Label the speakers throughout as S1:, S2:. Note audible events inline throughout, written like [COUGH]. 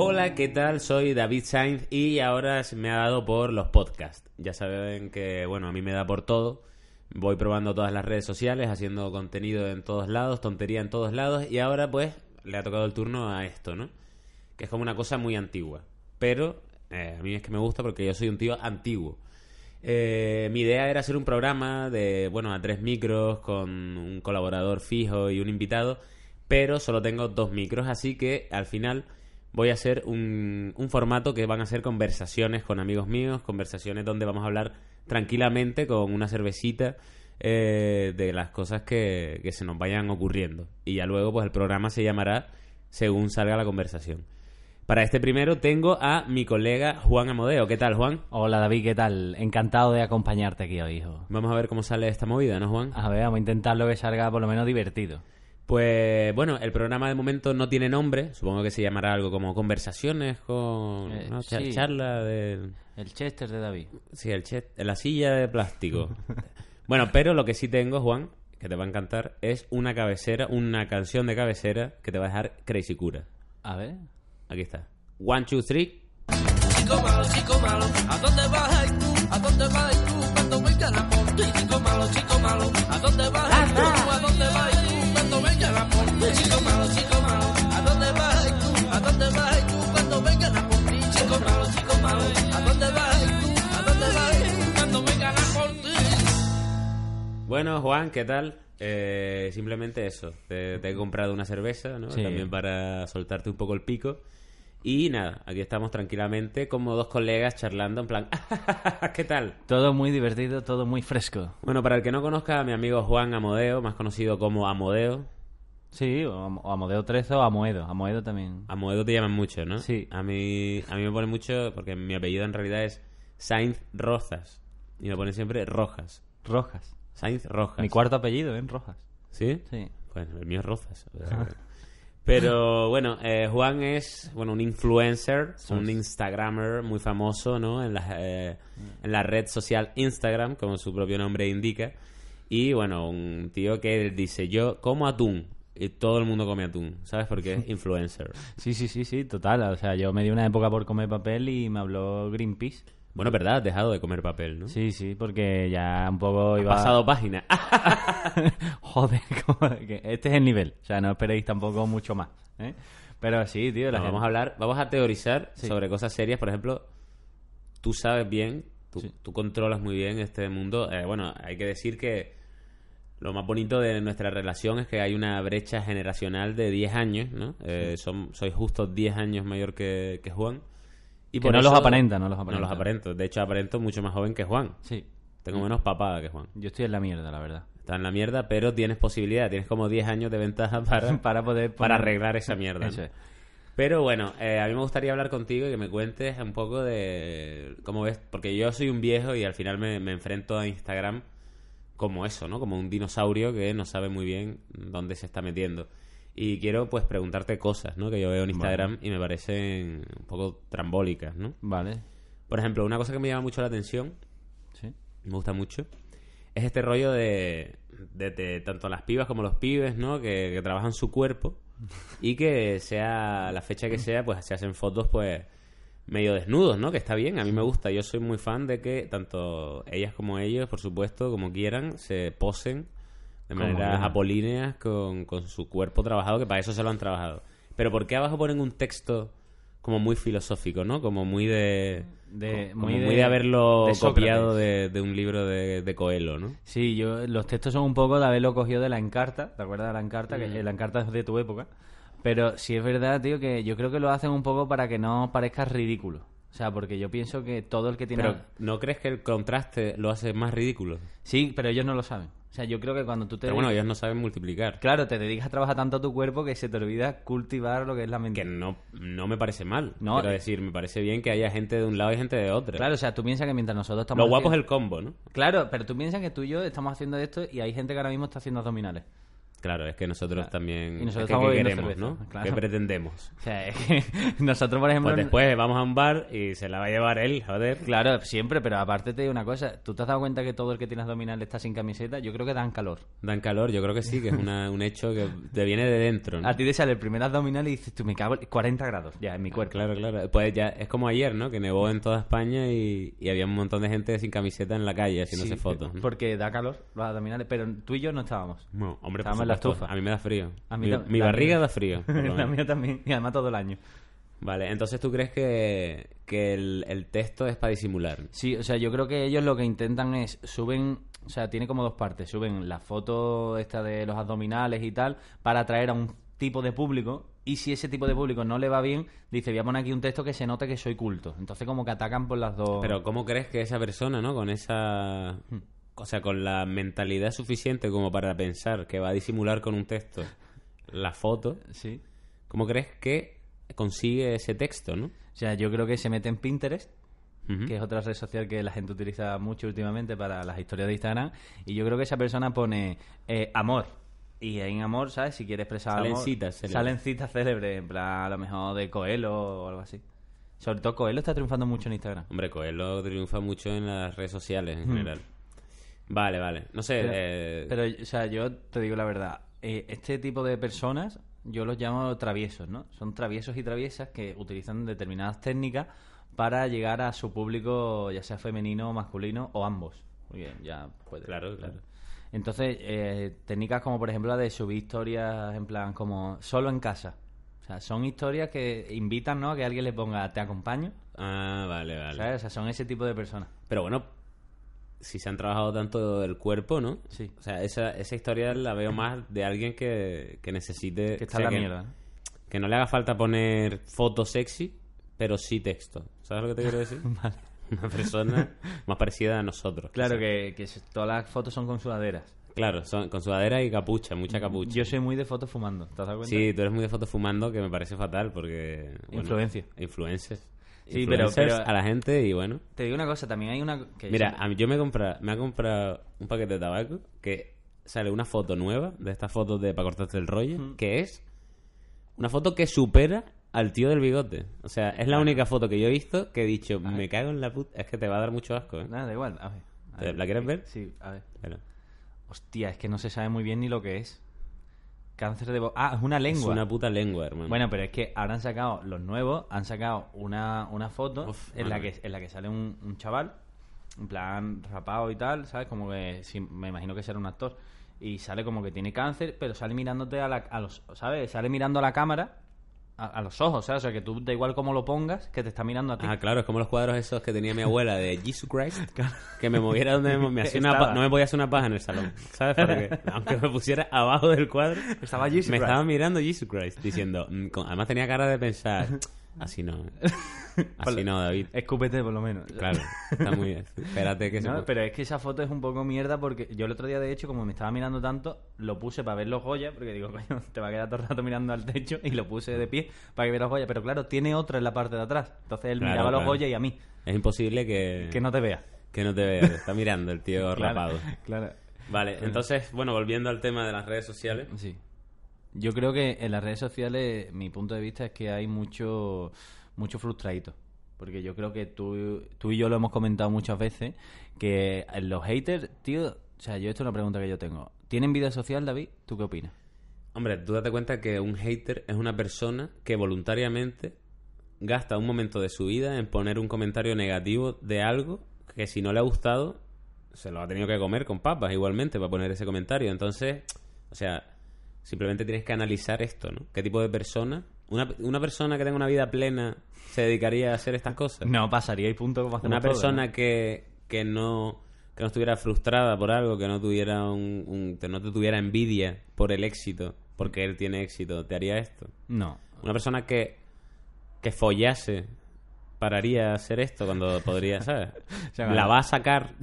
S1: Hola, ¿qué tal? Soy David Sainz y ahora se me ha dado por los podcasts. Ya saben que, bueno, a mí me da por todo. Voy probando todas las redes sociales, haciendo contenido en todos lados, tontería en todos lados y ahora pues le ha tocado el turno a esto, ¿no? Que es como una cosa muy antigua. Pero eh, a mí es que me gusta porque yo soy un tío antiguo. Eh, mi idea era hacer un programa de, bueno, a tres micros con un colaborador fijo y un invitado, pero solo tengo dos micros, así que al final voy a hacer un, un formato que van a ser conversaciones con amigos míos, conversaciones donde vamos a hablar tranquilamente con una cervecita eh, de las cosas que, que se nos vayan ocurriendo. Y ya luego, pues el programa se llamará según salga la conversación. Para este primero tengo a mi colega Juan Amodeo. ¿Qué tal, Juan?
S2: Hola David, ¿qué tal? Encantado de acompañarte aquí hoy, hijo.
S1: Vamos a ver cómo sale esta movida, ¿no, Juan?
S2: A ver, vamos a intentarlo que salga por lo menos divertido.
S1: Pues bueno, el programa de momento no tiene nombre. Supongo que se llamará algo como Conversaciones con.
S2: Eh,
S1: ¿no? Char-
S2: sí.
S1: Charla de.
S2: El Chester de David.
S1: Sí, el chet- la silla de plástico. [LAUGHS] bueno, pero lo que sí tengo, Juan, que te va a encantar, es una cabecera, una canción de cabecera que te va a dejar crazy cura.
S2: A ver.
S1: Aquí está. One, two, three.
S3: Chico malo, chico malo, ¿a dónde vas ay, tú? ¿A dónde vas ay, tú? Cuando venga la poli. Chico malo, chico malo, ¿a dónde vas ay, tú? ¿A dónde vas ay, tú? Cuando venga la poli. Chico malo, chico malo, ¿a dónde vas ay, tú? ¿A dónde vas ay, tú? Cuando venga la poli. Chico malo, chico malo, ¿a dónde vas ay, tú? ¿A dónde vas ay, tú? Cuando venga la poli.
S1: Bueno, Juan, ¿qué tal? Eh, simplemente eso. Te, te he comprado una cerveza, ¿no?
S2: Sí.
S1: También para soltarte un poco el pico. Y nada, aquí estamos tranquilamente como dos colegas charlando en plan, [LAUGHS] ¿qué tal?
S2: Todo muy divertido, todo muy fresco.
S1: Bueno, para el que no conozca a mi amigo Juan Amodeo, más conocido como Amodeo.
S2: Sí, o, o a Modeo 13 o a Moedo. A Moedo también.
S1: Amodeo te llaman mucho, ¿no?
S2: Sí.
S1: A mí, a mí me pone mucho, porque mi apellido en realidad es Sainz Rozas. Y me ponen siempre Rojas.
S2: Rojas.
S1: Sainz Rojas.
S2: Mi cuarto apellido, ¿eh? Rojas.
S1: ¿Sí?
S2: Sí.
S1: Bueno, el mío es Rozas. o sea, Pero bueno, eh, Juan es bueno un influencer, un Instagrammer muy famoso, ¿no? En la, eh, en la red social Instagram, como su propio nombre indica. Y bueno, un tío que dice, yo como atún. Y todo el mundo come atún, ¿sabes? Porque es influencer.
S2: Sí, sí, sí, sí, total. O sea, yo me di una época por comer papel y me habló Greenpeace.
S1: Bueno, verdad, has dejado de comer papel, ¿no?
S2: Sí, sí, porque ya un poco
S1: Has
S2: iba...
S1: pasado página.
S2: [LAUGHS]
S1: [LAUGHS]
S2: Joder, [LAUGHS] como que este es el nivel. O sea, no esperéis tampoco mucho más. ¿eh? Pero sí, tío,
S1: No,
S2: la gente-
S1: vamos a hablar, vamos a teorizar
S2: Sí.
S1: sobre cosas serias. Por ejemplo, tú sabes bien, tú,
S2: Sí.
S1: tú controlas muy bien este mundo. Eh, bueno, hay que decir que lo más bonito de nuestra relación es que hay una brecha generacional de 10 años, ¿no? Eh, son- soy justo 10 años mayor que, que Juan. Y
S2: Que no los aparenta, no los
S1: No los
S2: aparenta.
S1: aparento. De hecho, aparento mucho más joven que Juan.
S2: Sí, Mm.
S1: Tengo menos papada que Juan.
S2: yo estoy en la mierda, la verdad.
S1: Está en la mierda, pero tienes posibilidad. Tienes como 10 años de ventaja para,
S2: [LAUGHS] Para poder...
S1: para
S2: poner-
S1: arreglar esa mierda. ¿no?
S2: Eso es.
S1: Pero bueno, eh, a mí me gustaría hablar contigo y que me cuentes un poco de cómo ves, porque yo soy un viejo y al final me, me enfrento a Instagram como eso, ¿no? Como un dinosaurio que no sabe muy bien dónde se está metiendo. Y quiero pues preguntarte cosas, ¿no? Que yo veo en Instagram y me parecen un poco trambólicas, ¿no?
S2: Vale,
S1: Por ejemplo, una cosa que me llama mucho la atención,
S2: sí.
S1: me gusta mucho, es este rollo de, de, de tanto las pibas como los pibes, ¿no? Que, que trabajan su cuerpo y que sea la fecha que sea, pues se hacen fotos, pues medio desnudos, ¿no? Que está bien, a mí me gusta. Yo soy muy fan de que tanto ellas como ellos, por supuesto, como quieran, se posen de
S2: Como
S1: maneras
S2: quieran.
S1: apolíneas con, con su cuerpo trabajado, que para eso se lo han trabajado. Pero ¿por qué abajo ponen un texto como muy filosófico, ¿no? Como muy de...
S2: De-
S1: como
S2: muy
S1: muy de,
S2: de-
S1: haberlo
S2: de Sócrates.
S1: copiado de, de un libro de, de Coelho, ¿no?
S2: Sí, yo, los textos son un poco de haberlo cogido de la encarta, ¿te acuerdas de la encarta?
S1: Mm.
S2: Que la encarta es de tu época. Pero sí es verdad, tío, que yo creo que lo hacen un poco para que no parezca ridículo. O sea, porque yo pienso que todo el que tiene...
S1: Pero ¿no crees que el contraste lo hace más ridículo?
S2: Sí, pero ellos no lo saben. O sea, yo creo que cuando tú te...
S1: Pero bueno, ellos no saben multiplicar.
S2: Claro, te dedicas a trabajar tanto a tu cuerpo que se te olvida cultivar lo que es la mente.
S1: Que no, no me parece mal.
S2: No,
S1: Quiero
S2: eh.
S1: decir, me parece bien que haya gente de un lado y gente de otro.
S2: Claro, o sea, tú piensas que mientras nosotros estamos...
S1: Lo guapo es
S2: haciendo-
S1: el combo, ¿no?
S2: Claro, pero tú piensas que tú y yo estamos haciendo esto y hay gente que ahora mismo está haciendo abdominales.
S1: Claro, es que nosotros también...
S2: Y nosotros
S1: es que,
S2: estamos
S1: ¿qué
S2: bebiendo
S1: queremos,
S2: cerveza,
S1: ¿no?
S2: claro.
S1: ¿Qué pretendemos?
S2: O sea, es que [LAUGHS] nosotros, por ejemplo...
S1: Pues después vamos a un bar y se la va a llevar él, joder.
S2: Claro, siempre, pero aparte te digo una cosa. ¿Tú te has dado cuenta que todo el que tiene abdominales está sin camiseta? Yo creo que dan calor.
S1: Dan calor, yo creo que sí, que es una- un hecho que te viene de dentro,
S2: [LAUGHS]
S1: ¿no?
S2: A ti te sale el primer abdominal y dices, tú me cago en 40 grados ya en mi cuerpo.
S1: Claro, claro. Pues ya es como ayer, ¿no? Que nevó en toda España y, y había un montón de gente sin camiseta en la calle haciéndose
S2: Sí,
S1: fotos. ¿no?
S2: Porque da calor los abdominales, pero tú y yo no estábamos.
S1: No, hombre, por
S2: Estábamos en la
S1: supuesto.
S2: estufa.
S1: A mí me da frío.
S2: A mí
S1: mi
S2: tam-
S1: mi
S2: la
S1: barriga
S2: mía.
S1: da
S2: [LAUGHS]
S1: frío. por lo
S2: la
S1: menos.
S2: mía también, y además todo el año.
S1: Vale, entonces tú crees que, que el, el texto es para disimular.
S2: Sí, o sea, yo creo que ellos lo que intentan es suben, o sea, tiene como dos partes, suben la foto esta de los abdominales y tal para atraer a un tipo de público y si ese tipo de público no le va bien, dice, voy a poner aquí un texto que se note que soy culto. Entonces como que atacan por las dos.
S1: Pero ¿cómo crees que esa persona, ¿no? Con esa... O sea, con la mentalidad suficiente como para pensar que va a disimular con un texto la foto,
S2: sí.
S1: ¿cómo crees que consigue ese texto, ¿no?
S2: O sea, yo creo que se mete en Pinterest
S1: Ujú.
S2: que es otra red social que la gente utiliza mucho últimamente para las historias de Instagram. Y yo creo que esa persona pone eh, amor. Y en amor, ¿sabes? Si quiere expresar
S1: Salen
S2: amor,
S1: citas célebres.
S2: Salen citas célebres, en plan, a lo mejor de Coelho o algo así. Sobre todo Coelho está triunfando mucho en Instagram.
S1: Hombre, Coelho triunfa mucho en las redes sociales en general. Vale, vale. No sé,
S2: Mm. Pero,
S1: eh,
S2: pero, o sea, yo te digo la verdad. eh, este tipo de personas yo los llamo traviesos, ¿no? Son traviesos y traviesas que utilizan determinadas técnicas para llegar a su público, ya sea femenino, masculino o ambos. Muy bien, ya
S1: pues,
S2: puede.
S1: Claro, claro.
S2: Entonces, eh, técnicas como por ejemplo la de subir historias en plan como solo en casa. O sea, son historias que invitan, ¿no? A que alguien les ponga te acompaño.
S1: Ah, vale, vale.
S2: ¿sabes? O sea, son ese tipo de personas.
S1: Pero bueno, si se han trabajado tanto el cuerpo, ¿no?
S2: Sí.
S1: O sea, esa, esa historia la veo más de alguien que, que necesite...
S2: Que está
S1: o sea,
S2: en la mierda. ¿no?
S1: Que no le haga falta poner foto sexy, pero sí texto. ¿Sabes lo que te quiero decir?
S2: [LAUGHS] Vale.
S1: Una persona más parecida a nosotros.
S2: Claro
S1: quizás.
S2: que, que se- todas las fotos son con sudaderas.
S1: Claro, son, con sudadera y capucha, mucha capucha.
S2: Yo soy muy de fotos fumando, ¿te has dado cuenta?
S1: Sí, tú eres muy de fotos fumando, que me parece fatal porque... bueno,
S2: Influencia.
S1: Influencers.
S2: Sí, pero-
S1: Influencers
S2: pero-
S1: a la gente y bueno.
S2: Te digo una cosa, también hay una... Que
S1: Mira, a mí- yo me he comprado, me ha comprado un paquete de tabaco que sale una foto nueva de estas fotos de para cortarte el rollo, que es una foto que supera al tío del bigote. O sea, es la única foto que yo he visto que he dicho, me cago en la puta, es que te va a dar mucho asco, ¿eh?
S2: Nada, da igual, a ver. a
S1: ¿Te-
S2: ver.
S1: ¿La quieres ver?
S2: Sí, a ver.
S1: Bueno,
S2: Hostia, es que no se sabe muy bien ni lo que es. Cáncer de... bo- Ah, es una
S1: es
S2: lengua.
S1: una puta lengua, hermano.
S2: Bueno, pero es que ahora han sacado los nuevos, han sacado una, una foto
S1: Uf,
S2: en, la
S1: madre.
S2: que, en la que sale un, un chaval, en plan rapado y tal, ¿sabes? Como que sí, me imagino que será un actor. Y sale como que tiene cáncer, pero sale mirándote a, la, a los. ¿Sabes? Sale mirando a la cámara, a, a los ojos, ¿sabes? O sea, que tú da igual cómo lo pongas, que te está mirando a ti.
S1: Ah, claro, es como los cuadros esos que tenía mi abuela de Jesus Christ,
S2: [LAUGHS]
S1: que me moviera donde me, me hacía una
S2: Estaba.
S1: pa- no me podía hacer una paja en el salón, ¿sabes?
S2: [LAUGHS]
S1: Porque aunque me pusiera abajo del cuadro,
S2: Estaba Jesus
S1: me
S2: Christ.
S1: estaba mirando Jesus Christ, diciendo, mm, con- además tenía cara de pensar, así
S2: [LAUGHS]
S1: no, así no, David,
S2: Escúpete, por lo menos.
S1: claro, está muy bien, espérate que se...
S2: No, pero es que esa foto es un poco mierda porque yo el otro día, de hecho, como me estaba mirando tanto, lo puse para ver los Goya, porque digo, [LAUGHS] coño, te va a quedar todo el rato mirando al techo, y lo puse de pie para que viera los Goya. Pero claro, tiene otra en la parte de atrás. Entonces él
S1: Claro,
S2: miraba a los
S1: claro.
S2: Goya y a mí,
S1: Es imposible que,
S2: que no te vea.
S1: que no te vea, te está mirando el tío
S2: [LAUGHS] Claro,
S1: rapado.
S2: Claro.
S1: Vale, entonces, bueno, volviendo al tema de las redes sociales.
S2: Sí. Yo creo que en las redes sociales, mi punto de vista es que hay mucho, mucho frustradito. Porque yo creo que tú, tú y yo lo hemos comentado muchas veces, que los haters, tío, o sea, yo esto es una pregunta que yo tengo. ¿Tienen vida social, David? ¿Tú qué opinas?
S1: Hombre, tú date cuenta que un hater es una persona que voluntariamente gasta un momento de su vida en poner un comentario negativo de algo que si no le ha gustado, se lo ha tenido que comer con papas igualmente para poner ese comentario. Entonces, o sea, simplemente tienes que analizar esto, ¿no? ¿Qué tipo de persona? ¿Una, una persona que tenga una vida plena se dedicaría a hacer estas cosas?
S2: No, pasaría y punto como hacemos
S1: una
S2: todos,
S1: persona
S2: ¿no?
S1: que, que no que no estuviera frustrada por algo que no tuviera un, un- que no te tuviera envidia por el éxito porque él tiene éxito te haría esto
S2: No.
S1: una persona que que follase
S2: [LAUGHS]
S1: pararía a hacer esto cuando podría sabes
S2: sea,
S1: la va a sacar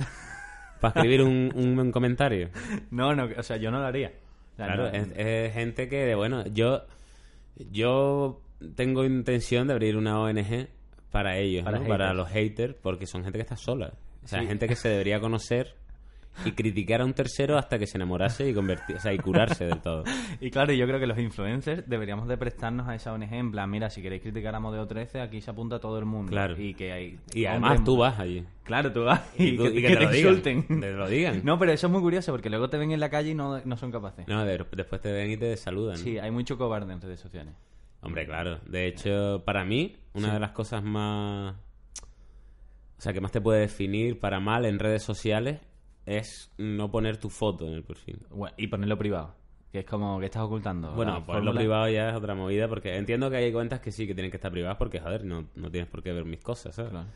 S1: para escribir un, un- un comentario.
S2: No, no, o sea, yo no lo haría. O sea,
S1: Claro,
S2: no-
S1: es, es gente que, bueno, yo, yo tengo intención de abrir una ONG para ellos, ¿no?
S2: Para
S1: para,
S2: haters.
S1: los haters, porque son gente que está sola. O sea,
S2: Sí.
S1: gente que se debería conocer y criticar a un tercero hasta que se enamorase y convertir, o sea, y curarse del todo.
S2: Y claro, yo creo que los influencers deberíamos de prestarnos a esa ONG en plan, mira, si queréis criticar a Modelo 13, aquí se apunta todo el mundo.
S1: Claro.
S2: [LAUGHS] Y que hay...
S1: Y además
S2: hombres-
S1: tú vas allí.
S2: Claro, tú vas [LAUGHS] y,
S1: tú-
S2: que,
S1: y
S2: que te,
S1: digan,
S2: insulten.
S1: Te lo digan. No,
S2: [LAUGHS] No, pero eso es muy curioso porque luego te ven en la calle y no, no son capaces.
S1: de- después te ven y te saludan.
S2: Sí, hay mucho cobarde en redes sociales.
S1: Hombre, claro. De hecho, para mí, una de las cosas más. O sea, que más te puede definir para mal en redes sociales es no poner tu foto en el perfil.
S2: Bueno, y ponerlo privado, que es como que estás ocultando.
S1: Bueno,
S2: Ah, La
S1: ponerlo
S2: fórmula-
S1: privado ya es otra movida, porque entiendo que hay cuentas que sí, que tienen que estar privadas, porque, joder, no, no tienes por qué ver mis cosas, ¿sabes?
S2: Claro.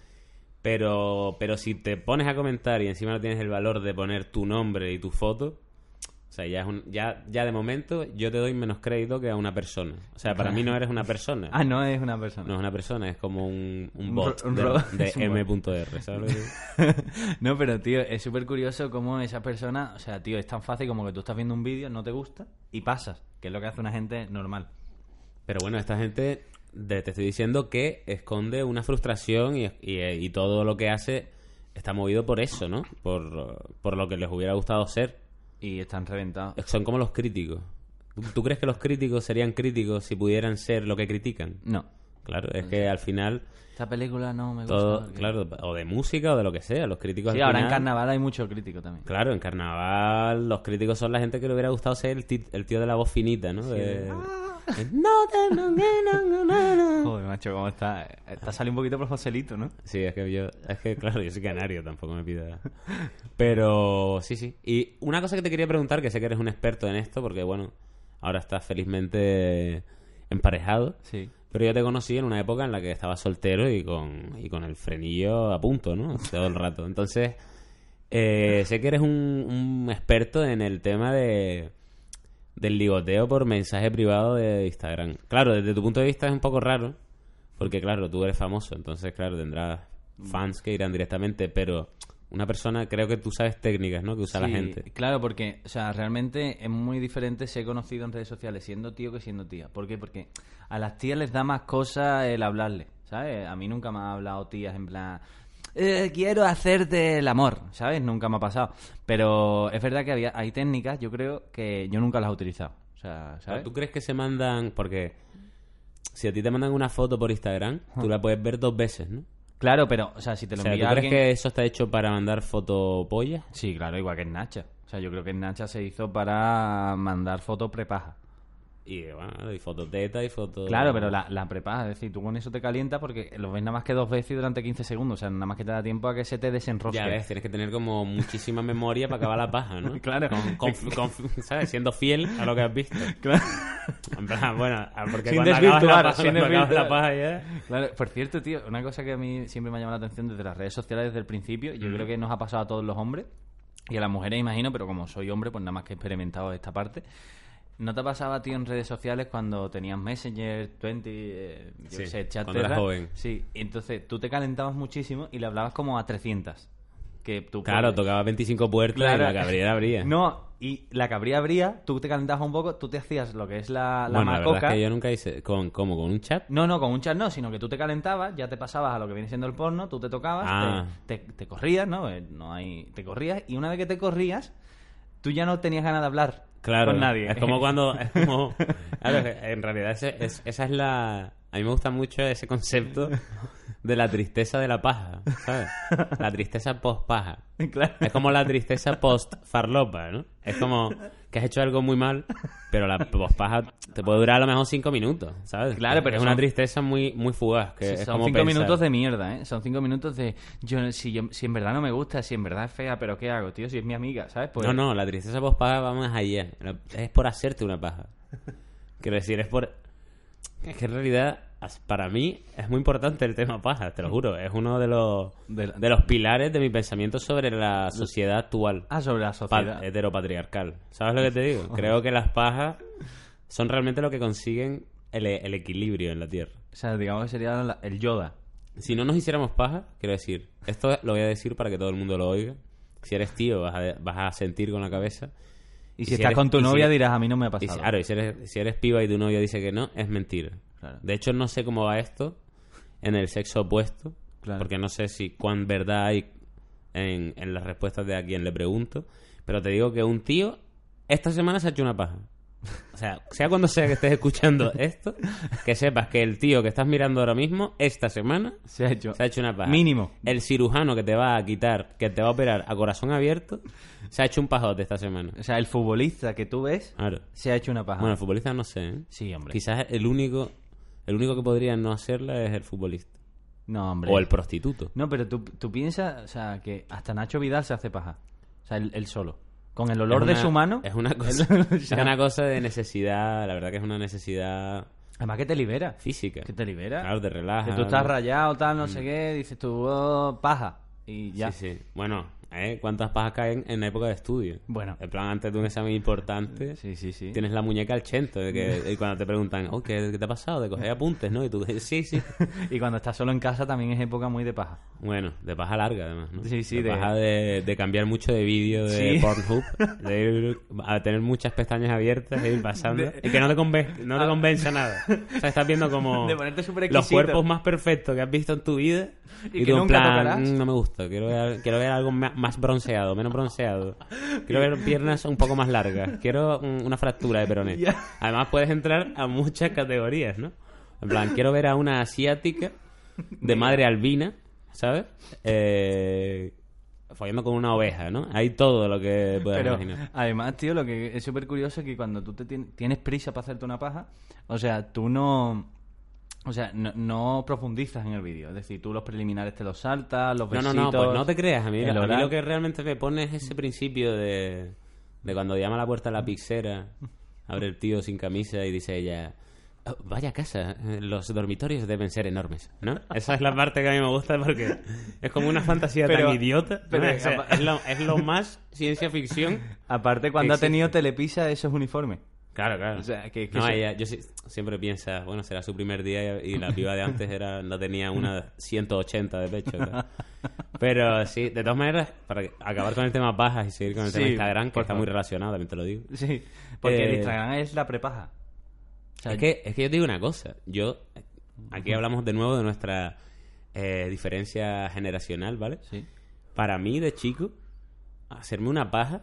S1: Pero, pero si te pones a comentar y encima no tienes el valor de poner tu nombre y tu foto, o sea, ya, es un- ya, ya de momento yo te doy menos crédito que a una persona. O sea, para mí no eres una persona.
S2: Ah, no es una persona.
S1: No es una persona, es como un, un
S2: Un
S1: bot
S2: ro- un
S1: de-
S2: ro-
S1: de,
S2: es un
S1: M.R, ¿sabes? lo que
S2: [LAUGHS]
S1: digo?
S2: no, pero tío, es súper curioso cómo esa persona, o sea, tío, es tan fácil como que tú estás viendo un vídeo, no te gusta y pasas, que es lo que hace una gente normal.
S1: Pero bueno, esta gente, de- te estoy diciendo que esconde una frustración y, y- y todo lo que hace está movido por eso, ¿no? Por, por lo que les hubiera gustado ser.
S2: Y están reventados.
S1: Son como los críticos. ¿Tú- ¿Tú crees que los críticos serían críticos si pudieran ser lo que critican?
S2: No,
S1: Claro, es que al final
S2: esta película no me Mm. gusta.
S1: todo,
S2: porque-
S1: claro, o de música o de lo que sea, los críticos
S2: Sí,
S1: al
S2: ahora en
S1: final-
S2: carnaval hay mucho crítico también.
S1: Claro, en carnaval los críticos son la gente que le hubiera gustado ser el, ti- el tío de la voz finita, ¿no? De- No te- no, no, no, no, no.
S2: Joder, macho, cómo está. eh, Está saliendo un poquito por Joselito, ¿no?
S1: Sí, es que yo, es que claro, yo soy canario, tampoco me pida. Pero sí, sí. Y una cosa que te quería preguntar, que sé que eres un experto en esto, porque bueno, ahora estás felizmente emparejado.
S2: Sí.
S1: Pero yo te conocí en una época en la que estaba soltero y con, y con el frenillo a punto, ¿no? [LAUGHS] Todo el rato. Entonces, eh, sé que eres un, un experto en el tema de del ligoteo por mensaje privado de Instagram. Claro, desde tu punto de vista es un poco raro, porque claro, tú eres famoso, entonces claro, tendrás
S2: Mm.
S1: fans que irán directamente, pero una persona, creo que tú sabes técnicas, ¿no? Que usa la
S2: Sí,
S1: gente.
S2: Claro, porque, o sea, realmente es muy diferente ser conocido en redes sociales siendo tío que siendo tía. ¿Por qué? Porque a las tías les da más cosas el hablarle, ¿sabes? A mí nunca me han hablado tías en plan, "Eh, quiero hacerte el amor, ¿sabes? Nunca me ha pasado. Pero es verdad que había, hay técnicas, yo creo, que yo nunca las he utilizado. O sea,
S1: Claro,
S2: ¿sabes?
S1: Ah, ¿Tú crees que se mandan, porque si a ti te mandan una foto por Instagram, tú la puedes ver dos veces, ¿no?
S2: Claro, pero, o sea, si te
S1: O
S2: lo
S1: sea, ¿tú
S2: envía
S1: crees
S2: alguien...
S1: que eso está hecho para mandar fotopollas?
S2: Sí, claro, igual que en Nacha. O sea, yo creo que en Nacha se hizo para mandar fotos prepaja.
S1: Y bueno, y fototeta y foto...
S2: Claro, pero la, la prepaja, es decir, tú con eso te calientas porque lo ves nada más que dos veces y durante 15 segundos. O sea, nada más que te da tiempo a que se te desenrosque.
S1: Ya ves, tienes que tener como muchísima memoria para acabar la paja, ¿no?
S2: [LAUGHS] Claro.
S1: Con- con- con- ¿Sabes? Siendo fiel a lo que has visto.
S2: [LAUGHS] Claro.
S1: En plan, bueno, ah, porque
S2: Sin
S1: cuando acabas la
S2: desvirtuar,
S1: paja,
S2: sin
S1: cuando acabas la
S2: desvirtuar.
S1: paja ya...
S2: Claro, por cierto, tío, una cosa que a mí siempre me ha llamado la atención desde las redes sociales desde el principio, yo creo que nos ha pasado a todos los hombres y a las mujeres, imagino, pero como soy hombre, pues nada más que he experimentado esta parte. ¿No te pasaba, tío, en redes sociales cuando tenías Messenger, 20, eh, yo
S1: Sí,
S2: qué sé, chat
S1: cuando eras
S2: Terra?
S1: joven.
S2: Sí, y entonces tú te calentabas muchísimo y le hablabas como a 300. Que tú
S1: Claro,
S2: puedes-
S1: tocaba 25 puertas y la cabrera abría.
S2: No, y la cabría abría, tú te calentabas un poco, tú te hacías lo que es la, la
S1: bueno, la
S2: macoca.
S1: verdad es que yo nunca hice... ¿Con, ¿Cómo? ¿Con un chat?
S2: No, no, con un chat no, sino que tú te calentabas, ya te pasabas a lo que viene siendo el porno, tú te tocabas,
S1: Ah.
S2: te, te- te corrías, ¿no? Eh, No hay... Te corrías, y una vez que te corrías, tú ya no tenías ganas de hablar
S1: Claro,
S2: con nadie.
S1: es
S2: [LAUGHS]
S1: como cuando... Es como, a ver, en realidad ese- es- esa es la... A mí me gusta mucho ese concepto de la tristeza de la paja, ¿sabes? La tristeza post-paja.
S2: Claro.
S1: Es como la tristeza post-farlopa, ¿no? Es como que has hecho algo muy mal, pero la post-paja te puede durar a lo mejor cinco minutos, ¿sabes?
S2: Claro, pero
S1: Es una
S2: son-
S1: tristeza muy, muy fugaz. Que
S2: Sí,
S1: es
S2: son
S1: como
S2: cinco
S1: pensar.
S2: minutos de mierda, ¿eh? Son cinco minutos de... Yo, si, yo, si en verdad no me gusta, si en verdad es fea, pero ¿qué hago, tío? Si es mi amiga, ¿sabes? Pues,
S1: No, no, la tristeza post-paja va más allá. La- Es por hacerte una paja.
S2: [LAUGHS]
S1: Quiero decir, es por... Es que en realidad, as- para mí, es muy importante el tema paja, te lo juro. Es uno de los,
S2: De la-
S1: de los pilares de mi pensamiento sobre la sociedad actual.
S2: Ah, sobre la
S1: pa-
S2: sociedad.
S1: heteropatriarcal. ¿Sabes lo que te
S2: [LAUGHS]
S1: digo? Creo que las pajas son realmente lo que consiguen el, el equilibrio en la Tierra.
S2: O sea, digamos que sería la- el Yoda.
S1: Si no nos hiciéramos paja, quiero decir, esto lo voy a decir para que todo el mundo lo oiga, Si eres tío, vas a, vas a sentir con la cabeza.
S2: Y
S1: Y
S2: si,
S1: si
S2: estás
S1: eres-
S2: con
S1: y
S2: tu
S1: si-
S2: novia dirás, a mí no me ha
S1: Y si,
S2: pasado.
S1: claro, y si eres, si eres piba y tu novia dice que no, es mentira.
S2: Claro.
S1: De hecho, no sé cómo va esto en el sexo opuesto,
S2: Claro.
S1: porque no sé si cuán verdad hay en, en las respuestas de a quien le pregunto, pero te digo que un tío esta semana se ha hecho una paja. O sea, sea cuando sea que estés
S2: [LAUGHS]
S1: escuchando esto, que sepas que el tío que estás mirando ahora mismo, esta semana,
S2: Se ha hecho.
S1: se ha hecho una paja.
S2: Mínimo.
S1: El cirujano que te va a quitar, que te va a operar a corazón abierto, se ha hecho un pajote esta semana.
S2: O sea, el futbolista que tú ves
S1: Claro.
S2: se ha hecho una paja.
S1: Bueno, el futbolista no sé, ¿eh?
S2: Ah. sí, hombre.
S1: Quizás el único, el único que podría no hacerla es el futbolista.
S2: No, hombre.
S1: O el prostituto.
S2: No, pero tú, tú piensas, o sea, que hasta Nacho Vidal se hace paja. O sea, él, él solo. Con [LAUGHS] el
S1: Es
S2: olor
S1: una-
S2: de su mano.
S1: Es una cosa, es una cosa de necesidad, la verdad que es una necesidad
S2: Además que te libera.
S1: física.
S2: Que te libera.
S1: Claro, te relaja.
S2: que tú estás
S1: ¿no?
S2: rayado, tal, no sé qué, dices tú, oh, paja. Y ya.
S1: Sí, sí. Bueno, ¿eh? ¿cuántas pajas caen en época de estudio?
S2: Bueno.
S1: En plan, antes de un examen importante,
S2: Sí, sí, sí.
S1: tienes la muñeca al chento. de que- y cuando te preguntan, oh, ¿qué, qué te ha pasado? De coger apuntes, ¿no? Y tú, sí, sí.
S2: [LAUGHS] Y cuando estás solo en casa también es época muy de paja.
S1: Bueno, de paja larga además, ¿no?
S2: Sí, sí,
S1: de,
S2: de-
S1: paja de, de cambiar mucho de vídeo de
S2: Sí. [LAUGHS]
S1: Pornhub, de ir a tener muchas pestañas abiertas e ir pasando y que no te, conven- no te convenza nada. O sea, estás viendo como
S2: Ah. [LAUGHS] De ponerte súper
S1: los
S2: exquisito.
S1: cuerpos más perfectos que has visto en tu vida y,
S2: Y que
S1: tú en
S2: nunca
S1: plan,
S2: tocarás.
S1: "Mm, no me gusta, quiero ver, quiero ver algo ma- más bronceado, menos bronceado. Quiero ver piernas un poco más largas, quiero mm, una fractura de peroné.
S2: Ya.
S1: Además puedes entrar a muchas categorías, ¿no? En plan, quiero ver a una asiática de madre albina, ¿sabes? Eh, follando con una oveja, ¿no? Hay todo lo que puedas
S2: Pero
S1: imaginar.
S2: además, tío, lo que es súper curioso es que cuando tú te tien- tienes prisa para hacerte una paja, o sea, tú no... O sea, no, no profundizas en el vídeo. Es decir, tú los preliminares te los saltas, los
S1: No, no,
S2: besitos...
S1: no, pues no te creas. A mí,
S2: el
S1: a mí
S2: oral.
S1: lo que realmente me pone es ese principio de, de cuando llama a la puerta a la pixera, abre el tío sin camisa y dice ella... "Oh, vaya casa, eh, los dormitorios deben ser enormes, ¿no? Esa es la parte que a mí me gusta porque es como una fantasía
S2: Pero-
S1: tan idiota. ¿no?
S2: pero-
S1: O
S2: [LAUGHS]
S1: sea, es, lo, es lo más ciencia ficción
S2: Aparte, cuando ha
S1: Existe.
S2: tenido telepisa, esos uniformes.
S1: Claro, claro.
S2: O sea, que- que
S1: no,
S2: se-
S1: ella- yo si- siempre piensa, bueno, será su primer día y, y la piba de antes era no tenía una 180 de pecho. tal. Pero sí, de todas maneras, para que- acabar con el tema bajas y seguir con el
S2: Sí,
S1: tema Instagram, que
S2: por
S1: está
S2: favor.
S1: muy relacionado, también te lo digo.
S2: [LAUGHS] Sí, porque el
S1: Eh,
S2: Instagram es la prepaja. O sea,
S1: Es que, es que yo te digo una cosa. Yo, aquí hablamos de nuevo de nuestra eh, diferencia generacional, ¿vale?
S2: Sí.
S1: Para mí, de chico, hacerme una paja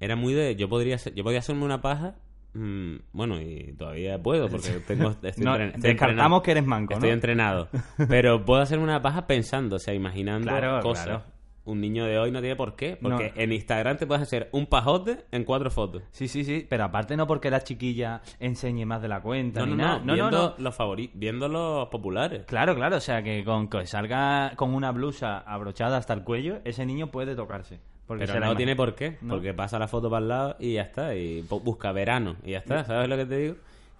S1: era muy de. Yo podría hacer- yo podía hacerme una paja. mm, bueno, y todavía puedo porque
S2: [LAUGHS]
S1: tengo. Estoy,
S2: No,
S1: entren- estoy entrenado.
S2: descartamos que eres manco,
S1: Estoy
S2: ¿no? [LAUGHS]
S1: entrenado. Pero puedo hacerme una paja pensando, o sea, imaginando
S2: Claro,
S1: cosas.
S2: claro.
S1: Un niño de hoy no tiene por qué. Porque
S2: No.
S1: en Instagram te puedes hacer un pajote en cuatro fotos.
S2: Sí, sí, sí. Pero aparte no porque la chiquilla enseñe más de la cuenta.
S1: No,
S2: ni
S1: no,
S2: nada.
S1: no. viendo, Los favori- viendo los populares.
S2: Claro, claro, o sea que con que salga con una blusa abrochada hasta el cuello, ese niño puede tocarse. Porque
S1: Pero
S2: se la
S1: no
S2: imagina.
S1: tiene por qué,
S2: No.
S1: porque pasa la foto para el lado y ya está, y po- busca verano y ya está, ¿sabes lo que te digo?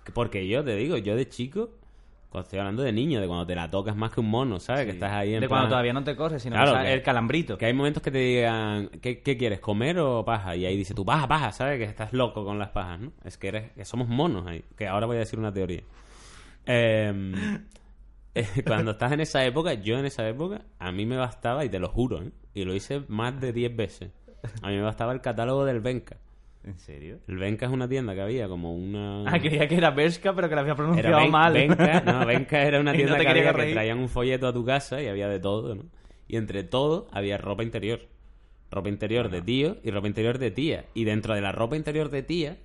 S1: Que- Porque yo te digo, yo de chico, cuando estoy hablando de niño, de cuando te la tocas más que un mono, ¿sabes? Que estás ahí en
S2: De cuando
S1: plan-
S2: todavía no te corres, sino
S1: Claro,
S2: que sale
S1: que-
S2: el calambrito.
S1: Que hay momentos que te digan, ¿qué, qué quieres, comer o paja? Y ahí dice tú, paja, paja, ¿sabes? Que estás loco con las pajas, ¿no? Es que, eres, que somos monos ahí. Que ahora voy a decir una teoría. Em, [LAUGHS] eh, cuando estás en esa época, yo en esa época, a mí me bastaba, y te lo juro, ¿eh? y lo hice más de 10 veces, a mí me bastaba el catálogo del Benca.
S2: ¿En serio?
S1: El Benca es una tienda que había como una...
S2: Ah, creía que era Bershka, pero que la había
S1: Mm. Era
S2: pronunciado
S1: Ben-
S2: mal. [LAUGHS]
S1: Benca, no, Benca era una
S2: Y no
S1: tienda
S2: te
S1: que
S2: quería
S1: había que
S2: reír.
S1: traían un folleto a tu casa y había de todo, ¿no? Y entre todo había ropa interior. Ropa interior
S2: Ah.
S1: de tío y ropa interior de tía. Y dentro de la ropa interior de tía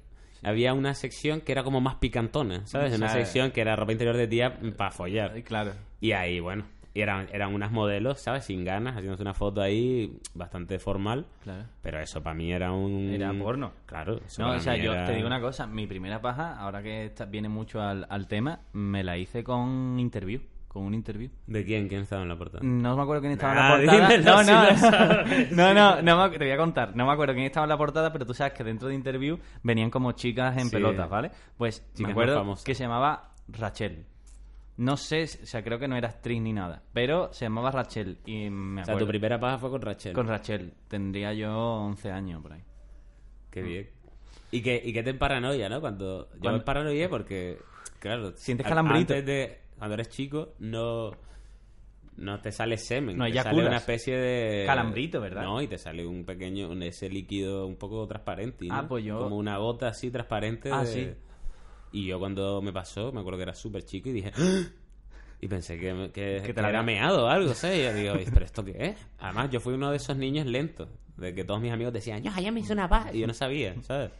S1: había una sección que era como más picantona, ¿sabes? Una
S2: ¿Sabes?
S1: sección que era ropa interior de tía para follar.
S2: Ay, Claro.
S1: Y ahí, bueno, y eran, eran unas modelos, ¿sabes? Sin ganas, haciéndose una foto ahí bastante formal.
S2: Claro.
S1: Pero eso para mí era un...
S2: Era porno.
S1: Claro. eso
S2: No,
S1: para
S2: o sea,
S1: mí
S2: yo
S1: era-
S2: te digo una cosa, mi primera paja, ahora que esta- viene mucho al, al tema, me la hice con interview, con un interview.
S1: ¿De quién? ¿Quién estaba en la portada?
S2: No me acuerdo quién estaba
S1: Ah,
S2: en la portada.
S1: dímelo
S2: no,
S1: si
S2: no,
S1: lo sabes.
S2: no, no, no me acu- te voy a contar. No me acuerdo quién estaba en la portada, pero tú sabes que dentro de interview venían como chicas en
S1: Sí.
S2: pelotas, ¿vale? Pues
S1: Chicas
S2: me
S1: más
S2: acuerdo
S1: famosas.
S2: que se llamaba Rachel. No sé, si- o sea, creo que no era actriz ni nada, pero se llamaba Rachel y me
S1: O sea,
S2: acuerdo.
S1: tu primera paja fue con Rachel.
S2: Con Rachel, tendría yo 11 años por ahí.
S1: Qué bien. Y que, y que te paranoia, ¿no? Cuando yo
S2: Cuando-
S1: me paranoia porque, claro,
S2: Sientes
S1: a-
S2: calambrito.
S1: Antes de, cuando eres chico, no, No te sale semen,
S2: No
S1: te
S2: eyaculas.
S1: sale una especie de...
S2: Calambrito, ¿verdad?
S1: No, y te sale un pequeño, un- ese líquido un poco transparente. ¿no?
S2: Ah, pues yo-
S1: Como una gota así transparente.
S2: Ah,
S1: de-
S2: sí.
S1: Y yo cuando me pasó, me acuerdo que era súper chico y dije... "¡Ah!". Y pensé que, me- que,
S2: Que te
S1: que
S2: la
S1: era
S2: había-
S1: meado o algo, ¿sabes? Y yo digo, "Oye, ¿pero esto qué es? Además, yo fui uno de esos niños lentos, de que todos mis amigos decían, yo, ayer me hice una paz, y yo no sabía, ¿sabes?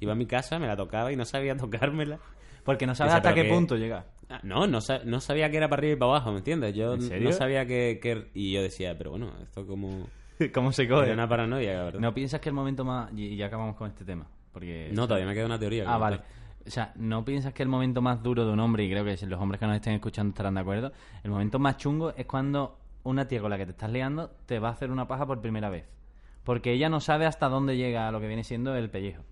S1: Iba a mi casa, me la tocaba y no sabía [LAUGHS] tocármela.
S2: Porque no sabes
S1: Dice,
S2: hasta
S1: pero
S2: qué
S1: que- [LAUGHS]
S2: punto llega.
S1: Ah, No, no, sa- no sabía que era para arriba y para abajo, ¿me entiendes? Yo
S2: ¿En
S1: n-
S2: serio?
S1: no sabía que, que- Y yo decía, pero bueno, esto como...
S2: ¿Cómo se
S1: Era una paranoia, la ¿verdad?
S2: ¿No piensas que el momento más... Y y ya acabamos con este tema. Porque...
S1: No, todavía me queda una teoría.
S2: Ah,
S1: ¿no?
S2: vale. O sea, ¿no piensas que el momento más duro de un hombre, y creo que los hombres que nos estén escuchando estarán de acuerdo, el momento más chungo es cuando una tía con la que te estás liando te va a hacer una paja por primera vez? Porque ella no sabe hasta dónde llega lo que viene siendo el pellejo.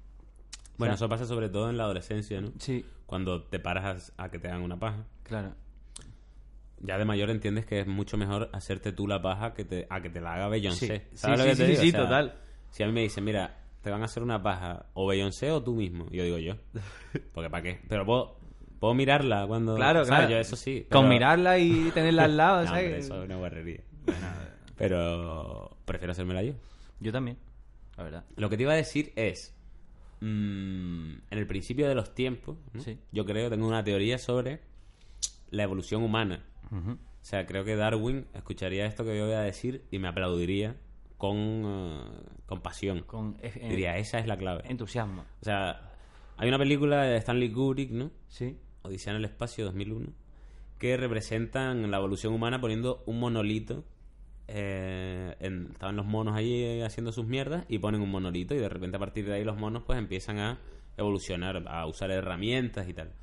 S1: Bueno,
S2: O sea-
S1: eso pasa sobre todo en la adolescencia, ¿no?
S2: Sí,
S1: Cuando te paras a, a que te hagan una paja.
S2: claro.
S1: Ya de mayor entiendes que es mucho mejor hacerte tú la paja que te, a que te la haga Beyoncé.
S2: Sí.
S1: ¿Sabes
S2: Sí,
S1: lo que
S2: sí,
S1: te
S2: sí,
S1: digo?
S2: sí,
S1: O sea,
S2: total.
S1: Si a mí me dicen, mira, te van a hacer una paja o Beyoncé o tú mismo, yo digo
S2: [LAUGHS]
S1: yo. Porque ¿para qué? Pero puedo, puedo mirarla cuando...
S2: Claro,
S1: ¿sabes?
S2: claro.
S1: Yo eso sí.
S2: Con
S1: pero- [LAUGHS]
S2: mirarla y tenerla al lado,
S1: No,
S2: ¿sabes?
S1: hombre, eso es una guarrería. Pero prefiero hacérmela yo.
S2: Yo también, la verdad.
S1: Lo que te iba a decir es, mm, en el principio de los tiempos, ¿no?
S2: Sí.
S1: yo creo, tengo una teoría sobre la evolución humana.
S2: Ujú.
S1: O sea, creo que Darwin escucharía esto que yo voy a decir y me aplaudiría con, eh, con pasión.
S2: Con eh, eh,
S1: Diría, esa es la clave.
S2: entusiasmo.
S1: O sea, hay una película de Stanley Kubrick, ¿no?
S2: Sí.
S1: Odisea en el Espacio 2001, que representan la evolución humana poniendo un monolito. eh, en- estaban los monos ahí eh, haciendo sus mierdas y ponen un monolito y de repente a partir de ahí los monos pues empiezan a evolucionar, a usar herramientas y tal.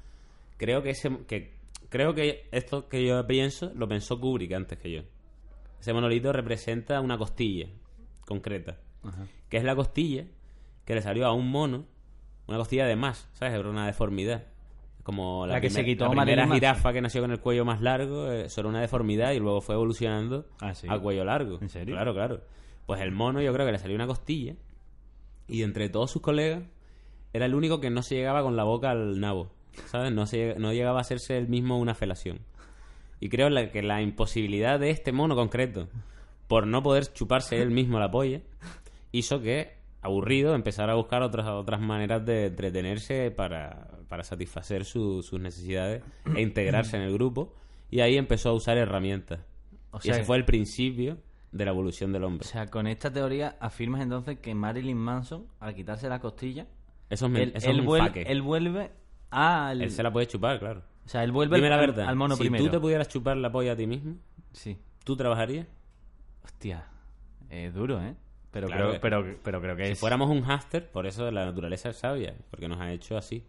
S1: Creo que ese que creo que esto que yo pienso lo pensó Kubrick antes que yo. Ese monolito representa una costilla concreta
S2: Ajá.
S1: que es la costilla que le salió a un mono, una costilla de más, ¿sabes? Era una deformidad. Como la,
S2: La que se
S1: primer-
S2: quitó
S1: la primera
S2: Marilyn Manson.
S1: jirafa que nació con el cuello más largo, eh, eso era una deformidad y luego fue evolucionando
S2: Ah, ¿sí?
S1: a cuello largo.
S2: ¿En serio?
S1: Claro, claro. Pues el mono yo creo que le salió una costilla y entre todos sus colegas era el único que no se llegaba con la boca al nabo, ¿sabes? No, se, no llegaba a hacerse él mismo una felación. Y creo la- que la imposibilidad de este mono concreto, por no poder chuparse él mismo la polla, hizo que, aburrido, empezara a buscar otras, otras maneras de entretenerse para, para satisfacer su- sus necesidades e integrarse en el grupo. Y ahí empezó a usar herramientas.
S2: O
S1: y
S2: sea-
S1: ese fue el principio de la evolución del
S2: O
S1: hombre.
S2: sea, con esta teoría afirmas entonces que Marilyn Manson, al quitarse la costilla,
S1: Eso es, men-
S2: él,
S1: eso es
S2: él
S1: un
S2: vuel-
S1: faque.
S2: él vuelve al...
S1: Él se la puede chupar, claro.
S2: O sea, él vuelve
S1: Dime la
S2: al,
S1: verdad.
S2: al mono
S1: si
S2: primero.
S1: tú te pudieras chupar la polla a ti mismo,
S2: Sí.
S1: ¿tú trabajarías?
S2: Hostia. Es duro, ¿eh? Pero,
S1: Claro
S2: creo,
S1: que-
S2: pero, pero creo que
S1: Si
S2: es...
S1: fuéramos un hámster, por eso la naturaleza es sabia, porque nos ha hecho así.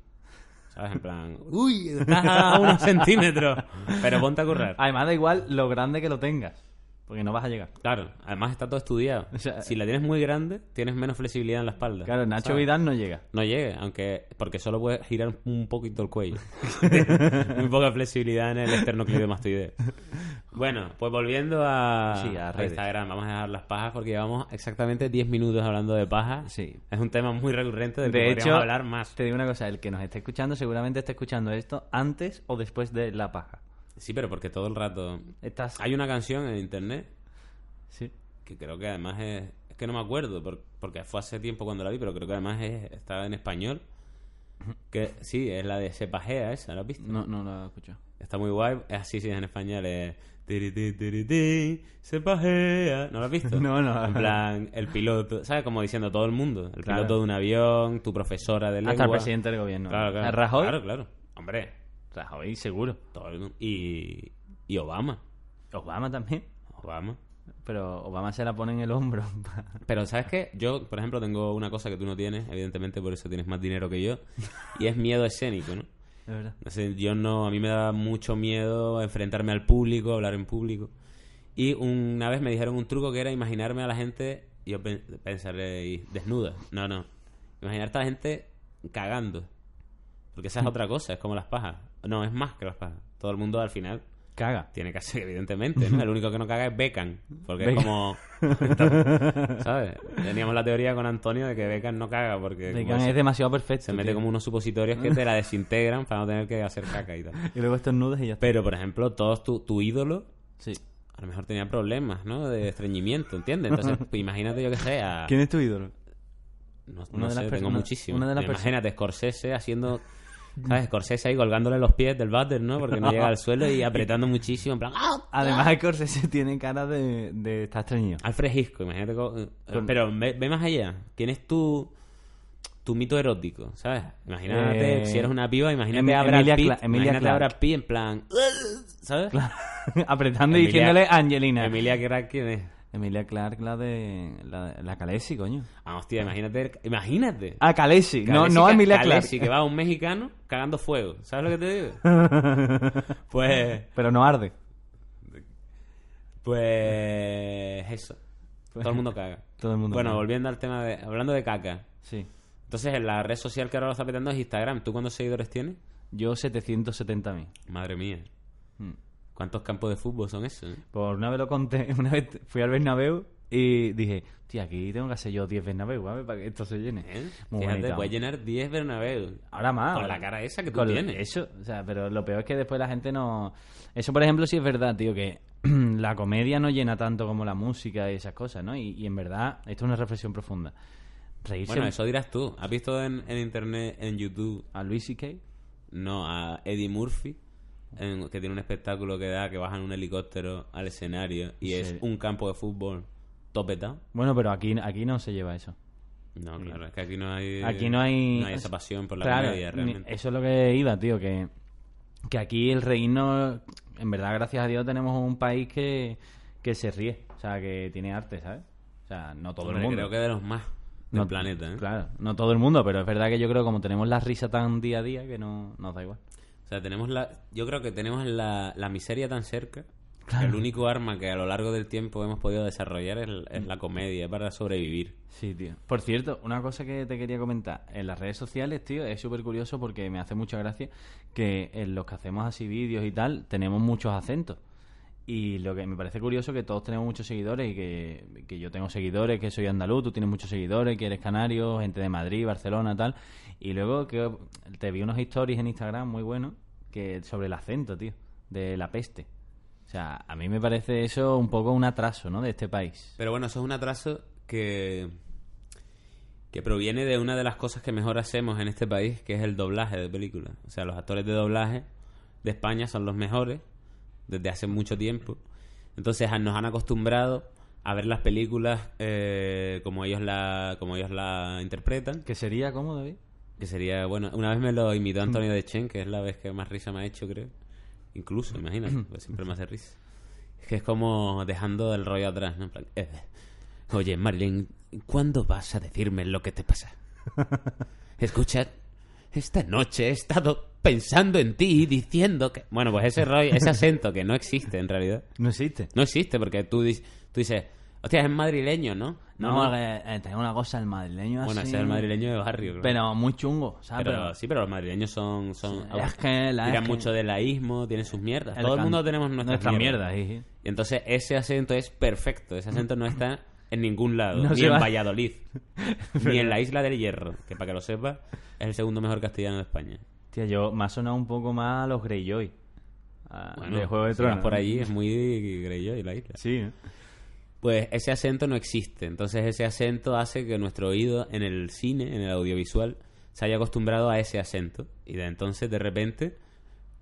S1: ¿Sabes? En
S2: [LAUGHS]
S1: plan, ¡Uy! Estás a unos centímetros. Pero ponte a currar.
S2: Además da igual lo grande que lo tengas. Porque no vas a llegar.
S1: Claro, además está todo estudiado.
S2: O sea-
S1: si la tienes muy grande, tienes menos flexibilidad en la espalda.
S2: Claro, Nacho
S1: ¿sabes?
S2: Vidal no llega.
S1: No llegue, aunque. Porque solo puedes girar un poquito el
S2: [LAUGHS]
S1: cuello. muy poca flexibilidad en el esternocleidomastoideo. Bueno, pues volviendo a,
S2: Sí, a
S1: a
S2: redes.
S1: Instagram, vamos a dejar las pajas porque llevamos exactamente 10 minutos hablando de pajas.
S2: Sí.
S1: Es un tema muy recurrente del
S2: De
S1: que
S2: hecho,
S1: podríamos hablar más.
S2: Te digo una cosa, el que nos esté escuchando seguramente está escuchando esto antes o después de la paja.
S1: Sí, pero porque todo el rato.
S2: Estás...
S1: Hay una canción en internet
S2: Sí.
S1: que creo que además es. Es que no me acuerdo, por- porque fue hace tiempo cuando la vi, pero creo que además es, está en español. Que sí, es la de Sepajea esa, ¿la has visto?
S2: No, no lo escucho.
S1: Está muy guay. Es así, sí, es en español. Es... tiri, ti, tiri, ti, Sepajea. ¿No lo has visto?
S2: [LAUGHS] [LAUGHS] No, no.
S1: En plan, el piloto, ¿sabes? Como diciendo todo el mundo. El
S2: Claro.
S1: piloto de un avión, tu profesora de lengua.
S2: Hasta el presidente del gobierno.
S1: Claro,
S2: O sea,
S1: claro.
S2: Rajoy.
S1: Claro, claro. Hombre,
S2: Rajoy, seguro.
S1: todo el mundo. Y, y Obama.
S2: Obama también.
S1: Obama.
S2: Pero Obama se la pone en el hombro. [LAUGHS]
S1: Pero ¿sabes qué? Yo, por ejemplo, tengo una cosa que tú no tienes, evidentemente por eso tienes más dinero que yo, y es miedo escénico, ¿no?
S2: Es verdad.
S1: No sé, yo no, a mí me da mucho miedo enfrentarme al público, hablar en público. Y una vez me dijeron un truco que era imaginarme a la gente, y yo pen- pensaré, y desnuda. No, no. Imaginarte a la gente cagando. Porque esa es otra cosa, es como las pajas. No, es más que las pajas. Todo el mundo al final
S2: Caga.
S1: tiene que hacer, evidentemente, ¿no? El único que no caga es Beckham, porque
S2: Beckham.
S1: es
S2: [LAUGHS]
S1: como... ¿Sabes? Teníamos la teoría con Antonio de que Beckham no caga porque Eh, como
S2: Beckham
S1: se,
S2: es demasiado perfecto.
S1: se mete
S2: tío.
S1: como unos supositorios que te la desintegran para no tener que hacer caca y tal.
S2: Y luego estos nudos y ya está.
S1: Pero, por ejemplo, todos tu, tu ídolo,
S2: Sí.
S1: a lo mejor tenía problemas, ¿no? De estreñimiento, ¿entiendes? Entonces, pues, imagínate yo que sea...
S2: ¿Quién es tu ídolo?
S1: No,
S2: Una
S1: no
S2: de las
S1: sé,
S2: perso-
S1: tengo
S2: una-
S1: muchísimo.
S2: una de las perso-
S1: Imagínate, Scorsese haciendo... ¿Sabes? Scorsese ahí colgándole los pies del váter, ¿no? Porque no llega al suelo y apretando muchísimo, en plan... ¡ah!
S2: Además, Scorsese tiene cara de, de estar estreñido.
S1: Alfred Hitchcock, imagínate... co- Pero ve, ve más allá. ¿Quién es tu, tu mito erótico? ¿Sabes? Imagínate,
S2: Eh,
S1: si eres una piba, imagínate
S2: Em-
S1: a Brad
S2: Emilia
S1: Pitt.
S2: Cla- Emilia
S1: imagínate a
S2: Clarke.
S1: Brad Pitt en plan... ¿Sabes?
S2: [LAUGHS] Apretando y
S1: Emilia-
S2: diciéndole Angelina.
S1: Emilia Clarke, ¿quién es?
S2: Emilia Clark, la de. La, la Khaleesi, coño.
S1: Ah, hostia, imagínate... Imagínate.
S2: Ah, Khaleesi. No,
S1: Khaleesi
S2: no
S1: ca-
S2: Emilia Clark.
S1: Khaleesi, que va un mexicano cagando fuego. ¿Sabes lo que te
S2: [LAUGHS]
S1: digo? Pues...
S2: Pero no arde.
S1: Pues... Eso. Todo el mundo caga.
S2: Todo el mundo
S1: Bueno,
S2: caga.
S1: volviendo al tema de... Hablando de caca.
S2: Sí.
S1: Entonces, en la red social que ahora lo está petando es Instagram. ¿Tú cuántos seguidores tienes?
S2: Yo 770.000.
S1: Madre mía.
S2: Mm.
S1: ¿Cuántos campos de fútbol son esos? eh?
S2: Por una vez lo conté, [LAUGHS] una vez fui al Bernabéu y dije, tío, aquí tengo que hacer yo 10 Bernabéu, ¿vale? Para que esto se llene.
S1: ¿Eh?
S2: Muy
S1: Fíjate,
S2: bonito.
S1: puedes llenar 10 Bernabéu.
S2: Ahora más.
S1: Con
S2: ahora-
S1: la cara esa que tú
S2: con la-
S1: tienes.
S2: Eso, o sea, pero lo peor es que después la gente no... Eso, por ejemplo, sí es verdad, tío, que [CLEARS THROAT] la comedia no llena tanto como la música y esas cosas, ¿no? Y, y en verdad, esto es una reflexión profunda. Reírse
S1: Bueno, eso dirás tú. ¿Has visto en, en internet, en YouTube,
S2: a Luis y Kay.
S1: no, a Eddie Murphy? en- que tiene un espectáculo que da que bajan un helicóptero al escenario y
S2: Sí.
S1: es un campo de fútbol topetado.
S2: Bueno, pero aquí, aquí no se lleva eso.
S1: No, claro, es que aquí no hay.
S2: Mm. Aquí no hay...
S1: no hay esa pasión por la
S2: Claro,
S1: comedia
S2: ni-
S1: realmente.
S2: Eso es lo que iba, tío, que, que aquí el reírnos, en verdad, gracias a Dios, tenemos un país que, que se ríe, o sea, que tiene arte, ¿sabes? O sea, no todo
S1: Hombre,
S2: el mundo.
S1: Creo que de los más del
S2: no,
S1: planeta, ¿eh?
S2: Claro, no todo el mundo, pero es verdad que yo creo que como tenemos la risa tan día a día que no nos da igual.
S1: O sea, tenemos la. Yo creo que tenemos la, la miseria tan cerca. Que el único arma que a lo largo del tiempo hemos podido desarrollar es, es la comedia para sobrevivir.
S2: Sí, tío. Por cierto, una cosa que te quería comentar. En las redes sociales, tío, es súper curioso porque me hace mucha gracia que en los que hacemos así vídeos y tal, tenemos muchos acentos. Y lo que me parece curioso es que todos tenemos muchos seguidores y que, que yo tengo seguidores, que soy andaluz, tú tienes muchos seguidores, que eres canario, gente de Madrid, Barcelona, tal. Y luego que te vi unos stories en Instagram muy buenos que sobre el acento, tío, de la peste. O sea, a mí me parece eso un poco un atraso, ¿no? De este país.
S1: Pero bueno, eso es un atraso que, que proviene de una de las cosas que mejor hacemos en este país, que es el doblaje de películas. O sea, los actores de doblaje de España son los mejores desde hace mucho tiempo. Entonces a- nos han acostumbrado a ver las películas eh, como ellos la como ellos la interpretan
S2: Que sería ¿eh? cómo, David?
S1: que sería bueno una vez me lo
S2: Mm.
S1: imitó Antonio de Chen que es la vez que más risa me ha hecho creo incluso imagínate
S2: Mm.
S1: pues siempre me hace risa es que es como dejando el rollo atrás ¿no? En plan, eh, oye Marilyn ¿cuándo vas a decirme lo que te
S2: [LAUGHS]
S1: pasa? escucha esta noche he estado pensando en ti y diciendo que bueno pues ese rollo ese acento que no existe en realidad
S2: No existe.
S1: no existe porque tú, dis- tú dices hostia es madrileño ¿no?
S2: No, que, eh, tengo una cosa, el madrileño
S1: bueno
S2: así,
S1: ese es el madrileño de barrio claro.
S2: Pero muy chungo, ¿sabes?
S1: pero,
S2: Ah, Pero
S1: sí, pero los madrileños son. son
S2: Sí, es que la-
S1: tiran
S2: es que-
S1: mucho de laísmo, tienen sus mierdas.
S2: el
S1: Todo el
S2: can-
S1: mundo tenemos nuestras
S2: nuestra
S1: mierdas.
S2: mierda. sí,
S1: Y entonces ese acento es perfecto. Ese acento no está en ningún lado.
S2: [LAUGHS] No
S1: ni
S2: se
S1: en
S2: va.
S1: Valladolid. ni en la isla del Hierro. Que para que lo sepa, es el segundo mejor castellano de España.
S2: sí. Tío, yo me ha sonado un poco más a los Greyjoy. a-
S1: Bueno,
S2: de Juego de
S1: si vas
S2: Tronos.
S1: por allí es muy Greyjoy la isla.
S2: Sí. ¿eh?
S1: Pues ese acento no existe. Entonces ese acento hace que nuestro oído en el cine, en el audiovisual, se haya acostumbrado a ese acento. Y de entonces, de repente,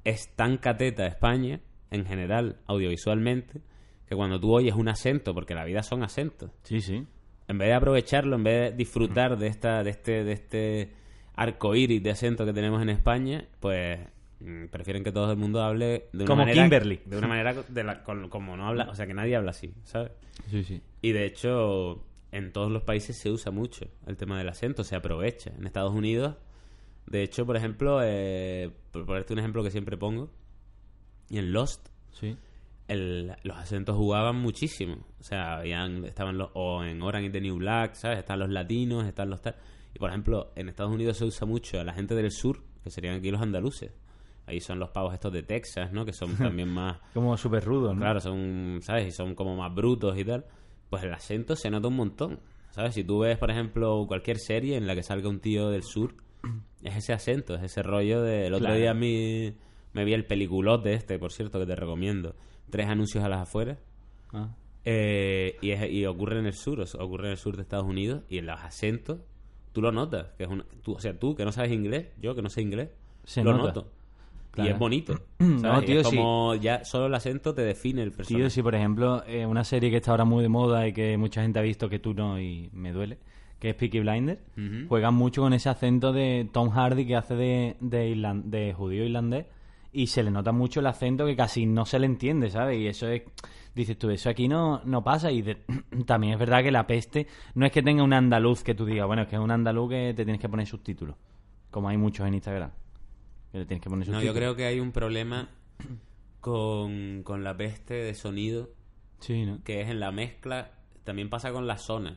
S1: es tan cateta España, en general, audiovisualmente, que cuando tú oyes un acento, porque la vida son acentos,
S2: Sí, sí.
S1: en vez de aprovecharlo, en vez de disfrutar de esta, de este, de este arco iris de acento que tenemos en España, pues mm, prefieren que todo el mundo hable de una
S2: Como
S1: manera-
S2: Kimberly.
S1: de una manera de la- con- como no habla, o sea que nadie habla así, ¿sabes?
S2: Sí, sí.
S1: Y de hecho, en todos los países se usa mucho el tema del acento, se aprovecha. En Estados Unidos, de hecho, por ejemplo, eh, por ponerte un ejemplo que siempre pongo, y en Lost,
S2: Sí.
S1: el- los acentos jugaban muchísimo. O sea, habían, estaban los, o en Orange is the New Black, ¿sabes? Están los latinos, están los tal. Y por ejemplo, en Estados Unidos se usa mucho a la gente del sur, que serían aquí los andaluces. Ahí son los pavos estos de Texas, ¿no? Que son también más
S2: Como súper rudo, ¿no?
S1: Claro, son, ¿sabes? Y son como más brutos y tal. Pues el acento se nota un montón. ¿Sabes? Si tú ves, por ejemplo, cualquier serie en la que salga un tío del
S2: [CLEARS THROAT]
S1: sur, es ese acento, es ese rollo de... El otro
S2: Claro.
S1: día mi- me vi el peliculote este, por cierto, que te recomiendo. Tres anuncios a las afueras.
S2: Ah.
S1: Eh, y, es- y ocurre en el sur, o sea, ocurre en el sur de Estados Unidos y en los acentos tú lo notas, que es una, tú, o sea, tú que no sabes inglés, yo que no sé inglés,
S2: Se
S1: lo
S2: nota.
S1: noto.
S2: Claro.
S1: Y es bonito. ¿sabes?
S2: [CLEARS THROAT] No,
S1: Y
S2: tío,
S1: es
S2: sí.
S1: como ya solo el acento te define el personaje.
S2: Tío, si por ejemplo, eh, una serie que está ahora muy de moda y que mucha gente ha visto que tú no y me duele, que es Peaky Blinder, juegan mucho con ese acento de Tom Hardy que hace de, de, irlan- de judío irlandés y se le nota mucho el acento que casi no se le entiende, ¿sabes? Y eso es, dices tú, eso aquí no, no pasa y de- [CLEARS THROAT] también es verdad que la peste no es que tenga un andaluz que tú digas, bueno, es que es un andaluz que te tienes que poner subtítulos, como hay muchos en Instagram. Que le tienes que poner
S1: No,
S2: subtítulos.
S1: yo creo que hay un problema con, con la peste de sonido
S2: Sí, ¿no?
S1: que es en la mezcla, también pasa con la zona.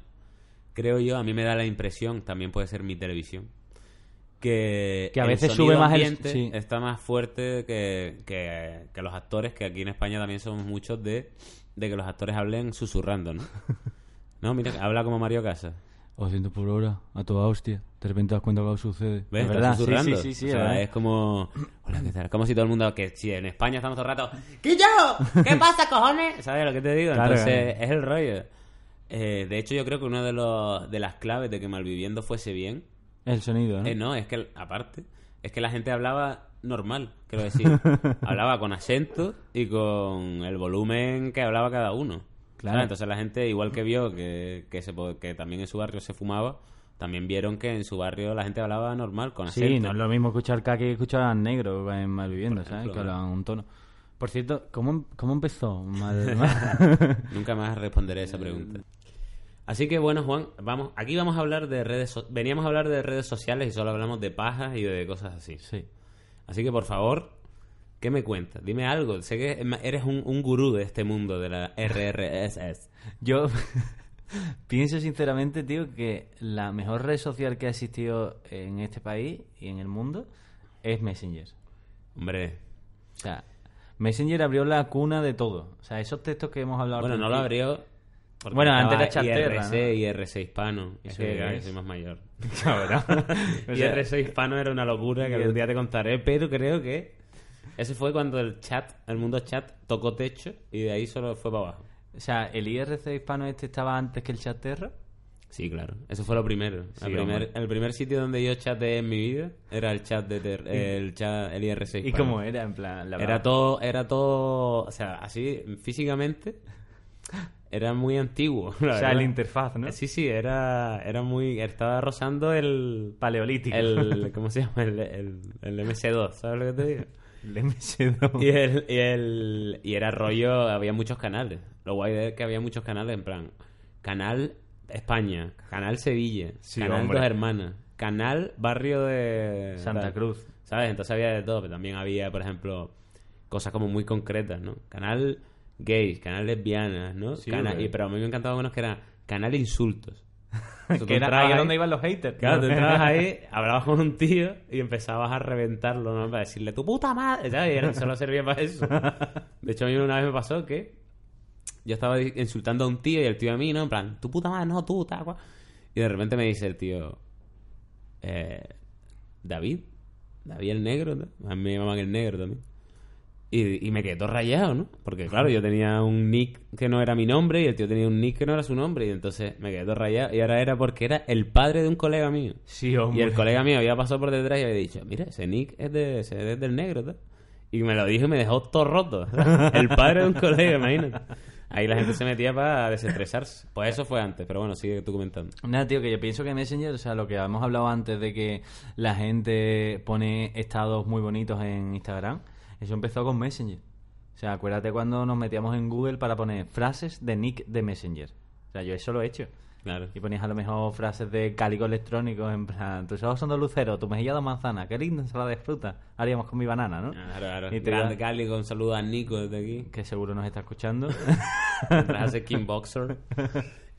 S1: Creo yo, a mí me da la impresión, también puede ser mi televisión, que,
S2: Que a
S1: el
S2: veces
S1: sonido
S2: sube más el-
S1: ambiente
S2: sí.
S1: está más fuerte que, que- que los actores, que aquí en España también somos muchos de, de que los actores hablen susurrando,
S2: [LAUGHS]
S1: ¿no? No, mira, habla como Mario Casas.
S2: 200 por hora, a toda hostia. De repente te das cuenta que algo sucede.
S1: ¿Ves?
S2: Es
S1: Está
S2: verdad,
S1: susurrando.
S2: sí, sí, sí, sí,
S1: O
S2: es
S1: sea,
S2: verdad.
S1: es como... Hola, ¿qué tal? Como si todo el mundo... Que si en España estamos todo el rato... ¡Quillo!
S2: [LAUGHS]
S1: ¿Qué pasa, cojones? ¿Sabes lo que te digo?
S2: Claro,
S1: Entonces, es el rollo. Eh, de hecho, yo creo que una de, los, de las claves de que Malviviendo fuese bien...
S2: El sonido, ¿no?
S1: Eh, no, es que... Aparte, es que la gente hablaba normal, quiero decir. hablaba con acento y con el volumen que hablaba cada uno.
S2: Claro.
S1: Claro. Entonces la gente, igual que vio que, que, se po- que también en su barrio se fumaba, también vieron que en su barrio la gente hablaba normal, con acento.
S2: sí, no es lo mismo escuchar K que escuchar a negro en Malviviendo, ¿sabes?
S1: ejemplo,
S2: Que
S1: ¿no?
S2: hablaban un tono. Por cierto, ¿cómo, cómo
S1: [LAUGHS]
S2: empezó Mal- mal-
S1: Nunca más responderé esa pregunta. Así que bueno, Juan, vamos, aquí vamos a hablar de redes so- veníamos a hablar de redes sociales y solo hablamos de pajas y de cosas así.
S2: sí.
S1: Así que por favor, ¿qué me cuentas? Dime algo, sé que ma- eres un, un gurú de este mundo de la RRSS.
S2: [LAUGHS] Yo [LAUGHS] pienso sinceramente, tío, que la mejor red social que ha existido en este país y en el mundo es Messenger.
S1: Hombre,
S2: O sea, Messenger abrió la cuna de todo. O sea, esos textos que hemos hablado...
S1: bueno,
S2: al
S1: no lo
S2: principio-
S1: abrió porque
S2: Bueno, antes
S1: estaba
S2: era chaterra,
S1: IRC,
S2: ¿no?
S1: IRC hispano, y
S2: ¿Eso
S1: soy,
S2: qué es?
S1: soy más
S2: [LAUGHS]
S1: mayor.
S2: Cabrón.
S1: [LAUGHS]
S2: O sea-
S1: IRC hispano era una locura que algún día te contaré, pero creo que ese fue cuando el chat, el mundo chat tocó techo y de ahí solo fue para abajo.
S2: O sea, el IRC hispano este estaba antes que el Chaterra.
S1: Sí, claro. Eso fue lo primero.
S2: Sí,
S1: el, primer,
S2: hombre.
S1: el primer sitio donde yo chateé en mi vida era el chat de ter- el chat el IRC.
S2: ¿Y
S1: hispano.
S2: cómo era? En plan, la
S1: Era todo, era todo, o sea, así físicamente era muy antiguo. [LAUGHS] la
S2: O sea,
S1: verdad.
S2: el interfaz, ¿no?
S1: Sí, sí, era, era muy, estaba rozando el,
S2: Paleolítico. [LAUGHS]
S1: el, ¿cómo se llama? El, el, el MC2, ¿sabes lo que te digo?
S2: El MC2. [LAUGHS]
S1: Y, el, y, el- y era rollo, había muchos canales. Lo guay es que había muchos canales, en plan, canal España, canal Sevilla,
S2: Sí,
S1: canal
S2: hombre.
S1: Dos Hermanas, canal Barrio de...
S2: Santa
S1: tal.
S2: Cruz.
S1: ¿Sabes? Entonces había de todo, pero también había, por ejemplo, cosas como muy concretas, ¿no? Canal gays, canal lesbianas, ¿no?
S2: Sí,
S1: Cana-
S2: hombre.
S1: y, pero a mí me encantaba menos que era canal
S2: [LAUGHS]
S1: insultos. O sea, tú
S2: que era ah,
S1: entrabas
S2: ahí
S1: ahí-
S2: donde iban los haters.
S1: Claro, te entrabas ahí, hablabas con un tío y empezabas a reventarlo, ¿no? Para decirle, tu puta madre, ¿sabes? Y era- solo servía para eso. De hecho, a mí una vez me pasó que yo estaba di- insultando a un tío y el tío a mí, ¿no? En plan, tu puta madre, no, tú, tal, cual. Y de repente me dice el tío, eh, David, David el negro, ¿no? a mí me llamaban el negro también. Y, y me quedé todo rayado, ¿no? Porque claro, yo tenía un nick que no era mi nombre y el tío tenía un nick que no era su nombre y entonces me quedé todo rayado y ahora era porque era el padre de un colega mío.
S2: [LAUGHS] Sí,
S1: Y
S2: hombre.
S1: el colega mío había pasado por detrás y había dicho, mira, ese nick es, de, ese es del negro, tal. Y me lo dijo y me dejó todo roto. El padre de un colega, imagínate. Ahí la gente se metía para desestresarse. Pues eso fue antes, pero bueno, sigue tú comentando.
S2: Nada, tío, que yo pienso que Messenger, o sea, lo que hemos hablado antes de que la gente pone estados muy bonitos en Instagram, eso empezó con Messenger. O sea, acuérdate cuando nos metíamos en Google para poner frases de nick de Messenger. O sea, yo eso lo he hecho.
S1: Claro.
S2: Y ponías a lo mejor frases de cálico electrónico, en plan, tus ojos son de lucero, tu mejilla de manzana, qué linda ensalada de fruta, haríamos con mi banana, ¿no?
S1: Claro, claro.
S2: Y te
S1: Grande
S2: iba-
S1: Cali, con saludo a Nico desde aquí.
S2: que seguro nos
S1: [LAUGHS]
S2: está escuchando. [LAUGHS]
S1: Mientras hace Kickboxer.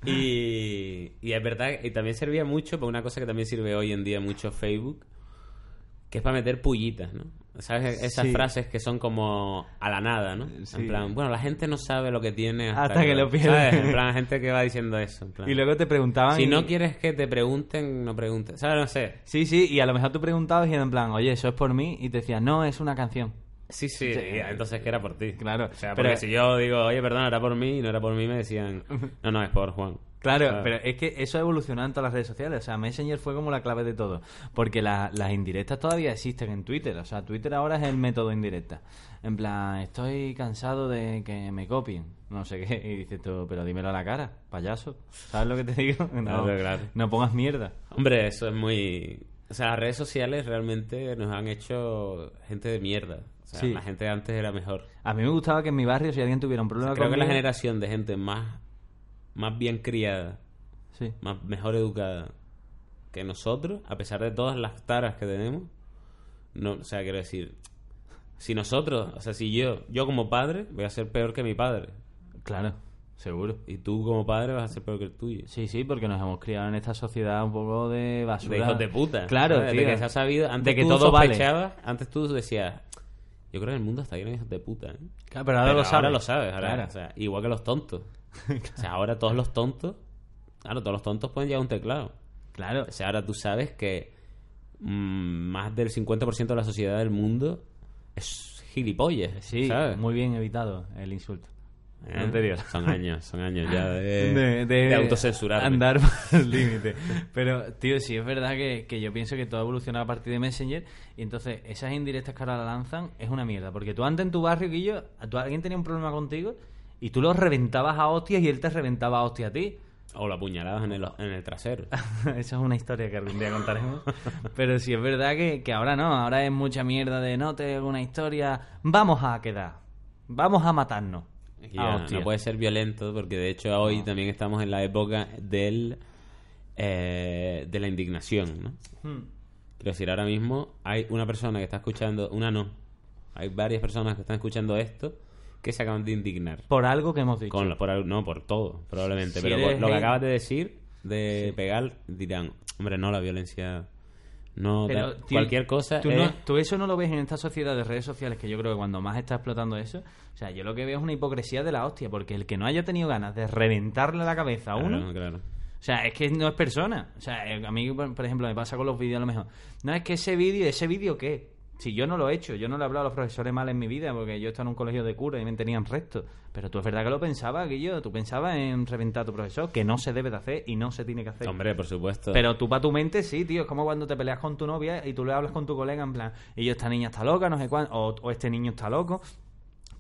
S1: Y, y es verdad, y también servía mucho para una cosa que también sirve hoy en día mucho Facebook, que es para meter pullitas, ¿no? ¿Sabes? Esas
S2: Sí.
S1: frases que son como a la nada, ¿no?
S2: Sí.
S1: En plan, bueno, la gente no sabe lo que tiene hasta,
S2: Hasta que lo pierde.
S1: ¿sabes? En plan, gente que va diciendo eso. en plan,
S2: y luego te preguntaban...
S1: si
S2: y-
S1: no quieres que te pregunten, no preguntes. ¿Sabes? No sé.
S2: Sí, sí, y a lo mejor tú preguntabas y era en plan, oye, eso es por mí, y te decían, no, es una canción.
S1: Sí, sí, y entonces que era por ti.
S2: Claro,
S1: O sea,
S2: pero-
S1: porque si yo digo, oye, perdón, era por mí, y no era por mí, me decían, no, no, es por Juan.
S2: Claro,
S1: Ah.
S2: pero es que eso ha evolucionado en todas las redes sociales. O sea, Messenger fue como la clave de todo. Porque la- las indirectas todavía existen en Twitter. O sea, Twitter ahora es el método indirecta. En plan, estoy cansado de que me copien. No sé qué. Y dices tú, pero dímelo a la cara, payaso. ¿Sabes lo que te digo? [LAUGHS] No,
S1: Claro, claro.
S2: no pongas mierda.
S1: Hombre, eso es muy... O sea, las redes sociales realmente nos han hecho gente de mierda. O sea,
S2: Sí.
S1: la gente de antes era mejor.
S2: A mí me gustaba que en mi barrio, si alguien tuviera un problema
S1: Creo que la
S2: conmigo-
S1: generación de gente más, más bien criada,
S2: Sí.
S1: más, mejor educada que nosotros, a pesar de todas las taras que tenemos, no, o sea, quiero decir, si nosotros, o sea, si yo, yo como padre, voy a ser peor que mi padre,
S2: Claro, seguro.
S1: y tú como padre vas a ser peor que el tuyo.
S2: Sí, sí, porque nos hemos criado en esta sociedad un poco de basura.
S1: De hijos de puta.
S2: Claro,
S1: ¿sabes?
S2: tío.
S1: De que se ha sabido, antes
S2: De que
S1: tú
S2: todo vale.
S1: sospechabas, antes tú decías, yo creo que el mundo está lleno de hijos de puta, ¿eh?
S2: Claro, pero ahora
S1: Pero
S2: lo sabes.
S1: Ahora lo sabes, ahora,
S2: Claro.
S1: o sea, igual que los
S2: [LAUGHS]
S1: tontos. O sea, ahora todos los tontos, claro, todos los tontos pueden llevar un teclado.
S2: Claro,
S1: O sea, ahora tú sabes que mm, más del 50% de la sociedad del mundo es gilipollas,
S2: sí,
S1: ¿sabes?
S2: muy bien evitado el insulto.
S1: ¿Eh?
S2: anterior.
S1: Son años, son años
S2: [LAUGHS]
S1: ya de,
S2: de,
S1: Eh, de autocensurarme. [LAUGHS]
S2: Andar por el límite. Pero, tío, sí es verdad que, que yo pienso que todo ha evolucionado a partir de Messenger. Y entonces, esas indirectas que ahora la lanzan es una mierda. Porque tú antes en tu barrio, Guillo, a tu- alguien tenía un problema contigo y tú lo reventabas a hostias y él te reventaba a hostias a ti. [LAUGHS]
S1: O la puñalabas en el, en el trasero.
S2: Esa es una historia que algún día contaremos. Pero sí es verdad que, que ahora no, ahora es mucha mierda de no te hago una historia. Vamos a quedar. Vamos a matarnos.
S1: Y
S2: a
S1: ya,
S2: hostias.
S1: no puede ser violento porque de hecho hoy también estamos en la época del eh, de la indignación, ¿no?
S2: Hmm.
S1: Quiero decir, ahora mismo hay una persona que está escuchando, una no, hay varias personas que están escuchando esto que se acaban de indignar.
S2: Por algo que hemos dicho.
S1: Con la- por algo- no, por todo, probablemente.
S2: Si
S1: pero por
S2: eres
S1: lo que
S2: hate-
S1: acabas de decir, de pegar, dirán, hombre, no, la violencia, no,
S2: Pero,
S1: tal".
S2: tío,
S1: cualquier cosa.
S2: Tú,
S1: es-
S2: no- tú eso no lo ves en esta sociedad de redes sociales, que yo creo que cuando más está explotando eso, o sea, yo lo que veo es una hipocresía de la hostia, porque el que no haya tenido ganas de reventarle la cabeza a uno,
S1: Claro, claro.
S2: o sea, es que no es persona. O sea, eh, a mí, por por ejemplo, me pasa con los vídeos a lo mejor. No, es que ese vídeo, ¿ese vídeo qué? Si yo no lo he hecho, yo no le he hablado a los profesores mal en mi vida, porque yo estaba en un colegio de cura y me tenían recto. Pero tú es verdad que lo pensabas, Guillo, tú pensabas en reventar a tu profesor, que no se debe de hacer y no se tiene que hacer.
S1: Hombre, por supuesto.
S2: Pero tú para tu mente sí, tío. Es como cuando te peleas con tu novia y tú le hablas con tu colega en plan, y yo, esta niña está loca, no sé cuánto, o, o este niño está loco.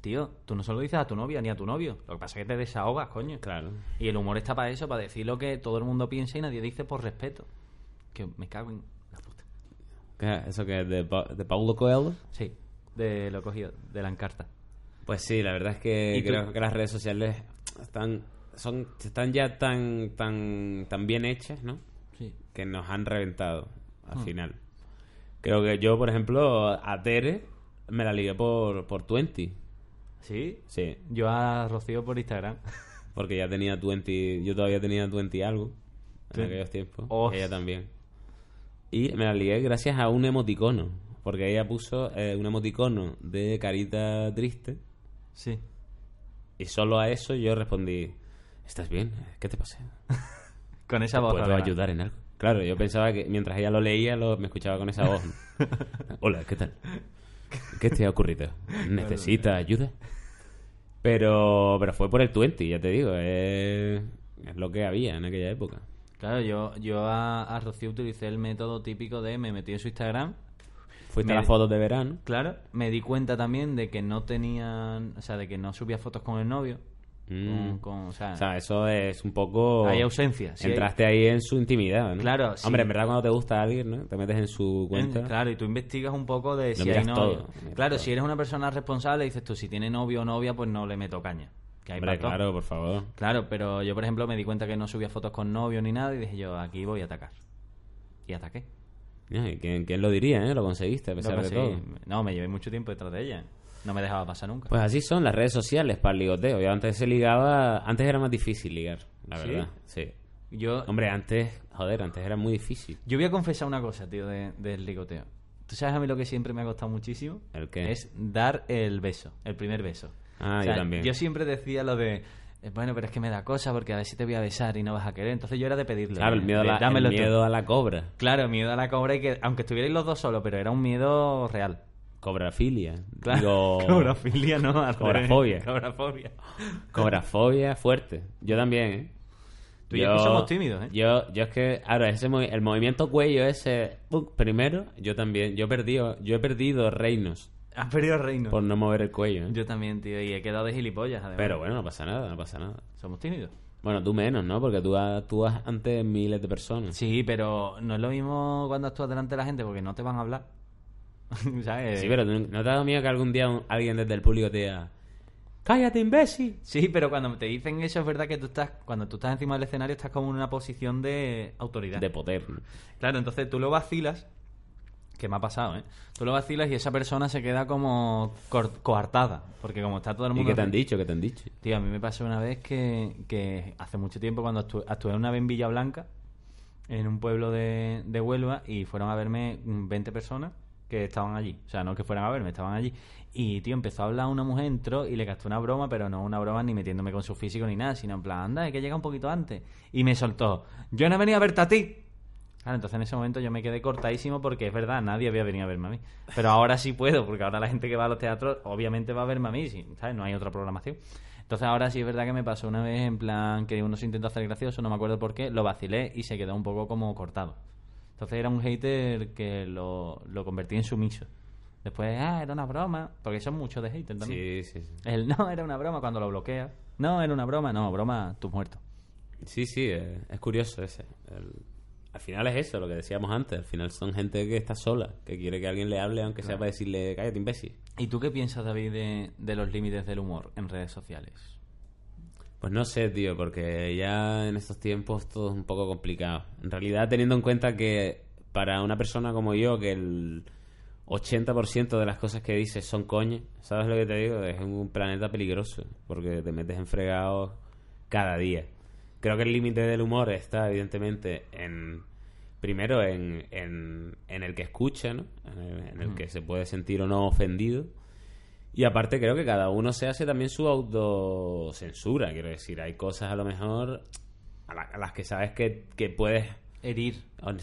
S2: Tío, tú no se lo dices a tu novia ni a tu novio. Lo que pasa es que te desahogas, coño.
S1: Claro.
S2: Y el humor está para eso, para decir lo que todo el mundo piensa y nadie dice por respeto. Que me cago en la puta.
S1: ¿Qué es ¿Eso que es de, Pa- de Paulo Coelho?
S2: Sí, de lo cogido, de la encarta.
S1: Pues sí, la verdad es que
S2: ¿Y tú?
S1: creo que las redes sociales están, son, están ya tan, tan, tan bien hechas, ¿no?
S2: Sí.
S1: que nos han reventado al
S2: Mm.
S1: final. Creo que yo, por ejemplo, a Tere me la ligué por, por 20.
S2: ¿Sí?
S1: Sí,
S2: Yo a Rocío por Instagram.
S1: porque ya tenía 20, yo todavía tenía 20 y algo en
S2: Twen-
S1: aquellos tiempos.
S2: Oh.
S1: Ella también. Y me la ligué gracias a un emoticono, porque ella puso eh, un emoticono de carita triste
S2: Sí.
S1: y solo a eso yo respondí, ¿estás bien? ¿Qué te pasa?
S2: Con esa voz.
S1: ¿Puedo
S2: además.
S1: ayudar en algo? Claro, yo pensaba que mientras ella lo leía, lo, me escuchaba con
S2: [LAUGHS]
S1: esa voz. ¿no? Hola, ¿qué tal? ¿Qué te ha
S2: [LAUGHS]
S1: ocurrido? ¿Necesita ayuda? Pero, pero fue por el 20, ya te digo. Es, es lo que había en aquella época.
S2: Claro, yo, yo a, a Rocío utilicé el método típico de me metí en su Instagram
S1: Fuiste a
S2: Mira.
S1: las fotos de verano.
S2: Claro, me di cuenta también de que no tenían, o sea, de que no subía fotos con el novio.
S1: Mm.
S2: Con, con- o sea,
S1: O sea, eso es un poco...
S2: hay ausencia. sí hay-
S1: Entraste ahí en su intimidad, ¿no?
S2: Claro, sí.
S1: Hombre, en verdad cuando te gusta alguien, ¿no? Te metes en su cuenta.
S2: en- claro, y tú investigas un poco de si
S1: miras
S2: hay novio.
S1: todo, miras
S2: claro,
S1: todo.
S2: si eres una persona responsable, dices tú, si tiene novio o novia, pues no le meto caña. Que hay
S1: Hombre,
S2: para todo.
S1: claro, por favor.
S2: Claro, pero yo, por ejemplo, me di cuenta que no subía fotos con novio ni nada y dije yo, aquí voy a atacar. Y ataqué.
S1: Ay, ¿Quién, quién lo diría, eh? Lo conseguiste a pesar
S2: Lo
S1: de
S2: conseguí.
S1: todo.
S2: pues No, me llevé mucho tiempo detrás de ella. No me dejaba pasar nunca.
S1: Pues así son las redes sociales para el ligoteo. Yo antes se ligaba, antes era más difícil ligar, la verdad. Sí.
S2: yo,
S1: Hombre, antes, joder, antes era muy difícil.
S2: Yo voy a confesar una cosa, tío, de- del ligoteo. ¿Tú sabes a mí lo que siempre me ha costado muchísimo?
S1: ¿El qué?
S2: Es dar el beso, el primer beso.
S1: Ah, yo también.
S2: Yo siempre decía lo de, eh, bueno, pero es que me da cosa porque a ver si te voy a besar y no vas a querer. Entonces yo era de pedirlo.
S1: Claro, el
S2: de-
S1: miedo, a
S2: de,
S1: la,
S2: "Dámelo
S1: el
S2: tú".
S1: miedo a la cobra.
S2: Claro, miedo a la cobra y que, aunque estuvierais los dos solos, pero era un miedo real.
S1: Cobrafilia.
S2: Claro.
S1: Digo,
S2: [LAUGHS] Cobrafilia, no. al revés.
S1: Cobrafobia.
S2: Cobrafobia.
S1: cobrafobia fuerte. Yo también, ¿eh?
S2: Tú y yo que somos tímidos, ¿eh?
S1: Yo, yo es que, ahora, ese movi- el movimiento cuello ese, uh, primero, yo también, yo he perdido, yo he perdido reinos
S2: Has perdido el reino.
S1: por no mover el cuello, ¿eh?
S2: Yo también, tío. Y he quedado de gilipollas, además.
S1: Pero bueno, no pasa nada, no pasa nada.
S2: Somos tímidos.
S1: Bueno, tú menos, ¿no? Porque tú actúas ante miles de personas.
S2: Sí, pero no es lo mismo cuando actúas delante de la gente porque no te van a hablar. [LAUGHS] ¿Sabes?
S1: Sí, pero ¿tú ¿no te ha dado miedo que algún día un- alguien desde el público te diga ¡Cállate, imbécil!
S2: Sí, pero cuando te dicen eso es verdad que tú estás, cuando tú estás encima del escenario estás como en una posición de autoridad.
S1: De poder. ¿no?
S2: Claro, entonces tú lo vacilas, que me ha pasado, ¿eh? Tú lo vacilas y esa persona se queda como cor- coartada, porque como está todo el
S1: ¿Y
S2: mundo...
S1: qué te han dicho? ¿Qué te han dicho?
S2: Tío, a mí me pasó una vez que, que hace mucho tiempo cuando actu- actué, una vez en Villa Blanca, en un pueblo de, de Huelva, y fueron a verme mm, 20 personas que estaban allí. O sea, no que fueran a verme, estaban allí. Y, tío, empezó a hablar una mujer, entró y le gastó una broma, pero no una broma ni metiéndome con su físico ni nada, sino en plan, anda, hay que llegar un poquito antes. Y me soltó, yo no he venido a verte a ti. Claro, entonces en ese momento yo me quedé cortadísimo porque es verdad, nadie había venido a verme a mí. Pero ahora sí puedo, porque ahora la gente que va a los teatros obviamente va a verme a mí, sí, ¿sabes? No hay otra programación. Entonces ahora sí es verdad que me pasó una vez en plan que uno se intentó hacer gracioso, no me acuerdo por qué, lo vacilé y se quedó un poco como cortado. Entonces era un hater que lo, lo convertí en sumiso. Después, ah, era una broma, porque son muchos de hater también.
S1: Sí, sí, sí.
S2: El [LAUGHS] no, era una broma cuando lo bloqueas. No, era una broma, no, broma, tú muerto.
S1: Sí, sí, eh, es curioso ese. El- al final es eso, lo que decíamos antes. Al final son gente que está sola, que quiere que alguien le hable, aunque sea para decirle, cállate, imbécil.
S2: ¿Y tú qué piensas, David, de, de los límites del humor en redes sociales?
S1: Pues no sé, tío, porque ya en estos tiempos todo es un poco complicado. En realidad, teniendo en cuenta que para una persona como yo, que el 80% de las cosas que dices son coña, ¿sabes lo que te digo? Es un planeta peligroso, porque te metes en fregados cada día. Creo que el límite del humor está, evidentemente, en. Primero, en, en, en el que escucha, ¿no? En el, en el que se puede sentir o no ofendido. Y aparte creo que cada uno se hace también su autocensura, quiero decir, hay cosas a lo mejor a, la- a las que sabes que, que puedes,
S2: Herir.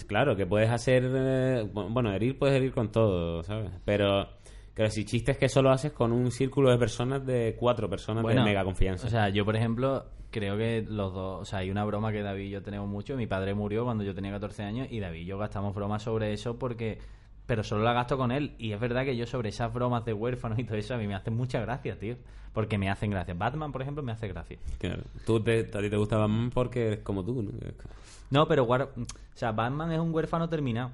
S1: claro, que puedes hacer, eh, bueno, herir puedes herir con todo, ¿sabes? Pero creo que si chistes que solo haces con un círculo de personas de cuatro personas de mega confianza.
S2: O sea, yo, por ejemplo, creo que los dos. O sea, hay una broma que David y yo tenemos mucho. Mi padre murió cuando yo tenía 14 años y David y yo gastamos bromas sobre eso porque. Pero solo la gasto con él. Y es verdad que yo sobre esas bromas de huérfanos y todo eso a mí me hacen mucha gracia, tío. Porque me hacen gracia. Batman, por ejemplo, me hace gracia.
S1: Claro. Tú te- a ti te gusta Batman porque eres como tú, ¿no?
S2: No, pero. guar- O sea, Batman es un huérfano terminado.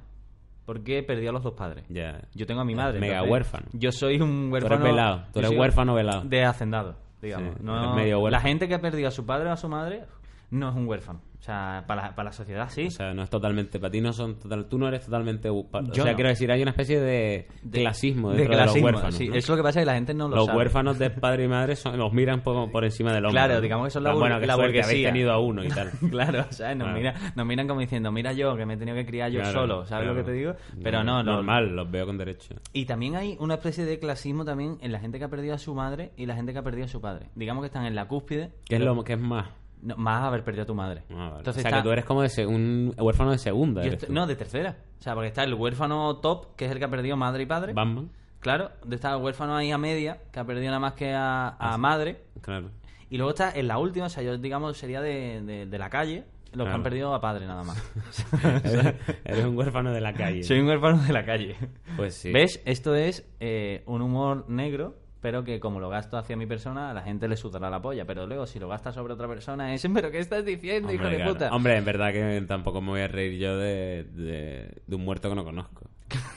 S2: Porque perdió a los dos padres.
S1: Ya.
S2: Yo tengo a mi madre.
S1: Mega
S2: entonces,
S1: huérfano.
S2: Yo soy un huérfano.
S1: velado, tú
S2: yo
S1: eres
S2: soy
S1: huérfano velado.
S2: De hacendado, digamos.
S1: Sí,
S2: No-
S1: eres medio huérfano.
S2: la gente que ha perdido a su padre o a su madre no es un huérfano. O sea, para, la- para la sociedad sí.
S1: O sea, no es totalmente, para ti no son total, tú no eres totalmente, u- pa- o
S2: Yo
S1: sea,
S2: no.
S1: quiero decir, hay una especie de, clasismo
S2: de
S1: dentro de,
S2: clasismo,
S1: los huérfanos.
S2: sí.
S1: ¿no?
S2: Eso es lo que pasa es que la gente no lo
S1: los
S2: sabe.
S1: huérfanos de padre y madre son, los miran por, por encima del hombro.
S2: Claro,
S1: ¿no?
S2: digamos que son la
S1: Ah,
S2: bur-
S1: Bueno, que
S2: la
S1: suerte habéis
S2: burguesía.
S1: tenido a uno y tal.
S2: [LAUGHS] Claro, o sea, nos,
S1: Claro.
S2: mira- nos miran como diciendo, mira yo, que me he tenido que criar [LAUGHS] yo
S1: Claro,
S2: solo, ¿sabes lo
S1: claro.
S2: que te digo? Pero no, lo-
S1: Normal, los veo con derecho.
S2: Y también hay una especie de clasismo también en la gente que ha perdido a su madre y la gente que ha perdido a su padre. Digamos que están en la cúspide.
S1: ¿Qué es lo que es más?
S2: No, más haber perdido a tu madre.
S1: Ah, vale.
S2: Entonces
S1: o sea,
S2: está-
S1: que tú eres como de se- un huérfano de segunda.
S2: Yo
S1: eres
S2: estoy-
S1: tú.
S2: este, no, de tercera. O sea, porque está el huérfano top, que es el que ha perdido madre y padre.
S1: Batman,
S2: Claro, de- está el huérfano ahí a media, que ha perdido nada más que a, a madre. [LAUGHS]
S1: claro.
S2: Y luego está en la última, o sea, yo digamos sería de, de- de la calle, los que
S1: Claro.
S2: han perdido a padre nada
S1: [LAUGHS]
S2: más.
S1: eres, eres un huérfano de la calle.
S2: Soy un huérfano de la calle.
S1: Pues sí.
S2: ¿Ves? Esto es eh, un humor negro, pero que como lo gasto hacia mi persona, a la gente le sudará la polla. Pero luego, si lo gastas sobre otra persona, es, [LAUGHS] ¿pero qué estás diciendo, hijo de
S1: claro.
S2: puta?
S1: Hombre, en verdad que tampoco me voy a reír yo de, de, de un muerto que no
S2: [LAUGHS]
S1: conozco.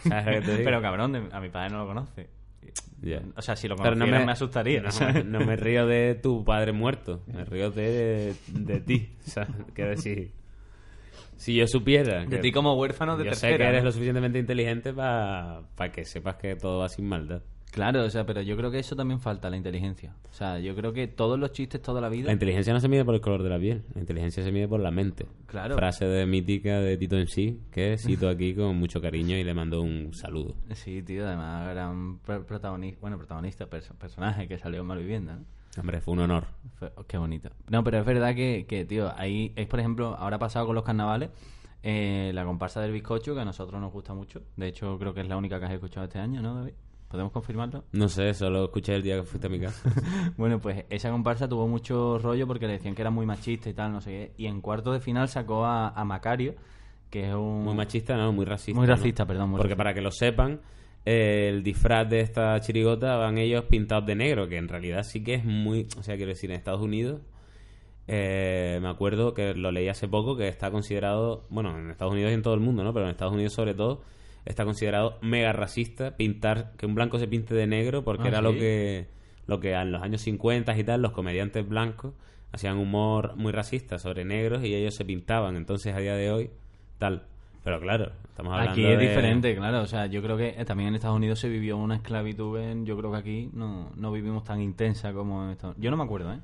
S1: ¿Sabes lo que te digo?
S2: Pero cabrón, de- a mi padre no lo conoce.
S1: Ya.
S2: O sea, si lo
S1: Pero
S2: conociera
S1: [LAUGHS]
S2: me... asustaría.
S1: No, no me río de tu padre muerto, me río de, de ti. O sea, quiero decir, si yo supiera...
S2: De
S1: que-
S2: ti como huérfano de
S1: Yo
S2: tercera.
S1: sé que eres
S2: ¿no?
S1: lo suficientemente inteligente para que sepas que todo va sin maldad.
S2: Claro, o sea, pero yo creo que eso también falta, la inteligencia. O sea, yo creo que todos los chistes toda la
S1: La
S2: vida...
S1: inteligencia no se mide por el color de la piel, la inteligencia se mide por la mente.
S2: Claro.
S1: Frase de mítica de Tito en sí, que cito aquí con mucho cariño y le mando un saludo.
S2: Sí, tío, además gran pro- protagonista, bueno, protagonista, perso- personaje que salió en Malvivienda, ¿no?
S1: Hombre, fue un honor.
S2: Fue- oh, Qué bonito. No, pero es verdad que, que, tío, ahí es, por ejemplo, ahora ha pasado con los carnavales, eh, la comparsa del bizcocho, que a nosotros nos gusta mucho. De hecho, creo que es la única que has escuchado este año, ¿no, David? ¿Podemos confirmarlo?
S1: No sé, eso lo escuché el día que fuiste a mi casa.
S2: [LAUGHS] Bueno, pues esa comparsa tuvo mucho rollo porque le decían que era muy machista y tal, no sé qué. Y en cuarto de final sacó a, a Macario, que es un...
S1: Muy machista, no, muy racista.
S2: Muy
S1: ¿no?
S2: racista, perdón, muy
S1: Porque
S2: racista.
S1: para que lo sepan, eh, el disfraz de esta chirigota van ellos pintados de negro, que en realidad sí que es muy. O sea, quiero decir, en Estados Unidos. eh, me acuerdo que lo leí hace poco que está considerado, bueno, en Estados Unidos y en todo el mundo, ¿no? Pero en Estados Unidos sobre todo está considerado mega racista pintar que un blanco se pinte de negro porque
S2: Ah,
S1: era lo
S2: ¿sí?
S1: que lo que en los años 50 y tal los comediantes blancos hacían humor muy racista sobre negros y ellos se pintaban, entonces a día de hoy tal. Pero claro, estamos hablando
S2: Aquí es
S1: de-
S2: diferente, claro. O sea, yo creo que eh, también en Estados Unidos se vivió una esclavitud. En, yo creo que aquí no, no vivimos tan intensa como en Estados Yo no me acuerdo, ¿eh?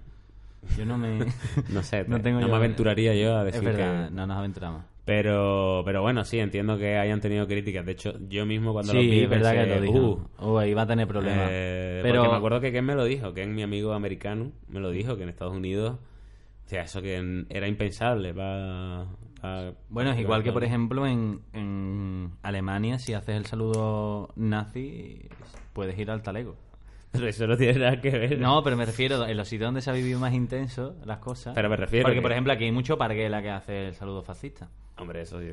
S2: Yo
S1: [LAUGHS]
S2: no me. [LAUGHS]
S1: No sé,
S2: no
S1: te-
S2: tengo
S1: no
S2: yo-
S1: me aventuraría yo a
S2: Es
S1: decir
S2: verdad,
S1: que...
S2: no nos aventuramos.
S1: Pero, pero bueno, sí, entiendo que hayan tenido críticas. De hecho, yo mismo cuando lo vi
S2: Sí, es verdad que
S1: pensé,
S2: lo
S1: "Uh,
S2: dijo. Uh, ahí va a tener problemas.
S1: Eh,
S2: Pero
S1: Porque me acuerdo que Ken me lo dijo, Ken, mi amigo americano, me lo dijo, que en Estados Unidos, o sea, eso que en- era impensable. pa- pa-
S2: Bueno, es
S1: pa-
S2: igual que, por ejemplo, en, en Alemania, si haces el saludo nazi, puedes ir al talego.
S1: Pero [LAUGHS] eso no tiene nada que ver.
S2: No, pero me refiero en los sitios donde se ha vivido más intenso las cosas.
S1: Pero me refiero
S2: Porque,
S1: que-
S2: por ejemplo, aquí hay mucho parguela que hace el saludo fascista.
S1: Hombre, eso sí.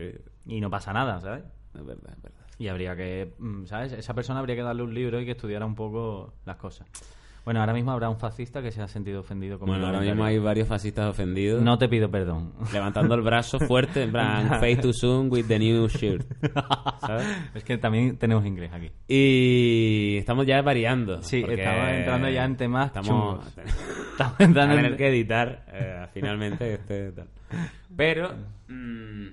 S2: Y no pasa nada, ¿sabes?
S1: Es verdad, es verdad.
S2: Y habría que, mm, ¿sabes? Esa persona habría que darle un libro y que estudiara un poco las cosas. Bueno, ahora mismo habrá un fascista que se ha sentido ofendido con mi
S1: Bueno, ahora mismo hay
S2: comentario.
S1: varios fascistas ofendidos.
S2: No te pido
S1: [LAUGHS]
S2: perdón.
S1: Levantando el brazo fuerte, en [LAUGHS] plan, face to zoom with the new shirt. ¿Sabes?
S2: es que también tenemos inglés aquí.
S1: Y estamos ya variando.
S2: Sí,
S1: porque
S2: estamos entrando ya en temas
S1: estamos,
S2: chungos. [LAUGHS] Estamos entrando
S1: a
S2: en-
S1: tener que editar eh, finalmente este tal. Pero mm,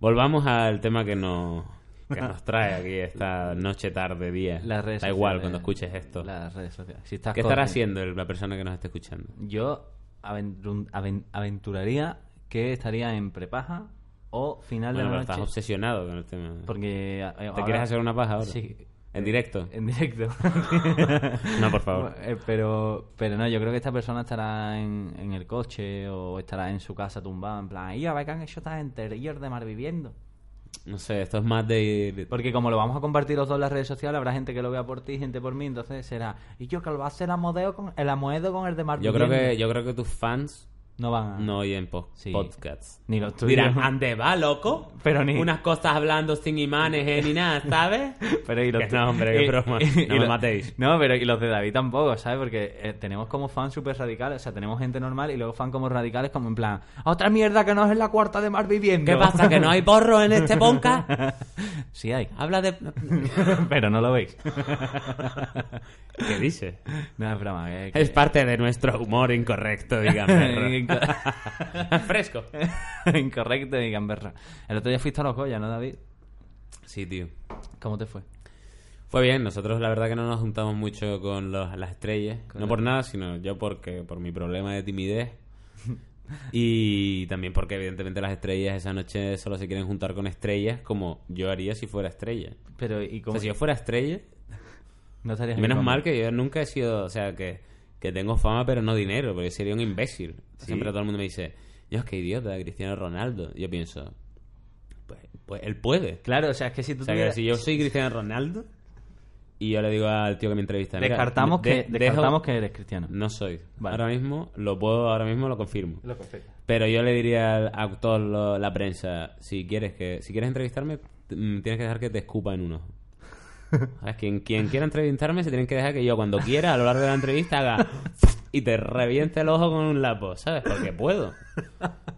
S1: volvamos al tema que nos que nos trae aquí esta noche, tarde, día.
S2: Las redes
S1: da igual
S2: sociales.
S1: cuando escuches esto.
S2: Las redes sociales. Si estás
S1: ¿Qué estará
S2: con-
S1: haciendo el- la persona que nos está escuchando?
S2: Yo aventur- aven- aventuraría que estaría en prepaja o final
S1: Bueno,
S2: de
S1: pero
S2: la
S1: estás
S2: noche.
S1: obsesionado con el tema.
S2: Porque eh,
S1: ¿Te
S2: ahora-
S1: quieres hacer una paja ahora?
S2: Sí. Eh,
S1: ¿En directo?
S2: En directo.
S1: No, [LAUGHS] por favor.
S2: [LAUGHS] Eh, Pero, pero no, yo creo que esta persona estará en, en el coche o estará en su casa tumbada, en plan, ¡Ya, que han hecho estas interior de mar viviendo!
S1: No sé, esto es más de...
S2: Porque como lo vamos a compartir los dos en las redes sociales, habrá gente que lo vea por ti, gente por mí, entonces será, y yo que lo va a hacer el amodeo con el amoedo con el de mar
S1: Yo creo
S2: viviendo".
S1: que, yo creo que tus fans
S2: no van a...
S1: no oyen po-
S2: Ah. Sí.
S1: podcasts.
S2: Ni los tuyos.
S1: Dirán, ande va, loco.
S2: Pero ni-
S1: Unas cosas hablando sin imanes eh, ni nada, ¿sabes?
S2: Pero y los
S1: Que
S2: tu-
S1: no, hombre, qué
S2: [LAUGHS] y-
S1: broma.
S2: y-
S1: No me
S2: y lo-
S1: matéis.
S2: No, pero y los de David tampoco, ¿sabes? Porque eh, tenemos como fans súper radicales. O sea, tenemos gente normal y luego fans como radicales, como en plan, otra mierda que no es en la cuarta de Mar viviendo.
S1: ¿Qué pasa? ¿Que no hay porro en este podcast?
S2: [LAUGHS] Sí hay. [LAUGHS]
S1: Habla de...
S2: pero no lo
S1: [LAUGHS]
S2: veis.
S1: ¿Qué dice?
S2: No, es broma. que-
S1: [LAUGHS]
S2: que-
S1: Es parte de nuestro humor incorrecto,
S2: [LAUGHS]
S1: dígame. [LAUGHS] Fresco.
S2: Incorrecto y gamberra. El otro día fuiste a los Goya, ¿no, David?
S1: Sí, tío.
S2: ¿Cómo te fue?
S1: Fue bien, nosotros la verdad que no nos juntamos mucho con los- las estrellas. no por nada, sino yo porque por mi problema de timidez. Y también porque evidentemente las estrellas esa noche solo se quieren juntar con estrellas como yo haría si fuera estrella.
S2: Pero, ¿y
S1: O sea, si
S2: cómo?
S1: Pues yo fuera estrella,
S2: no estarías en
S1: menos
S2: Colombia?
S1: mal que yo nunca he sido, o sea, que, que tengo fama pero no dinero, porque sería un imbécil. Siempre todo el mundo me dice, Dios, qué idiota, Cristiano Ronaldo. Yo pienso, pues, pues él puede.
S2: Claro, o sea, es que si tú
S1: O sea, que
S2: tuvieras-
S1: si yo soy Cristiano Ronaldo y yo le digo al tío que me entrevista, mira,
S2: descartamos,
S1: de-
S2: que,
S1: dejo-
S2: descartamos que eres cristiano.
S1: No soy.
S2: Vale.
S1: Ahora mismo lo puedo, ahora mismo lo confirmo.
S2: Lo perfecto.
S1: Pero yo le diría al- a toda lo- la prensa, si quieres que si quieres entrevistarme, t- mm, tienes que dejar que te escupa en
S2: [LAUGHS]
S1: uno. ¿Sabes? Quien, quien quiera entrevistarme se tienen que dejar que yo cuando quiera a lo largo de la entrevista haga y te reviente el ojo con un lapo, ¿sabes? Porque puedo.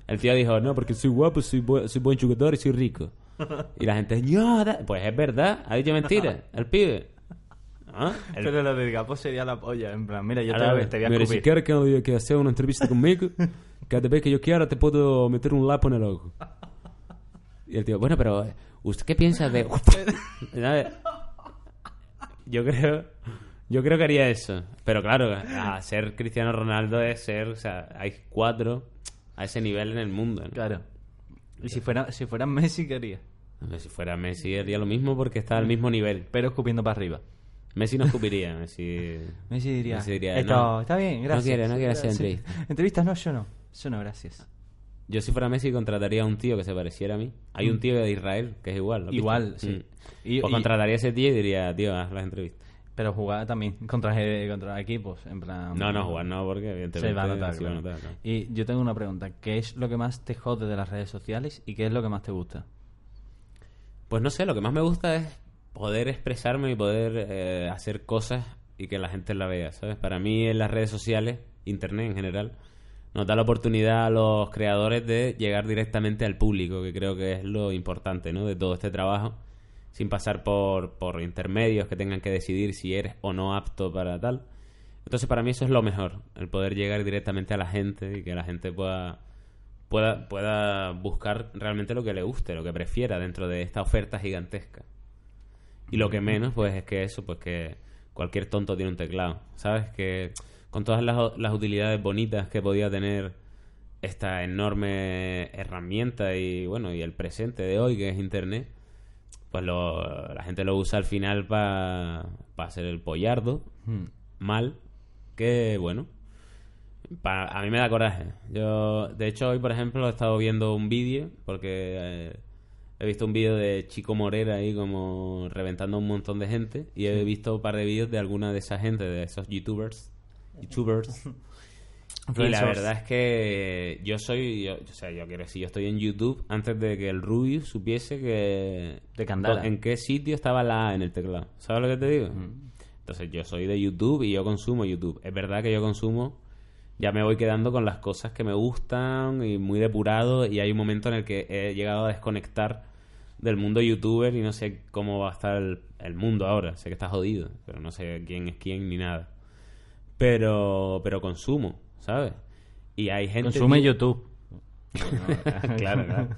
S1: El tío dijo, no, porque soy guapo, soy, bu- soy buen jugador y soy rico. Y la gente, "No, da-". pues es verdad, ha dicho mentira, el pibe. ¿Ah? El
S2: Pero lo del gapo sería la polla, en plan, mira, yo te,
S1: Ahora,
S2: voy- te voy a
S4: Mira, si
S2: escupir.
S4: quieres que, que hacer una entrevista conmigo, cada vez que yo quiera te puedo meter un lapo en el ojo.
S1: Y el tío, bueno, pero eh, ¿usted qué piensa de...? [LAUGHS] ¿Sabes? yo creo... Yo creo que haría eso. Pero claro, a ser Cristiano Ronaldo es ser... O sea, hay cuatro a ese nivel en el mundo. ¿no?
S2: Claro. Y si fuera, si fuera Messi, ¿qué haría?
S1: Hombre, Si fuera Messi haría lo mismo porque está al mismo nivel.
S2: Pero escupiendo para arriba.
S1: Messi no escupiría. Messi...
S2: Messi diría,
S1: Messi diría,
S2: "Esto
S1: no.
S2: está bien,
S1: No
S2: gracias.
S1: quiero, no quiero hacer
S2: Gracias.
S1: entrevistas. Ah,
S2: Entrevistas no, yo no. Yo no, gracias.
S1: Yo si fuera Messi contrataría a un tío que se pareciera a mí. Hay un tío de Israel que es igual. ¿lo has
S2: Mm. Igual,
S1: visto?
S2: sí.
S1: Mm.
S2: Y-
S1: Pues
S2: y-
S1: contrataría a ese tío y diría, tío, haz las entrevistas.
S2: Pero jugaba también contra, eh, contra equipos, en plan...
S1: No, no, jugar no, porque evidentemente
S2: Se va a notar,
S1: se va a
S2: claro.
S1: notar, claro.
S2: Y yo tengo una pregunta. ¿Qué es lo que más te jode de las redes sociales y qué es lo que más te gusta?
S1: Pues no sé, lo que más me gusta es poder expresarme y poder eh, hacer cosas y que la gente la vea, ¿sabes? Para mí en las redes sociales, internet en general, nos da la oportunidad a los creadores de llegar directamente al público, que creo que es lo importante, ¿no? De todo este trabajo, sin pasar por, por intermedios que tengan que decidir si eres o no apto para tal. Entonces para mí eso es lo mejor, el poder llegar directamente a la gente y que la gente pueda pueda, pueda buscar realmente lo que le guste, lo que prefiera dentro de esta oferta gigantesca. Y lo que menos, pues es que eso, pues que cualquier tonto tiene un teclado. ¿Sabes? Que con todas las, las utilidades bonitas que podía tener esta enorme herramienta y bueno, y el presente de hoy que es Internet, pues lo- la gente lo usa al final para hacer el pollardo
S2: Hmm.
S1: Mm. mal que bueno pa- a mí me da coraje yo de hecho hoy por ejemplo he estado viendo un vídeo porque eh, he visto un vídeo de Chico Morera ahí como reventando a un montón de gente y he visto un par de vídeos de alguna de esa gente de esos youtubers youtubers y la verdad es que yo soy, yo- o sea, yo quiero decir, yo estoy en YouTube antes de que el Rubius supiese que...
S2: De Candala.
S1: En qué sitio estaba la A en el teclado. ¿Sabes lo que te digo?
S2: Hmm.
S1: Entonces yo soy de YouTube y yo consumo YouTube. Es verdad que yo consumo, ya me voy quedando con las cosas que me gustan y muy depurado y hay un momento en el que he llegado a desconectar del mundo youtuber y no sé cómo va a estar el, el mundo ahora. Sé que está jodido, pero no sé quién es quién ni nada pero pero consumo, ¿sabes? Y hay gente
S2: Consume
S1: tío- [LAUGHS]
S2: YouTube.
S1: claro,
S2: [LAUGHS]
S1: claro.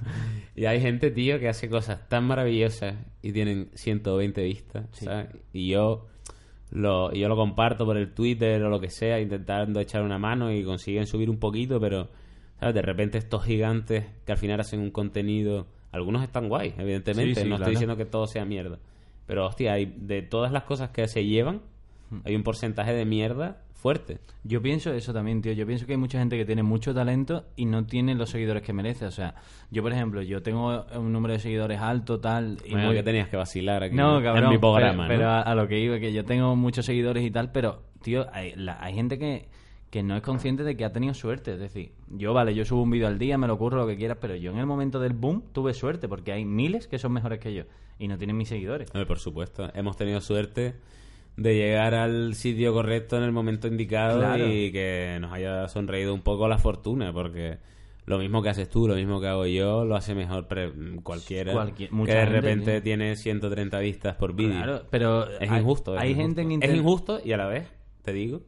S1: Y hay gente, tío, que hace cosas tan maravillosas y tienen 120 vistas, ¿sabes? Y yo lo y yo lo comparto por el Twitter o lo que sea, intentando echar una mano y consiguen subir un poquito, pero ¿sabes? De repente estos gigantes que al final hacen un contenido, algunos están guays, evidentemente,
S2: Sí, sí,
S1: no
S2: claro.
S1: estoy diciendo que todo sea mierda, pero hostia, hay de todas las cosas que se llevan,
S2: Hmm.
S1: hay un porcentaje de mierda fuerte.
S2: Yo pienso eso también, tío. Yo pienso que hay mucha gente que tiene mucho talento y no tiene los seguidores que merece. O sea, yo, por ejemplo, yo tengo un número de seguidores alto, tal... Y
S1: Bueno,
S2: muy-
S1: que tenías que vacilar aquí.
S2: No, cabrón.
S1: En mi programa,
S2: pero,
S1: ¿no?
S2: pero a, a lo que iba, que yo tengo muchos seguidores y tal, pero, tío, hay, la- hay gente que, que no es consciente de que ha tenido suerte. Es decir, yo, vale, yo subo un vídeo al día, me lo ocurro lo que quieras, pero yo en el momento del boom tuve suerte porque hay miles que son mejores que yo y no tienen mis seguidores.
S1: Hombre, Eh, por supuesto. Hemos tenido suerte de llegar al sitio correcto en el momento indicado
S2: Claro.
S1: y que nos haya sonreído un poco la fortuna, porque lo mismo que haces tú, lo mismo que hago yo, lo hace mejor pre- cualquiera.
S2: Cualquier-
S1: que
S2: mucha
S1: de
S2: gente,
S1: repente
S2: tío.
S1: tiene 130 vistas por vídeo.
S2: Claro, pero
S1: Es
S2: hay-
S1: injusto. es
S2: Hay
S1: injusto.
S2: gente en
S1: Es
S2: internet.
S1: injusto y a la vez, te digo,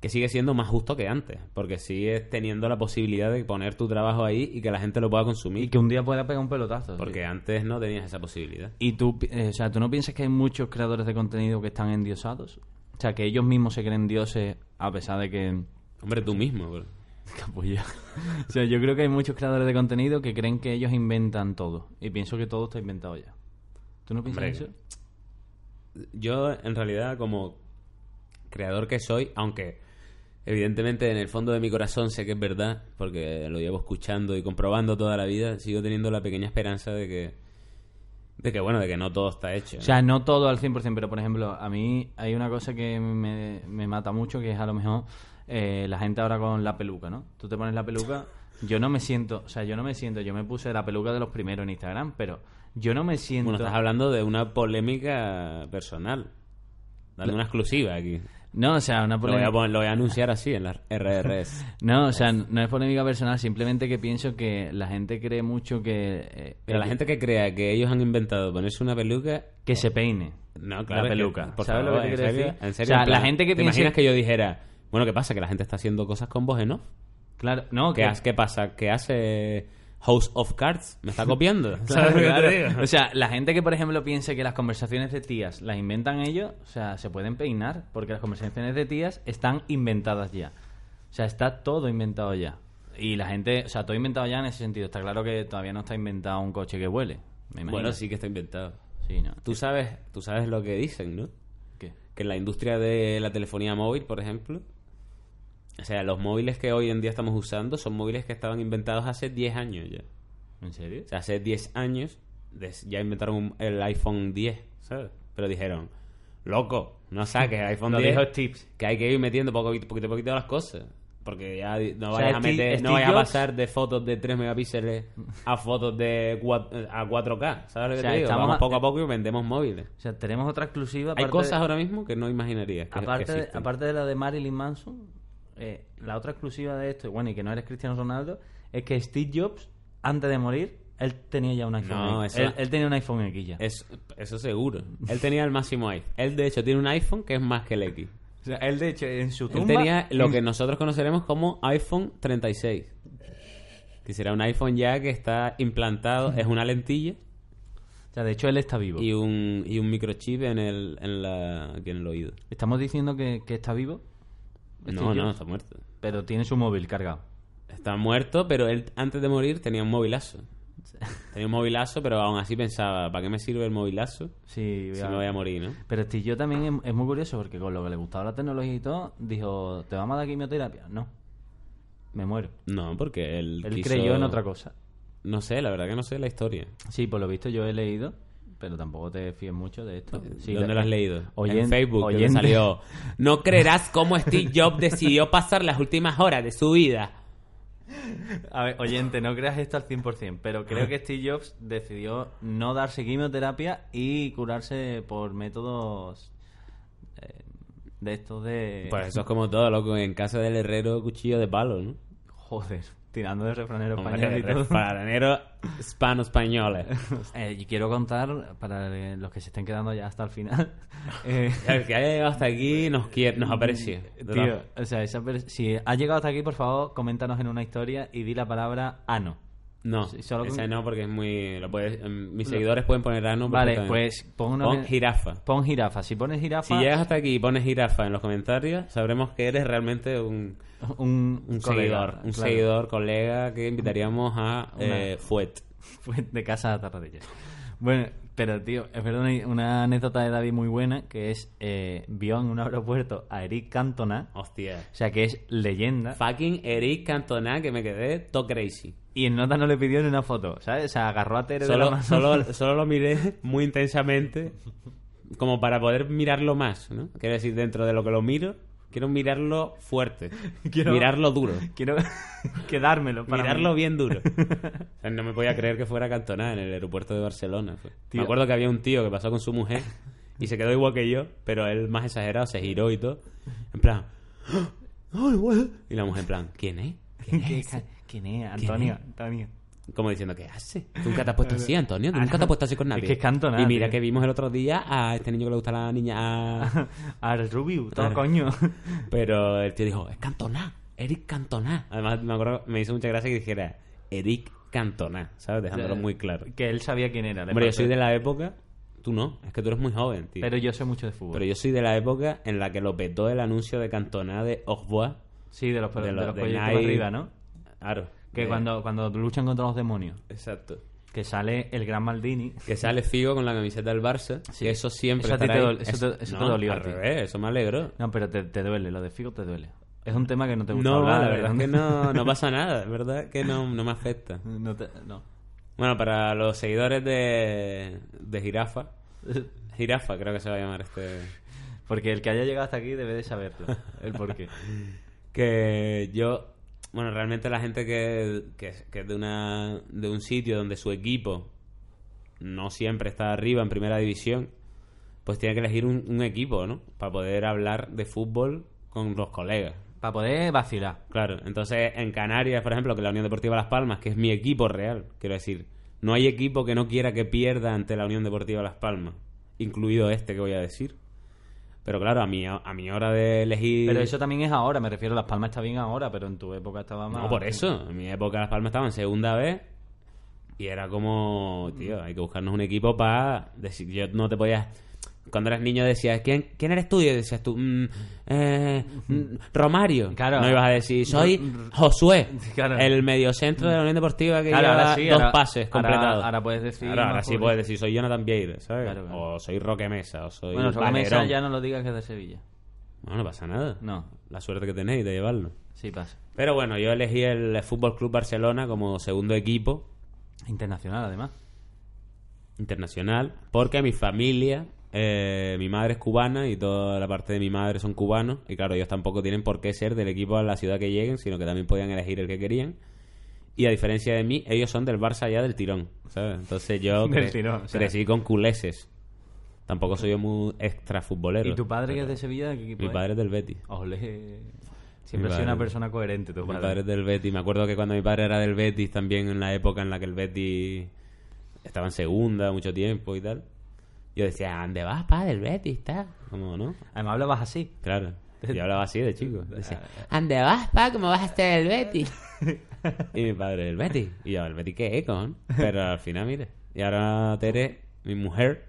S1: que sigue siendo más justo que antes, porque sigues teniendo la posibilidad de poner tu trabajo ahí y que la gente lo pueda
S2: Y
S1: consumir.
S2: que un día pueda pegar un pelotazo.
S1: Porque
S2: tío.
S1: antes no tenías esa posibilidad.
S2: Y tú, pi- eh, o sea, ¿tú no piensas que hay muchos creadores de contenido que están endiosados? O sea, que ellos mismos se creen dioses a pesar de que... [LAUGHS]
S1: Hombre, tú mismo, bro.
S2: Capullo. o sea, yo creo que hay muchos creadores de contenido que creen que ellos inventan todo. Y pienso que todo está inventado ya. ¿Tú no piensas
S1: Hombre,
S2: eso?
S1: Yo, en realidad, como creador que soy, aunque evidentemente en el fondo de mi corazón sé que es verdad, porque lo llevo escuchando y comprobando toda la vida, sigo teniendo la pequeña esperanza de que, de que bueno, de que no todo está hecho.
S2: O
S1: ¿no?
S2: sea, no todo al 100%, pero por ejemplo, a mí hay una cosa que me, me mata mucho, que es a lo mejor eh, la gente ahora con la peluca, ¿no? Tú te pones la peluca, yo no me siento, o sea, yo no me siento, yo me puse la peluca de los primeros en Instagram, pero yo no me siento...
S1: bueno, estás hablando de una polémica personal. Dando una exclusiva aquí.
S2: No, o sea, una
S1: Lo voy,
S2: polémica-
S1: a poner- lo voy a anunciar así en las RRS.
S2: [LAUGHS] No, o sea, no es polémica personal, simplemente que pienso que la gente cree mucho que... eh,
S1: Pero la
S2: que-
S1: gente que crea que ellos han inventado ponerse una peluca
S2: que se peine.
S1: No, claro.
S2: La
S1: que-
S2: peluca.
S1: por
S2: ¿Sabes lo
S1: favor,
S2: que te
S1: ¿en
S2: quiero
S1: serio?
S2: decir?
S1: ¿En serio?
S2: O
S1: En
S2: sea, la
S1: plan,
S2: gente que
S1: ¿te
S2: piense-
S1: imaginas que yo dijera, bueno, ¿qué pasa? Que la gente está haciendo cosas con voz en off.
S2: Claro, no,
S1: ¿Qué,
S2: que
S1: hace- qué pasa? ¿Qué hace House of Cards? ¿Me está
S2: [LAUGHS]
S1: copiando? ¿Sabes [LAUGHS] lo que te
S2: [LAUGHS] Claro,
S1: digo?
S2: O sea, la gente que, por ejemplo, piense que las conversaciones de tías las inventan ellos, o sea, se pueden peinar, porque las conversaciones de tías están inventadas ya. O sea, está todo inventado ya. Y la gente, o sea, todo inventado ya en ese sentido. Está claro que todavía no está inventado un coche que huele. Me imagino.
S1: bueno, sí que está inventado.
S2: Sí, ¿no?
S1: Tú sabes, tú sabes lo que dicen, ¿no?
S2: ¿Qué?
S1: Que en la industria de la telefonía móvil, por ejemplo, O sea, los móviles que hoy en día estamos usando son móviles que estaban inventados hace 10 años ya.
S2: ¿En serio?
S1: O sea, hace 10 años des- ya inventaron un- el iPhone 10, ¿sabes? Pero dijeron, loco, no saques el
S2: [LAUGHS]
S1: iPhone
S5: Lo
S1: 10.
S5: dijo Steve.
S1: Que hay que ir metiendo poco, a poquito- poquito a poquito las cosas. Porque ya di- no
S2: O sea,
S1: vayas a
S2: Steve-
S1: meter,
S2: Steve
S1: no vayas a
S2: Jobs-
S1: pasar de fotos de 3 megapíxeles a fotos de cua- a 4K. ¿Sabes lo que
S2: O sea,
S1: te digo?
S2: estamos
S1: Vamos
S2: a-
S1: poco a poco y vendemos móviles.
S2: O sea, tenemos otra exclusiva.
S1: Hay
S2: aparte
S1: cosas
S2: de-
S1: ahora mismo que no imaginarías. que
S2: aparte, de,
S1: existen.
S2: aparte de la de Marilyn Manson, eh, la otra exclusiva de esto, y bueno, y que no eres Cristiano Ronaldo, es que Steve Jobs, antes de morir, él tenía ya un iPhone
S1: No,
S2: X.
S1: eso-
S2: Él, él tenía un iPhone X ya.
S1: Eso, eso seguro. Él tenía el máximo iPhone. Él, de hecho, tiene un iPhone que es más que el X.
S2: O sea, él, de hecho, en su
S1: Él
S2: tumba...
S1: tenía lo que nosotros conoceremos como iPhone 36. Que será un iPhone ya que está implantado, es una lentilla
S2: O sea, de hecho, él está vivo.
S1: y un, y un microchip en el, en la, aquí en el oído.
S2: ¿Estamos diciendo que, que está vivo?
S1: No,
S2: Steve
S1: no,
S2: Jobs.
S1: está muerto.
S2: Pero tiene su móvil cargado.
S1: Está muerto, pero él antes de morir tenía un movilazo. Tenía un movilazo, pero aún así pensaba, ¿para qué me sirve el movilazo
S2: Sí,
S1: si
S2: ya.
S1: me voy a morir, no?
S2: Pero Steve Jobs también es, es muy curioso porque con lo que le gustaba la tecnología y todo, dijo, ¿te vamos a dar quimioterapia? No. Me muero.
S1: No, porque él
S2: Él
S1: quiso-
S2: creyó en otra cosa.
S1: No sé, la verdad que no sé la historia.
S2: Sí, por lo visto yo he leído, pero tampoco te fíes mucho de esto. Sí,
S1: ¿Dónde
S2: la-
S1: lo has leído? en
S2: Oyen-
S1: Facebook, que te
S2: oyente.
S1: [LAUGHS] salió. No creerás cómo Steve Jobs decidió pasar las últimas horas de su vida.
S2: A ver, oyente, no creas esto al 100%, pero creo que Steve Jobs decidió no darse quimioterapia y curarse por métodos eh, de estos de...
S1: [LAUGHS] Pues eso es como todo, loco. En casa del herrero, cuchillo de palo, ¿no?
S2: Joder, tirando de refranero español
S1: Hombre,
S2: y todo.
S1: Paranero hispano-españoles.
S2: [LAUGHS] Eh, y quiero contar, para eh, los que se estén quedando ya hasta el final, [LAUGHS] eh,
S1: El que haya llegado hasta aquí nos quiere, nos aprecia. de
S2: Tío,
S1: verdad.
S2: o sea, esa per- si has llegado hasta aquí, por favor, coméntanos en una historia y di la palabra ano.
S1: No,
S2: Sí, solo con-
S1: ese no, porque es muy... lo puedes- em, mis seguidores pueden poner ano.
S2: Vale,
S1: perfectamente.
S2: pues pon una
S1: Pon jirafa.
S2: pon jirafa. Si pones jirafa,
S1: Si llegas hasta aquí y pones jirafa en los comentarios, sabremos que eres realmente un,
S2: un,
S1: un
S2: colega,
S1: seguidor. Un
S2: claro.
S1: seguidor, colega que invitaríamos a eh, Fuet.
S2: [LAUGHS] Fue de casa a Tarradellas. Bueno, pero tío, es verdad, hay una anécdota de David muy buena que es eh, vio en un aeropuerto a Eric Cantona, o
S1: Hostia.
S2: sea que es leyenda.
S1: Fucking Eric Cantona, que me quedé todo crazy.
S2: Y en nota no le pidió ni una foto, ¿sabes? O sea, agarró a Tere de la
S1: Solo,
S2: mano.
S1: solo, solo lo miré muy intensamente, como para poder mirarlo más, ¿no? Quiero decir, dentro de lo que lo miro, quiero mirarlo fuerte,
S2: [LAUGHS] Quiero-
S1: mirarlo duro,
S2: [LAUGHS] Quiero [LAUGHS] quedármelo para
S1: mirarlo
S2: mí.
S1: bien
S2: [LAUGHS]
S1: duro. O sea, no me podía creer que fuera Cantona en el aeropuerto de Barcelona. fue.
S2: Tío.
S1: Me acuerdo que había un tío que pasó con su
S2: [LAUGHS]
S1: mujer y se quedó igual que yo, pero él más exagerado, se giró y todo. En
S2: [GASPS]
S1: plan... "¡Ah! ¡Ay, güey!". Y la mujer en plan, ¿quién es?
S2: [LAUGHS] ¿Quién es? ¿Quién es? Antonio, Antonio. [LAUGHS]
S1: Como diciendo, ¿qué hace? Tú nunca te has puesto así, Antonio. Tú nunca te has puesto así con nadie.
S2: que Ah, es Cantona,
S1: Y mira
S2: tío.
S1: que vimos el otro día a este niño que le gusta a la niña.
S2: [LAUGHS]
S1: a-
S2: Al Rubius, todo
S1: Claro.
S2: coño. [LAUGHS]
S1: Pero el tío dijo, es Cantona. Eric Cantona. Además, me acuerdo, me hizo mucha gracia que dijera, Eric Cantona. ¿Sabes? Dejándolo muy claro.
S2: Que él sabía quién era. de
S1: Hombre, yo
S2: parte.
S1: soy de la época. Tú no. Es que tú eres muy joven, tío.
S2: Pero yo sé mucho de fútbol.
S1: Pero yo soy de la época en la que lo petó el anuncio de Cantona de Au revoir.
S2: Sí, de los, de
S1: de los-
S2: los
S1: de
S2: cuellos
S1: Nike.
S2: arriba, ¿no?
S1: Claro.
S2: Que
S1: De-
S2: cuando, cuando luchan contra los demonios,
S1: Exacto.
S2: que sale el gran Maldini.
S1: que sale Figo con la camiseta del Barça. que eso siempre
S2: Eso a ti
S1: estará
S2: te
S1: ahí.
S2: dol- eso te- eso te
S1: no,
S2: dolió a
S1: al
S2: ti.
S1: revés, eso me alegró.
S2: No, pero te, te duele, lo de Figo te duele. Es un tema que no te gusta
S1: No,
S2: hablar.
S1: la verdad es
S2: ¿no?
S1: que no, no pasa nada, es verdad que no, no me afecta.
S2: [LAUGHS] No te- no.
S1: Bueno, para los seguidores de, de Jirafa, Jirafa creo que se va a llamar este...
S2: Porque el que haya llegado hasta aquí debe de saberlo,
S1: [LAUGHS]
S2: el porqué.
S1: Que yo, bueno, realmente la gente que, que, que es de, una, de un sitio donde su equipo no siempre está arriba en primera división, pues tiene que elegir un, un equipo, ¿no? Para poder hablar de fútbol con los colegas.
S2: Para poder vacilar.
S1: Claro, entonces en Canarias, por ejemplo, que la Unión Deportiva Las Palmas, que es mi equipo real, quiero decir, no hay equipo que no quiera que pierda ante la Unión Deportiva Las Palmas, incluido este que voy a decir. Pero claro, a mi, a mi hora de elegir...
S2: Pero eso también es ahora, me refiero, Las Palmas está bien ahora, pero en tu época estaba más...
S1: No, por eso, en mi época Las Palmas estaba en segunda vez y era como, tío, hay que buscarnos un equipo para... decir Yo no te podías... Cuando eras niño decías, ¿quién, ¿quién eres tú? Y decías tú, "Mm, eh, mm, Romario.
S2: Claro.
S1: No ibas a decir, soy Josué,
S2: [LAUGHS] Claro.
S1: el mediocentro de la Unión Deportiva que
S2: Claro,
S1: lleva
S2: ahora sí,
S1: dos
S2: ahora-
S1: pases
S2: ahora-
S1: completados.
S2: ahora puedes decir
S1: Ahora, ahora
S2: más
S1: sí
S2: publicidad.
S1: puedes decir, soy Jonathan Vieira, ¿sabes?
S2: Claro, claro.
S1: O soy Roque Mesa, o soy
S2: Bueno, sobre mesa
S1: Valerón.
S2: ya no lo digas que es de Sevilla.
S1: Bueno, no pasa nada.
S2: No,
S1: La suerte que tenéis de llevarlo.
S2: sí pasa.
S1: Pero bueno, yo elegí el Fútbol Club Barcelona como segundo equipo
S2: Internacional, además.
S1: internacional porque mi familia, eh, mi madre es cubana y toda la parte de mi madre son cubanos. Y claro, ellos tampoco tienen por qué ser del equipo a la ciudad que lleguen, sino que también podían elegir el que querían. Y a diferencia de mí, ellos son del Barça ya del tirón, ¿sabes? Entonces yo
S2: [LAUGHS] Del
S1: cre-
S2: tirón, o sea.
S1: crecí con culeses. Tampoco soy yo muy extra futbolero.
S2: ¿Y tu padre, que es de Sevilla, de qué equipo
S1: Mi
S2: es?
S1: padre es del Betis.
S2: Ole.
S1: Mi
S2: Siempre ha sido una
S1: padre.
S2: persona coherente, tu
S1: Mi
S2: padre.
S1: padre es del Betis. Me acuerdo que cuando mi padre era del Betis, también en la época en la que el Betis estaba en segunda mucho tiempo y tal, yo decía, "¿A ¿dónde vas, padre? El Betis está. ¿Cómo no?
S2: Además, hablabas así.
S1: Claro. Yo hablaba así de chico. Decía,
S5: ¿Dónde vas, pa? ¿Cómo vas a estar el Betis?
S1: y mi padre, el Betis. Y yo, ¿el Betis qué es, cojón?". Pero al final, mire. Y ahora Tere, mi mujer,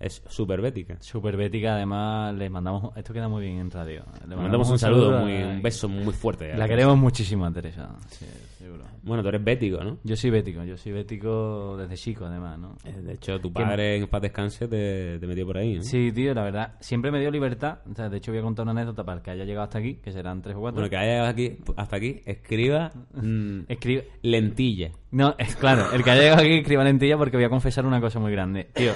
S1: es súper bética.
S2: Super bética, además, le mandamos. Esto queda muy bien en radio.
S1: Le mandamos un saludo,
S2: a-
S1: muy, un beso muy fuerte.
S2: La queremos muchísimo a Teresa. Sí, seguro.
S1: Bueno, tú eres bético, ¿no?
S2: Yo soy bético, yo soy bético desde chico, además, ¿no?
S1: Eh, De hecho, tu padre en paz descanse te, te metió por ahí. ¿eh? ¿no?
S2: Sí, tío, la verdad, siempre me dio libertad. O sea, de hecho, voy a contar una anécdota para el que haya llegado hasta aquí, que serán tres o cuatro.
S1: Bueno, que haya llegado aquí, hasta aquí,
S2: [LAUGHS]
S1: escriba mm,
S2: Escribe.
S1: lentilla.
S2: No, es claro, el que ha llegado aquí escriba lentilla porque voy a confesar una cosa muy grande. Tío,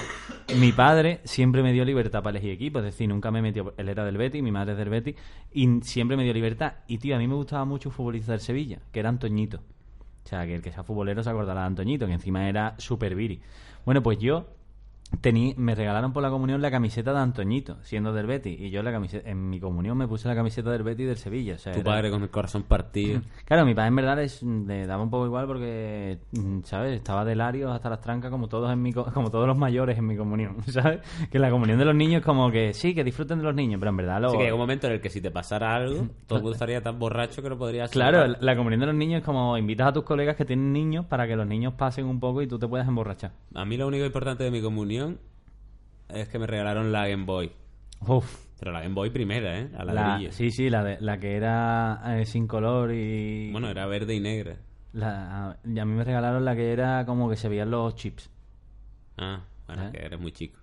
S2: mi padre siempre me dio libertad para elegir equipo, es decir, nunca me metió. Él era del Betty, mi madre es del Betty, y siempre me dio libertad. Y tío, a mí me gustaba mucho un futbolista del Sevilla, que era Antoñito. O sea, que el que sea futbolero se acordará de Antoñito, que encima era super viri. Bueno, pues yo Tení, me regalaron por la comunión la camiseta de Antoñito, siendo del Betty. Y yo la camiseta, en mi comunión me puse la camiseta del Betty y del Sevilla. o sea,
S1: Tu
S2: era-
S1: padre con el corazón
S2: [LAUGHS]
S1: partido.
S2: Claro, mi padre en verdad es- le daba un poco igual porque, mm, ¿sabes? Estaba de larios hasta las trancas como todos en mi co- como todos los mayores en mi comunión, [LAUGHS] ¿sabes? Que la comunión de los niños es como que sí, que disfruten de los niños, pero en verdad lo...
S1: Así que llega un momento en el que si te pasara
S2: [LAUGHS]
S1: algo, todo el mundo estaría tan borracho que no podrías...
S2: Claro, la- la comunión de los niños es como invitas a tus colegas que tienen niños para que los niños pasen un poco y tú te puedas emborrachar.
S1: A mí lo único importante de mi comunión es que me regalaron la Game Boy.
S2: Uf.
S1: Pero la Game Boy primera, ¿eh? A
S2: La-
S1: ladrillo.
S2: sí, sí, la, de- la que era eh, sin color y...
S1: Bueno, era verde y negra.
S2: La, a mí me regalaron la que era como que se veían los chips.
S1: Ah, bueno,
S2: ¿Eh?
S1: que eres muy chico.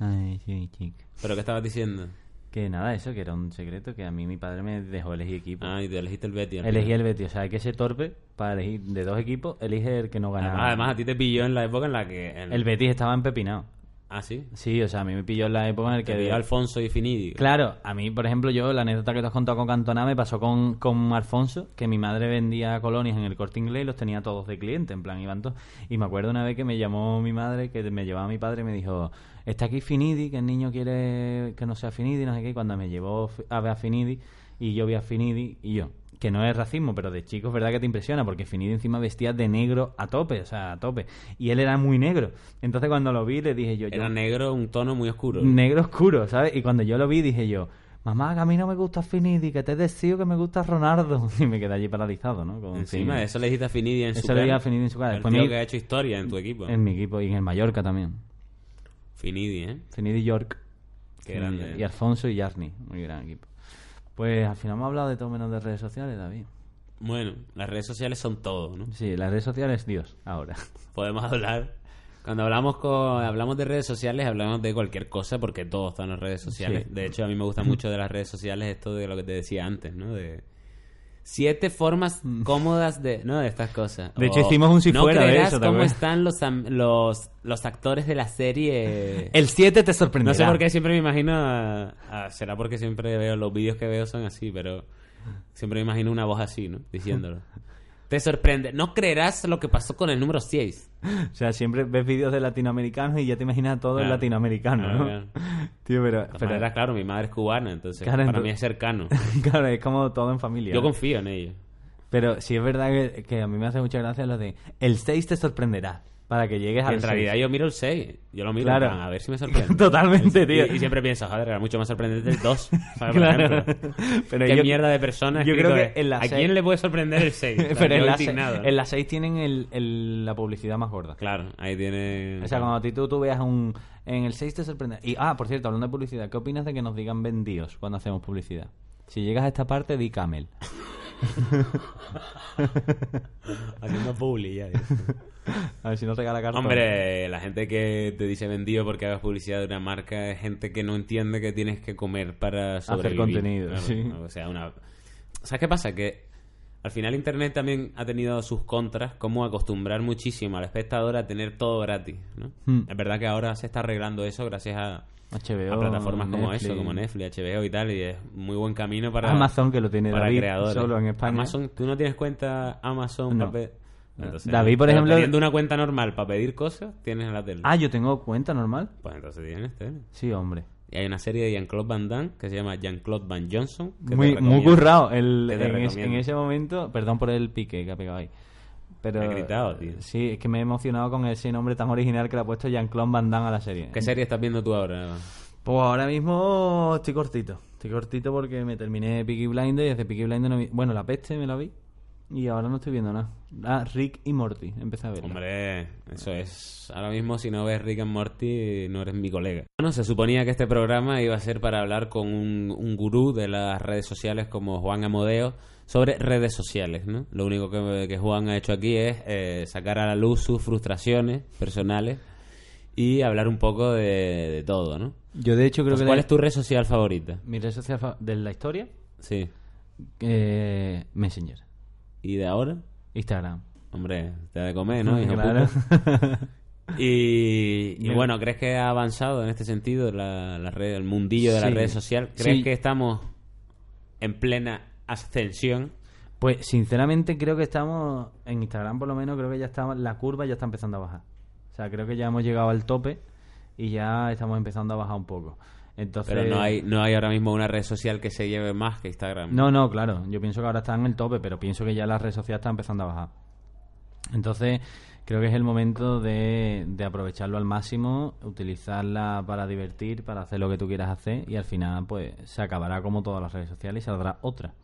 S2: Ay, sí, chica.
S1: ¿Pero qué estabas
S2: [LAUGHS]
S1: diciendo?
S2: Que nada, eso, que era un secreto que a mí mi padre me dejó elegir equipo.
S1: Ah, y te elegiste el Betty. al
S2: Elegí
S1: final.
S2: el Betis, o sea, hay que ser torpe para elegir de dos equipos, elige el que no
S1: Además,
S2: ganaba.
S1: Ah, además, a ti te pilló en la época en la que... en-
S2: el Betis estaba empepinado.
S1: Ah, ¿sí?
S2: Sí, o sea, a mí me pilló en la época en la que...
S1: Que vio Alfonso y Finidi.
S2: Claro, a mí, por ejemplo, yo, la anécdota que te has contado con Cantona me pasó con, con Alfonso, que mi madre vendía colonias en el corte inglés y los tenía todos de cliente, en plan, iban todos. Y me acuerdo una vez que me llamó mi madre, que me llevaba mi padre y me dijo, está aquí Finidi, que el niño quiere que no sea Finidi, no sé qué, y cuando me llevó fi- a ver a Finidi, y yo vi a Finidi, y yo, que no es racismo, pero de chico es verdad que te impresiona, porque Finidi encima vestía de negro a tope, o sea, a tope. Y él era muy negro. Entonces cuando lo vi, le dije yo... yo-
S1: Era negro, un tono muy oscuro.
S2: negro oscuro, ¿sabes? Y cuando yo lo vi dije yo, mamá, que a mí no me gusta Finidi, que te he decidido que me gusta Ronaldo. [LAUGHS] Y me quedé allí paralizado, ¿no? Con
S1: Encima
S2: Finidi.
S1: de eso le dijiste a Finidi en su
S2: Eso le dije a Finidi en su cara.
S1: El
S2: Después
S1: tío
S2: mi-
S1: que ha hecho historia en tu equipo.
S2: En mi equipo y en el Mallorca también.
S1: Finidi, ¿eh?
S2: Finidi York.
S1: Qué
S2: Finidi
S1: grande,
S2: York.
S1: ¿eh?
S2: Y Alfonso y Yarni, muy gran equipo. Pues al final hemos hablado de todo menos de redes sociales, David.
S1: Bueno, las redes sociales son todo, ¿no?
S2: Sí, las redes sociales, Dios, ahora.
S1: [LAUGHS] Podemos hablar. Cuando hablamos con, hablamos de redes sociales, hablamos de cualquier cosa porque todo está en las redes sociales.
S2: Sí.
S1: De hecho, a mí me gusta mucho de las redes sociales esto de lo que te decía antes, ¿no? De siete formas cómodas de, no, de estas cosas.
S2: Mm. De hecho, hicimos un si
S1: no
S2: fuera de
S1: creerás
S2: eso, ¿te
S1: cómo
S2: acuerdas?
S1: están los, am- los los actores de la serie.
S2: El 7 te sorprenderá.
S1: No sé [LAUGHS] por qué siempre me imagino. a- a- será porque siempre veo los vídeos que veo son así, pero siempre me imagino una voz así, ¿no? Diciéndolo. Te sorprende. No creerás lo que pasó con el número 6.
S2: O sea, siempre ves vídeos de latinoamericanos y ya te imaginas a todo el
S1: Claro.
S2: latinoamericano,
S1: Claro,
S2: ¿no? [LAUGHS] Tío, pero...
S1: Pero
S2: pero
S1: era claro, mi madre es cubana, entonces
S2: Claro,
S1: para
S2: entonces-
S1: mí es cercano.
S2: [LAUGHS] claro, es como todo en familia.
S1: Yo
S2: ¿no?
S1: confío en ellos.
S2: Pero sí es verdad que, que a mí me hace mucha gracia lo de el 6 te sorprenderá para que llegues
S1: Y
S2: al
S1: en
S2: [LAUGHS]
S1: realidad
S2: seis".
S1: yo miro el 6. Yo lo miro
S2: Claro.
S1: en plan, a ver si me sorprende.
S2: [LAUGHS] Totalmente,
S1: Y,
S2: tío.
S1: y siempre pienso, joder, era mucho más sorprendente el
S2: [LAUGHS]
S1: 2.
S2: Claro. Pero
S1: Pero Qué
S2: yo-
S1: mierda de persona.
S2: yo creo
S1: escrito
S2: que
S1: es,
S2: en la
S1: ¿A
S2: seis-
S1: quién le puede sorprender el
S2: [LAUGHS]
S1: 6?
S2: Pero en la, se- en la 6 tienen el, el- la publicidad más gorda.
S1: Claro, ahí tiene...
S2: O sea, cuando a ti tú, tú veas un... En el 6 te sorprenderá. Y, ah, por cierto, hablando de publicidad, ¿qué opinas de que nos digan vendidos cuando hacemos publicidad? Si llegas a esta parte, di camel. [LAUGHS]
S1: Haciendo publi ya. tío.
S2: A ver si nos regala
S1: [LAUGHS]
S2: cartón.
S1: Hombre, la gente que te dice vendido porque hagas publicidad de una marca es gente que no entiende que tienes que comer para sobrevivir.
S2: contenido,
S1: Claro,
S2: sí.
S1: O sea, una... ¿Sabes qué pasa? Que al final Internet también ha tenido sus contras, como acostumbrar muchísimo al espectador a tener todo gratis, ¿no?
S2: Hmm.
S1: Es verdad que ahora se está arreglando eso gracias a,
S2: HBO,
S1: a plataformas como
S2: Netflix.
S1: eso, como Netflix, HBO y tal, y es muy buen camino para...
S2: Amazon, que lo tiene
S1: para
S2: David
S1: creadores.
S2: solo en España.
S1: Amazon, tú no tienes cuenta Amazon
S2: No.
S1: para pe-
S2: No.
S1: Entonces,
S2: David, por
S1: pero
S2: ejemplo-
S1: Teniendo una cuenta normal para pedir cosas, tienes la tele.
S2: Ah, yo tengo cuenta normal.
S1: Pues entonces tienes tele.
S2: Sí, hombre.
S1: Y hay una serie de Jean-Claude Van Damme que se llama Jean-Claude Van Johnson. que te
S2: Muy, muy
S1: recomiendo.
S2: currado. El,
S1: Que te
S2: en, es- en
S1: recomiendo.
S2: ese momento, perdón por el pique que ha pegado ahí. Pero,
S1: He gritado, tío.
S2: Sí, es que me he emocionado con ese nombre tan original que le ha puesto Jean-Claude Van Damme a la serie.
S1: ¿Qué serie estás viendo tú ahora?
S2: Pues ahora mismo estoy cortito. Estoy cortito porque me terminé Peaky Blinders y desde Peaky Blinders no vi... Bueno, La Peste me la vi y ahora no estoy viendo nada. Ah, Rick y Morty. Empecé a verla.
S1: Hombre, eso es. Ahora mismo, si no ves Rick and Morty, no eres mi colega. Bueno, se suponía que este programa iba a ser para hablar con un, un gurú de las redes sociales como Juan Amodeo sobre redes sociales, ¿no? Lo único que, que Juan ha hecho aquí es eh, sacar a la luz sus frustraciones personales y hablar un poco de, de todo, ¿no?
S2: Yo de hecho creo
S1: Pues,
S2: que...
S1: ¿Cuál
S2: la-
S1: es tu red social favorita?
S2: Mi red social fa- de la historia,
S1: Sí.
S2: eh, Messenger,
S1: ¿Y de ahora?
S2: Instagram.
S1: Hombre, te da de comer, ¿no? hijo
S2: [LAUGHS] Claro.
S1: puta?
S2: [LAUGHS]
S1: [LAUGHS] Y, y bueno, ¿crees que ha avanzado en este sentido la, la red, el mundillo de la
S2: Sí.
S1: red social? ¿Crees
S2: Sí.
S1: que estamos en plena ascensión?
S2: Pues sinceramente creo que estamos, en Instagram por lo menos, creo que ya está, la curva ya está empezando a bajar. O sea, creo que ya hemos llegado al tope y ya estamos empezando a bajar un poco. Entonces,
S1: Pero no hay no hay ahora mismo una red social que se lleve más que Instagram.
S2: No, no, claro. Yo pienso que ahora está en el tope, pero pienso que ya las redes sociales están empezando a bajar. Entonces, creo que es el momento de, de aprovecharlo al máximo, utilizarla para divertir, para hacer lo que tú quieras hacer y al final, pues, se acabará como todas las redes sociales y saldrá otra.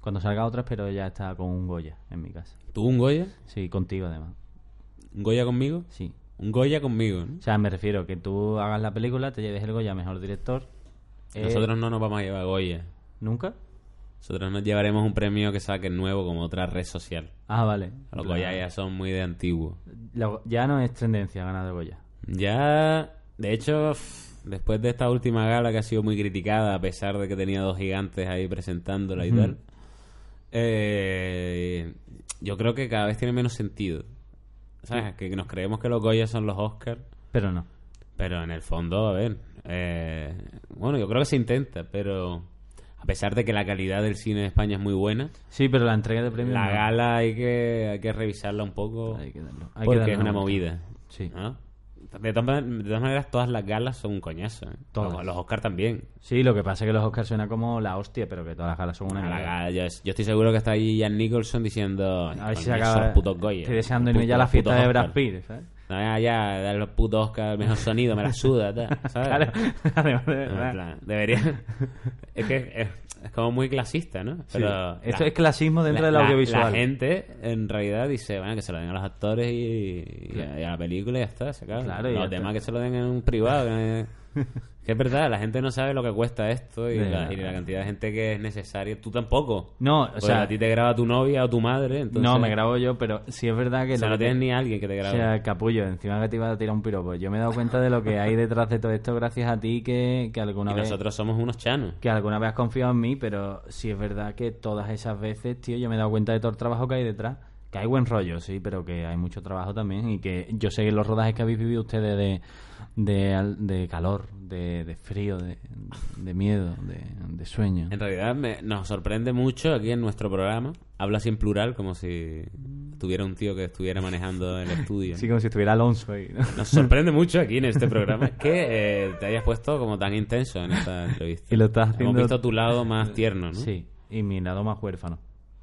S2: Cuando salga otra, espero ya está con un Goya en mi casa.
S1: ¿Tú un Goya?
S2: Sí, contigo además.
S1: ¿Un Goya conmigo?
S2: Sí.
S1: Un Goya conmigo. ¿no?
S2: O sea, me refiero que tú hagas la película, te lleves el Goya a mejor director. Eh,
S1: Nosotros no nos vamos a llevar Goya.
S2: ¿Nunca?
S1: Nosotros nos llevaremos un premio que saque nuevo como otra red social.
S2: Ah, vale.
S1: Los Goya ya son muy de antiguo.
S2: Lo- Ya no es tendencia ganar el Goya.
S1: Ya, de hecho, pf, después de esta última gala que ha sido muy criticada, a pesar de que tenía dos gigantes ahí presentándola y tal, eh, yo creo que cada vez tiene menos sentido. ¿Sabes? Que nos creemos que los Goya son los Oscars,
S2: Pero no.
S1: pero en el fondo, a ver. eh, bueno, yo creo que se intenta, pero a pesar de que la calidad del cine de España es muy buena,
S2: Sí, pero la entrega de premios.
S1: la
S2: no.
S1: gala hay que, hay que revisarla un poco
S2: Hay que darlo. Hay que
S1: porque
S2: darle
S1: es una
S2: vuelta.
S1: movida. Ah.
S2: Sí.
S1: ¿no? De, todas, man- de todas maneras, todas las galas son un coñazo. ¿eh?
S2: Todas.
S1: Los, los Oscar también.
S2: Sí, lo que pasa es que los Oscars suena como la hostia, pero que todas las galas son una.
S1: A Ah, la
S2: mierda.
S1: gala, yo, yo estoy seguro que está ahí Jan Nicholson diciendo.
S2: A ver si se
S1: "Coño,
S2: acaba.
S1: esos putos Goya,
S2: Estoy deseando
S1: los
S2: irme ya a la
S1: putos-
S2: fiesta
S1: putos
S2: de Brad
S1: Oscar".
S2: Pitt, ¿sabes?
S1: No, ya, ya, dar los putos Oscar, mejor sonido, me la suda, tal,
S2: [LAUGHS]
S1: ¿sabes?
S2: Claro. Además de
S1: En
S2: verdad.
S1: plan,
S2: [LAUGHS]
S1: debería. Es que es, es como muy clasista, ¿no?
S2: Sí.
S1: Pero
S2: Esto
S1: la-
S2: es clasismo dentro del audiovisual.
S1: La gente, en realidad, dice, bueno, que se lo den a los actores y, y a, y a la película y ya está, se acaba.
S2: Claro, y ya
S1: los
S2: está.
S1: demás que se lo den en un privado. que,
S2: [LAUGHS]
S1: no- que es verdad, la gente no sabe lo que cuesta esto y,
S2: Ya.
S1: la, y la cantidad de gente que es necesaria. Tú tampoco.
S2: No, o
S1: Porque
S2: sea,
S1: Pues a ti te graba tu novia o tu madre, entonces...
S2: no, me grabo yo, pero sí es verdad que.
S1: O sea,
S2: lo
S1: no
S2: que-
S1: tienes ni a alguien que te
S2: O
S1: grabe.
S2: sea, capullo, encima que te iba a tirar un piropo. Yo me he dado cuenta de lo que hay detrás de todo esto gracias a ti que, que alguna
S1: y
S2: vez...
S1: nosotros somos unos chanos.
S2: que alguna vez has confiado en mí, pero sí es verdad que todas esas veces, tío, yo me he dado cuenta de todo el trabajo que hay detrás. Que hay buen rollo, sí, pero que hay mucho trabajo también. Y que yo sé los rodajes que habéis vivido ustedes de, de, al- de calor, de, de frío, de, de miedo, de, de sueño.
S1: En realidad me- nos sorprende mucho aquí en nuestro programa. Hablas en plural como si tuviera un tío que estuviera manejando el estudio. ¿no?
S2: Sí, como si estuviera
S1: [LAUGHS]
S2: Alonso ahí. ¿no?
S1: Nos sorprende mucho aquí en este programa que eh, te hayas puesto como tan intenso en esta entrevista.
S2: Y lo estás haciendo-
S1: Hemos visto tu lado más tierno, ¿no?
S2: Sí, y mi lado más huérfano.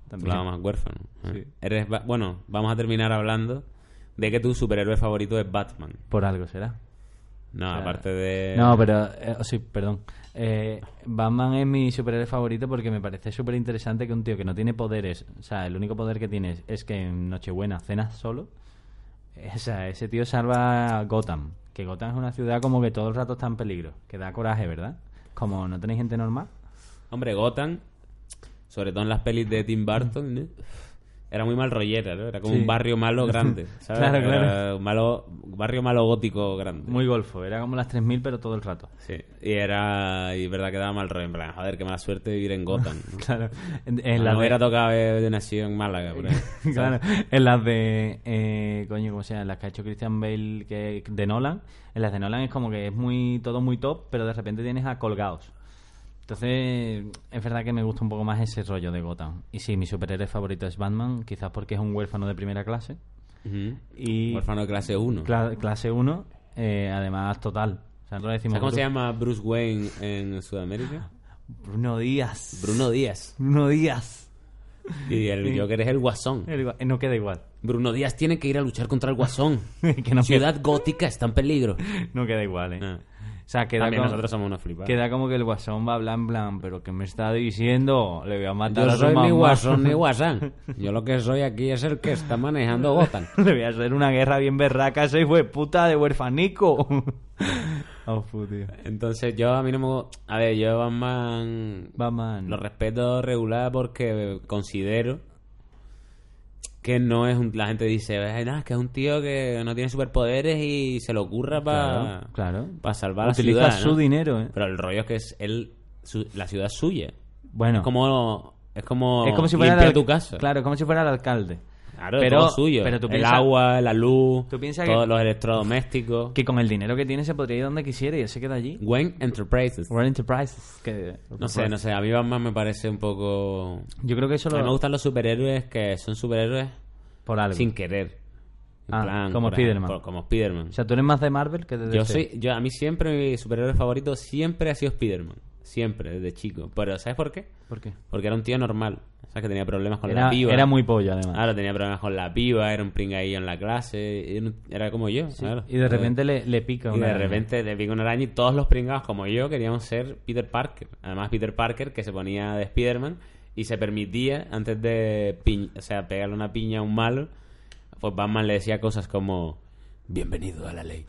S1: Tu
S2: También.
S1: lado más huérfano. Eh,
S2: Sí.
S1: Eres ba- bueno, vamos a terminar hablando de que tu superhéroe favorito es Batman.
S2: Por algo será.
S1: No,
S2: sea,
S1: aparte de...
S2: No, pero eh, sí, perdón. Eh, Batman es mi superhéroe favorito porque me parece súper interesante que un tío que no tiene poderes, o sea, el único poder que tienes es que en Nochebuena cenas solo. eh, O sea, ese tío salva a Gotham. Que Gotham es una ciudad como que todo el rato está en peligro. Que da coraje, ¿verdad? Como no tenéis gente normal.
S1: Hombre, Gotham sobre todo en las pelis de Tim Burton, ¿no? era muy mal rollera, ¿no? Era como
S2: Sí.
S1: un barrio
S2: [LAUGHS]
S1: malo grande, ¿sabes?
S2: Claro,
S1: Era
S2: claro.
S1: un malo, un barrio malo gótico grande.
S2: Muy golfo, era como las 3000 pero todo el rato.
S1: Sí, y era, y verdad que daba mal rollo, en plan, joder, qué mala suerte vivir en Gotham. ¿no?
S2: [LAUGHS] Claro. En, en
S1: No
S2: las de-
S1: hubiera tocado haber nacido en Málaga, por ejemplo.
S2: [LAUGHS] Claro, en las de. eh, coño, ¿cómo se llama? En las que ha hecho Christian Bale que, de Nolan. En las de Nolan es como que es muy todo muy top, pero de repente tienes a colgados. Entonces, es verdad que me gusta un poco más ese rollo de Gotham. Y sí, mi superhéroe favorito es Batman, quizás porque es un huérfano de primera clase.
S1: [LAUGHS] Ujú.
S2: Y.
S1: Huérfano de clase 1.
S2: cla- clase 1, además total. O sea, nosotros decimos.
S1: ¿Sabes cómo se
S2: Bru-
S1: llama Bruce Wayne en
S2: [GASPS]
S1: Sudamérica?
S2: Bruno Díaz.
S1: Bruno Díaz.
S2: Bruno [LAUGHS] Díaz.
S1: Y el Joker es el guasón.
S2: El gua- No queda igual.
S1: Bruno Díaz tiene que ir a luchar contra el
S2: [LAUGHS]
S1: guasón.
S2: que no, queda,
S1: Ciudad gótica está en
S2: [LAUGHS]
S1: peligro.
S2: no queda igual, ¿eh?
S1: Ah.
S2: O sea, queda
S1: También
S2: como-
S1: nosotros somos unos flipados.
S2: Queda como que el guasón va blan blan, pero que me está diciendo, le voy a matar
S1: Yo
S2: a su
S1: soy ni
S2: mamá.
S1: guasón ni guasán. Yo lo que soy aquí es el que está manejando Gotham.
S2: [LAUGHS] [LAUGHS] Le voy a hacer una guerra bien berraca, soy fue puta de huerfanico.
S1: [LAUGHS]
S2: oh, fu, tío.
S1: Entonces yo a mí no me... gu- A ver, yo Batman...
S2: Batman.
S1: Lo respeto regular porque considero que no es un... La gente dice, "Ay, nada, es que es un tío que no tiene superpoderes y se le ocurra para...
S2: Claro, claro.
S1: Para salvar la
S2: Utiliza
S1: ciudad,
S2: su
S1: ¿no?
S2: dinero, ¿eh?
S1: Pero el rollo es que es él... su- la ciudad es suya.
S2: Bueno,
S1: Es como... Es como...
S2: es como si fuera el
S1: limpiar
S2: al-
S1: tu casa.
S2: Claro, es como si fuera el alcalde.
S1: Claro,
S2: Pero-
S1: todo suyo.
S2: pero tú
S1: el
S2: piensas-
S1: agua, la luz,
S2: Tú piensas que-
S1: todos los electrodomésticos.
S2: Que con el dinero que tiene se podría ir donde quisiera y él se queda allí.
S1: Wayne Enterprises.
S2: World Enterprises. Que...
S1: No sé, no sé. A mí Batman me parece un poco...
S2: Yo creo que eso
S1: A mí me
S2: lo...
S1: gustan los superhéroes que son superhéroes
S2: Por algo.
S1: sin querer. En
S2: Ah,
S1: plan,
S2: como
S1: por ejemplo,
S2: Spiderman.
S1: por- Como Spiderman.
S2: O sea, tú eres más de Marvel que de
S1: yo
S2: DC.
S1: soy, yo, a mí siempre mi superhéroe favorito siempre ha sido Spiderman. Siempre, desde chico. Pero ¿sabes por qué?
S2: ¿Por qué?
S1: Porque era un tío normal. O sea, que tenía problemas con la
S2: Era,
S1: piba. Ah,
S2: era muy pollo, además.
S1: Claro, tenía problemas con la piba, era un pringadillo en la clase, era un- era como yo. claro.
S2: Y de repente le, le pica
S1: Y
S2: una
S1: de
S2: araña.
S1: repente le pica una araña y todos los pringados como yo queríamos ser Peter Parker. Además Peter Parker que se ponía de Spider-Man y se permitía antes de pi- o sea, pegarle una piña a un malo, pues Batman le decía cosas como bienvenido a la ley.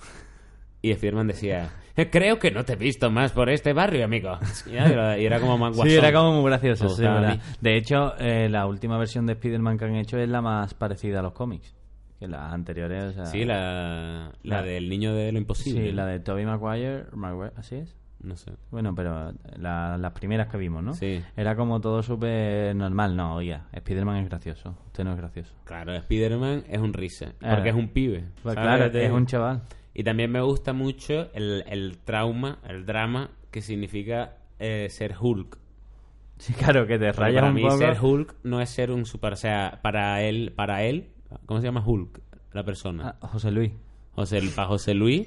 S1: Y Spider-Man decía, "Eh, creo que no te he visto más por este barrio, amigo. Y era, y era como más guasón.
S2: Sí, era como muy gracioso.
S1: Me
S2: sí,
S1: gustaba
S2: verdad.
S1: a mí.
S2: De hecho, eh, la última versión de Spider-Man que han hecho es la más parecida a los cómics. Que las anteriores. o sea,
S1: Sí, la, la
S2: La-
S1: del niño de lo
S2: sí,
S1: imposible.
S2: la de Tobey Maguire, Maguire, Así es.
S1: No sé.
S2: Bueno, pero eh, la- las primeras que vimos, ¿no?
S1: Sí.
S2: Era como todo súper normal. No, oiga, Spider-Man es gracioso. Usted no es gracioso.
S1: Claro, Spider-Man es un risa.
S2: Ah.
S1: Porque es un pibe.
S2: Pues
S1: ¿sabes?
S2: claro,
S1: Te-
S2: es un chaval. [LAUGHS]
S1: Y también me gusta mucho el, el trauma, el drama que significa eh, ser Hulk.
S2: Sí, claro, que te
S1: Porque
S2: rayas
S1: para
S2: un
S1: mí
S2: poco.
S1: ser Hulk no es ser un super, o sea, para él, para él, ¿cómo se llama Hulk? La persona.
S2: Ah, José Luis.
S1: José, para José Luis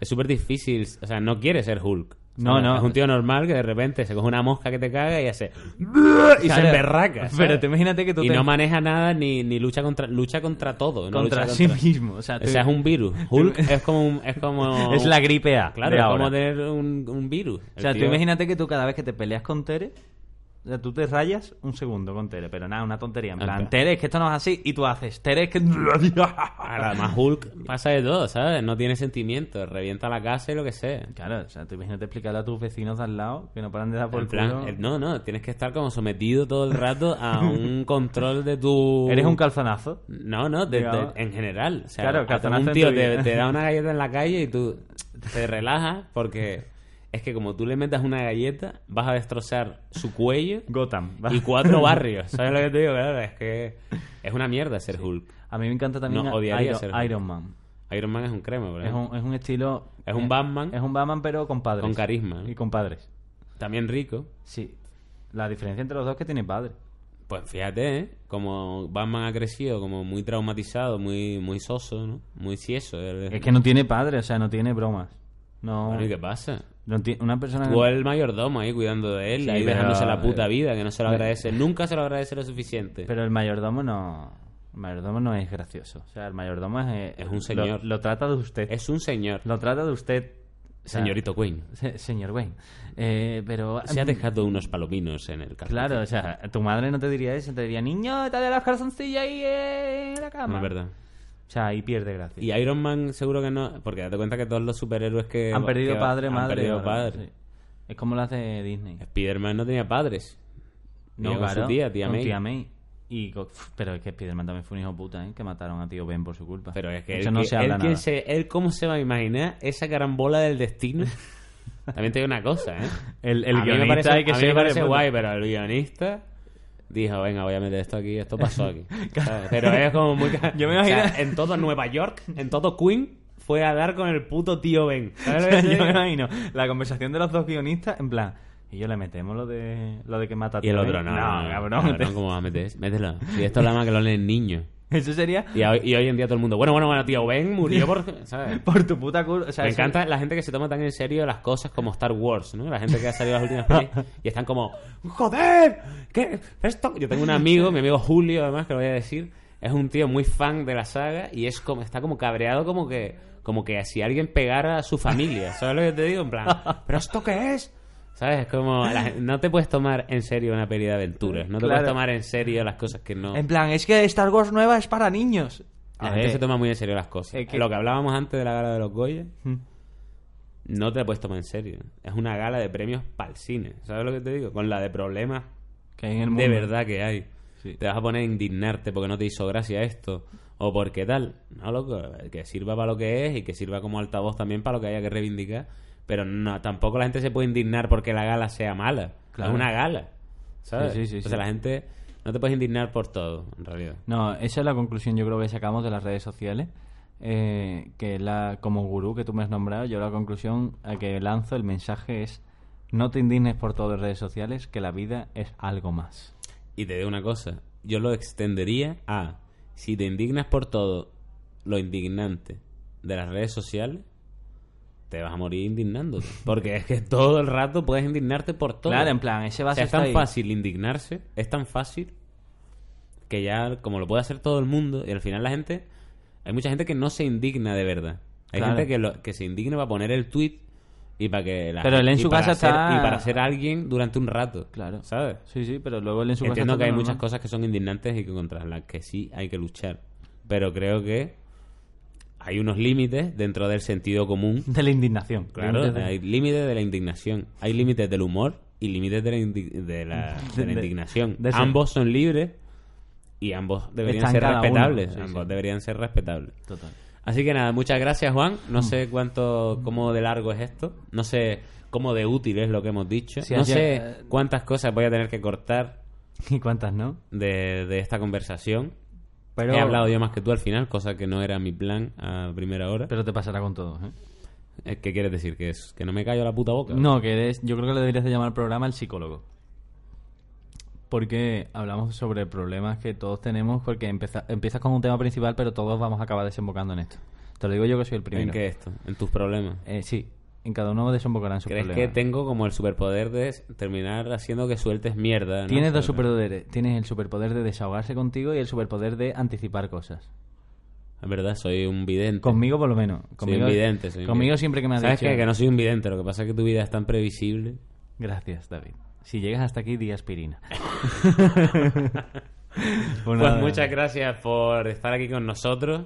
S1: es súper difícil, o sea, no quiere ser Hulk. O sea,
S2: No, no.
S1: Es un tío normal que de repente se coge una mosca que te caga y hace y se
S2: Claro,
S1: emberraca. ¿sabes?
S2: [LAUGHS] Pero te imagínate que tú
S1: y
S2: te-
S1: no maneja nada ni, ni lucha contra lucha contra todo, no
S2: contra
S1: lucha
S2: sí mismo. O sea,
S1: O
S2: tú-
S1: sea, es un virus. Hulk es como un- es como
S2: [LAUGHS] es la gripe A.
S1: Claro,
S2: de
S1: es
S2: ahora.
S1: como tener un, un virus.
S2: O
S1: El
S2: sea, tú
S1: tío-
S2: imagínate que tú cada vez que te peleas con Tere, o sea, tú te rayas un segundo con Tere, pero nada, una tontería. En
S1: Ah,
S2: plan,
S1: claro.
S2: Tere, es que esto no es así, y tú haces, Tere, es que... [LAUGHS]
S1: Ahora,
S2: Claro,
S1: Además, Hulk pasa de todo, ¿sabes? No tiene sentimientos, revienta la casa y lo que sea.
S2: o sea, tú imagínate explicarle a tus vecinos de al lado que no paran de dar por
S1: En
S2: el
S1: plan,
S2: culo.
S1: eh, no, no, tienes que estar como sometido todo el rato
S2: [LAUGHS]
S1: a un control de tu...
S2: Eres un calzonazo.
S1: No, no, de- de-
S2: Digamos.
S1: en general. O sea,
S2: Claro,
S1: hasta
S2: calzonazo
S1: un
S2: en
S1: tío
S2: tu
S1: te,
S2: vida.
S1: te
S2: [LAUGHS]
S1: da una galleta en la calle y tú te relajas porque es que como tú le metas una galleta, vas a destrozar su cuello
S2: Gotham. va.
S1: y cuatro barrios. ¿Sabes lo que te digo? Claro, es que es una mierda ser Hulk.
S2: [LAUGHS] A mí me encanta también
S1: No,
S2: a-
S1: odiaría
S2: Iron,
S1: ser Hulk.
S2: Iron Man.
S1: Iron Man es un crema, por
S2: Es
S1: ejemplo.
S2: un, es un estilo...
S1: Es un Batman.
S2: Eh, Es un Batman, pero con padres.
S1: Con carisma, ¿no?
S2: Y con padres.
S1: También rico.
S2: Sí. La diferencia entre los dos es que tiene padres.
S1: Pues fíjate, ¿eh? Como Batman ha crecido, como muy traumatizado, muy, muy soso, ¿no? Muy cieso. Él-
S2: Es que no tiene padres, o sea, no tiene bromas. No...
S1: Bueno, ¿y qué pasa?
S2: no tiene- una persona... que-
S1: O el mayordomo ahí cuidando de él,
S2: Sí,
S1: ahí
S2: pero- eh,
S1: dejándose la puta vida, que no se lo
S2: [LAUGHS]
S1: agradece. Nunca se lo agradece lo suficiente.
S2: Pero el mayordomo no. El mayordomo no es gracioso. O sea, el mayordomo es. eh,
S1: Es un
S2: lo-
S1: señor.
S2: Lo, trata de usted.
S1: Es un señor,
S2: Lo trata de usted. o sea,
S1: señorito Queen.
S2: se- señor Wayne. Eh, pero.
S1: Se ha dejado unos palominos en el café.
S2: Claro, o sea, tu madre no te diría eso. Te diría, niño, dale las calzoncillas ahí eh, en la
S1: No,
S2: cama.
S1: es verdad.
S2: O sea, ahí pierde gracia.
S1: Y Iron Man seguro que no, porque date cuenta que todos los superhéroes que...
S2: han perdido
S1: que
S2: padre,
S1: han
S2: madre.
S1: perdido
S2: ahora,
S1: padre.
S2: sí. Es como las de Disney.
S1: Spider-Man no tenía padres. Vive con su tía, tía
S2: con
S1: May.
S2: Y co- pero es que Spider-Man también fue un hijo puta, ¿eh? Que mataron a tío Ben por su culpa.
S1: Pero es que
S2: Eso
S1: él,
S2: no
S1: que-
S2: se
S1: él
S2: habla
S1: que
S2: nada.
S1: se- él cómo se va a imaginar esa carambola del
S2: [LAUGHS]
S1: destino. También te digo una cosa, ¿eh?
S2: El, el
S1: a mí me
S2: guionista
S1: parece,
S2: hay que
S1: a mí
S2: ser
S1: me
S2: hijo de
S1: parece
S2: puta.
S1: guay, pero el guionista dijo, venga, voy a meter esto aquí, esto pasó
S2: [LAUGHS]
S1: aquí. ¿Sabes? Pero es como muy... ca-
S2: Yo me
S1: o sea,
S2: imagino-
S1: en todo Nueva York, en todo Queen, fue a dar con el puto tío Ben. ¿Sabes [LAUGHS] lo que te
S2: [LAUGHS] Yo me
S1: digo?
S2: imagino la conversación de los dos guionistas, en plan, y yo le metemos lo de lo de que mata a
S1: Y el
S2: tío
S1: otro,
S2: Ben.
S1: no,
S2: No, cabrón.
S1: ¿Cómo vas a meter eso? Mételo. Y esto es la más que lo leen niños.
S2: Eso sería
S1: Y hoy, y hoy en día todo el mundo, bueno, bueno, bueno, tío Ben murió por... ¿sabes?
S2: [LAUGHS] por tu puta culpa. O sea,
S1: Me
S2: eso-
S1: encanta la gente que se toma tan en serio las cosas como Star Wars, ¿no? La gente que ha salido a las últimas películas y están como, ¡Joder! ¿Qué? ¿Esto? Yo tengo un amigo, mi amigo Julio, además, que lo voy a decir, es un tío muy fan de la saga y es como, está como cabreado como que, como que si alguien pegara a su familia, ¿sabes lo que te digo? En plan, ¿pero esto qué es? ¿Sabes? Como, la gen- no te puedes tomar en serio una peli de aventuras, no te
S2: Claro.
S1: puedes tomar en serio las cosas que no...
S2: En plan, es que Star Wars nueva es para niños.
S1: La
S2: Es
S1: gente
S2: que-
S1: se toma muy en serio las cosas.
S2: es que-
S1: Lo que hablábamos antes de la gala de los Goya,
S2: Mm.
S1: no te la puedes tomar en serio. Es una gala de premios para el cine. ¿Sabes lo que te digo? Con la de problemas
S2: que hay en el mundo.
S1: de verdad que hay.
S2: Sí.
S1: Te vas a poner a indignarte porque no te hizo gracia esto. O porque tal. No, loco. Que sirva para lo que es y que sirva como altavoz también para lo que haya que reivindicar. Pero no, tampoco la gente se puede indignar porque la gala sea mala.
S2: Claro.
S1: Es una gala. ¿Sabes?
S2: Sí, sí, sí,
S1: Entonces
S2: sí.
S1: la gente no te puedes indignar por todo, en realidad.
S2: No, esa es la conclusión yo creo que sacamos de las redes sociales. eh, que es la, como gurú que tú me has nombrado, yo la conclusión a que lanzo el mensaje es no te indignes por todo en redes sociales, que la vida es algo más.
S1: Y te digo una cosa, yo lo extendería a, si te indignas por todo lo indignante de las redes sociales, te vas a morir
S2: [LAUGHS]
S1: indignándote. Porque es que todo el rato puedes indignarte por todo.
S2: Claro, en plan, ese va
S1: O
S2: a
S1: sea,
S2: ser
S1: es tan fácil indignarse, es tan fácil que ya, como lo puede hacer todo el mundo, y al final la gente, hay mucha gente que no se indigna de verdad. Hay
S2: Claro.
S1: gente que, lo- que se indigna para poner el tweet y para que la
S2: Pero él en
S1: y
S2: su
S1: para
S2: casa
S1: ser-
S2: está-
S1: y para ser alguien durante un rato.
S2: Claro.
S1: ¿Sabes?
S2: Sí, sí, pero luego él en su casa
S1: Entiendo
S2: está
S1: que hay
S2: todo
S1: muchas
S2: normal.
S1: cosas que son indignantes y que contra las que sí hay que luchar. Pero creo que hay unos límites dentro del sentido
S2: [LAUGHS]
S1: común. [LAUGHS]
S2: De la indignación.
S1: Claro,
S2: Límites de-
S1: hay límites de la indignación. Hay límites del humor y límites de la, indi- de
S2: [LAUGHS]
S1: la- de la
S2: De-
S1: indignación.
S2: de ese-
S1: ambos son libres y ambos deberían
S2: Están
S1: ser
S2: cada uno.
S1: respetables.
S2: Sí,
S1: ambos
S2: sí.
S1: deberían ser respetables.
S2: Total.
S1: Así que nada, muchas gracias Juan. No
S2: Mm.
S1: sé cuánto, cómo de largo es esto. No sé cómo de útil es lo que hemos dicho.
S2: Sí,
S1: no
S2: ayer-
S1: sé cuántas cosas voy a tener que cortar
S2: [LAUGHS] ¿Y cuántas no?
S1: de, de esta conversación.
S2: Pero,
S1: He hablado yo más que tú al final, cosa que no era mi plan a primera hora.
S2: pero te pasará con todos, ¿eh?
S1: Eh, ¿Qué quieres decir? ¿Que, es, ¿Que no me callo la puta boca?
S2: No, que eres, yo creo que le deberías de llamar al programa el psicólogo. Porque hablamos sobre problemas que todos tenemos, porque empeza- empiezas con un tema principal, pero todos vamos a acabar desembocando en esto. Te lo digo yo que soy el primero.
S1: ¿En qué esto? ¿En tus problemas?
S2: Eh, sí, en cada uno desembocará en su
S1: ¿Crees
S2: problema.
S1: que tengo como el superpoder de s- terminar haciendo que sueltes mierda? ¿no?
S2: Tienes dos
S1: Sobre-
S2: superpoderes. Tienes el superpoder de desahogarse contigo y el superpoder de anticipar cosas.
S1: Es verdad, soy un vidente.
S2: Conmigo por lo menos.
S1: Soy
S2: Conmigo,
S1: un vidente. soy un
S2: conmigo
S1: vidente.
S2: siempre que me has
S1: ¿Sabes
S2: dicho...
S1: qué? Que no soy un vidente, lo que pasa es que tu vida es tan previsible.
S2: Gracias, David. Si llegas hasta aquí, di
S1: [LAUGHS]
S2: aspirina. [LAUGHS]
S1: Pues muchas gracias por estar aquí con nosotros.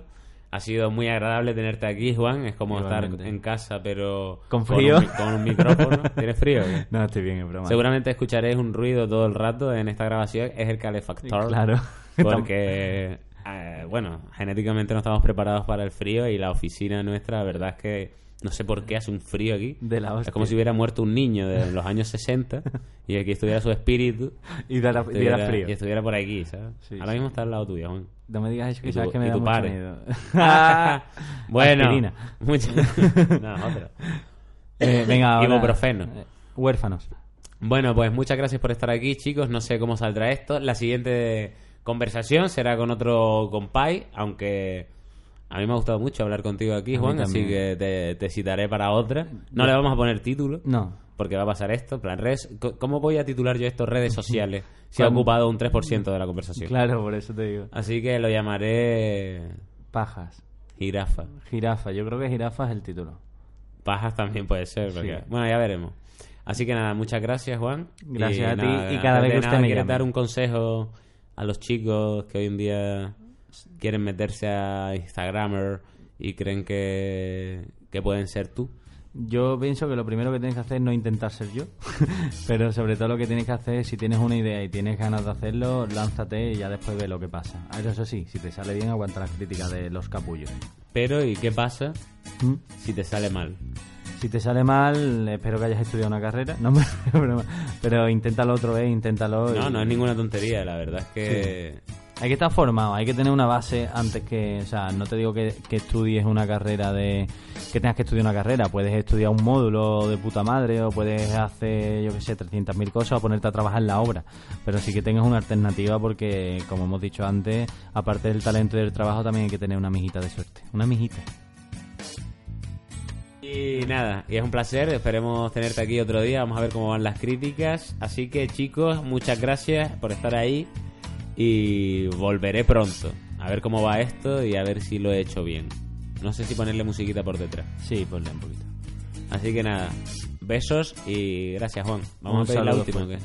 S1: Ha sido muy agradable tenerte aquí, Juan. Es como
S2: Igualmente.
S1: estar en casa, pero
S2: Con frío.
S1: un mi- con un,
S2: [LAUGHS]
S1: micrófono. ¿Tienes frío? o qué?
S2: No, estoy bien, es broma.
S1: Seguramente escucharéis un ruido todo el rato en esta grabación. Es el calefactor. [LAUGHS]
S2: Claro.
S1: Porque, eh, bueno, genéticamente no estamos preparados para el frío y la oficina nuestra, la verdad es que no sé por qué hace un frío aquí.
S2: De la
S1: es
S2: hostia.
S1: como si hubiera muerto un niño de los años 60 y aquí estuviera su espíritu
S2: Y dará, y dará
S1: estuviera-
S2: frío.
S1: y estuviera por aquí, ¿sabes?
S2: Sí,
S1: Ahora
S2: sí.
S1: mismo está al lado tuyo, Juan.
S2: No me digas eso que
S1: Y
S2: sabes
S1: tu-
S2: que me
S1: y
S2: da
S1: tu
S2: mucho
S1: padre. [LAUGHS]
S2: miedo. [LAUGHS]
S1: bueno,
S2: Ah,
S1: [LAUGHS]
S2: Aspirina. [LAUGHS]
S1: muchas- no, otro.
S2: Eh,
S1: [LAUGHS]
S2: venga, ahora.
S1: Ibuprofeno.
S2: Eh, Huérfanos.
S1: Bueno, pues muchas gracias por estar aquí, chicos. No sé cómo saldrá esto. La siguiente conversación será con otro compay, aunque a mí me ha gustado mucho hablar contigo aquí,
S2: A mí
S1: Juan, así
S2: también.
S1: que te, te citaré para otra. No le vamos a poner título,
S2: No.
S1: porque va a pasar esto. en Plan, redes, co- ¿Cómo voy a titular yo esto redes sociales si ha ocupado un 3% de la conversación?
S2: Claro, por eso te digo.
S1: Así que lo llamaré
S2: Pajas.
S1: jirafa.
S2: Jirafa. Yo creo que jirafa es el título.
S1: Pajas también puede ser. porque-
S2: Sí.
S1: Bueno, ya veremos. Así que nada, muchas gracias, Juan.
S2: Gracias a ti,
S1: nada,
S2: y cada
S1: antes
S2: vez
S1: de
S2: que
S1: nada,
S2: usted me
S1: ¿Quieres
S2: llame.
S1: dar un consejo a los chicos que hoy en día quieren meterse a Instagramer y creen que, que pueden ser tú?
S2: Yo pienso que lo primero que tienes que hacer es no intentar ser yo, [LAUGHS] pero sobre todo lo que tienes que hacer es si tienes una idea y tienes ganas de hacerlo, lánzate y ya después ve lo que pasa. Ah, Eso sí, si te sale bien, aguanta las críticas de los capullos.
S1: Pero, ¿y qué pasa
S2: ¿Mm?
S1: si te sale mal?
S2: Si te sale mal, espero que hayas estudiado una carrera, [LAUGHS] no, broma. pero inténtalo otra vez, inténtalo. y-
S1: No, no es ninguna tontería, la verdad es que...
S2: Hay que estar formado, hay que tener una base antes que, o sea, no te digo que, que estudies una carrera de, que tengas que estudiar una carrera, puedes estudiar un módulo de puta madre o puedes hacer, yo qué sé, 300.000 cosas o ponerte a trabajar en la obra, pero sí que tengas una alternativa porque, como hemos dicho antes, aparte del talento y del trabajo también hay que tener una mijita de suerte, una mijita.
S1: Y nada, y es un placer, esperemos tenerte aquí otro día, vamos a ver cómo van las críticas. Así que chicos, muchas gracias por estar ahí y volveré pronto a ver cómo va esto y a ver si lo he hecho bien. No sé si ponerle musiquita por detrás.
S2: Sí, ponle un poquito.
S1: Así que nada, besos y gracias Juan. Vamos
S2: Un
S1: a pedir la
S2: saludo
S1: última.
S2: fuerte.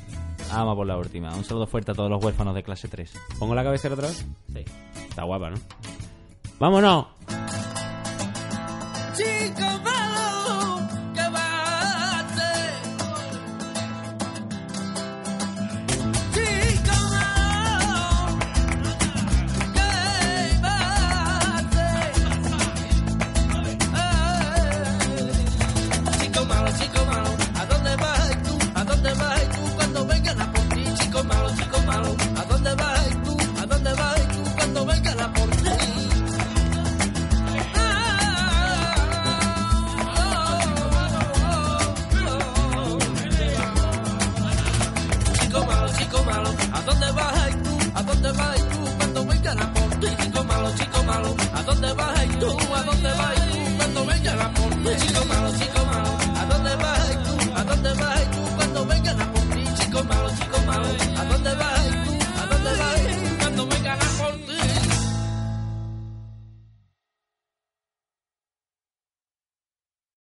S1: ¿o
S2: Ama por la última, un saludo fuerte a todos los huérfanos de clase 3.
S1: qué? ¿Pongo la cabecera otra vez? Sí. Está guapa, ¿no? ¡Vámonos!
S3: Chico malo, que bate. Chico malo, que bate. Chico malo, chico malo, ¿a dónde vas tú? ¿A dónde vas tú cuando vengan a por ti? Chico malo, chico malo, ¿a dónde vas tú? ¿A dónde vas tú cuando vengan a por ti? Chico malo, chico malo, ¿a dónde vas tú? ¿A dónde vas tú cuando venga la por ti? Chico malo, chico malo, ¿a dónde vas tú? ¿A dónde vas tú cuando venga la por ti? Chico malo,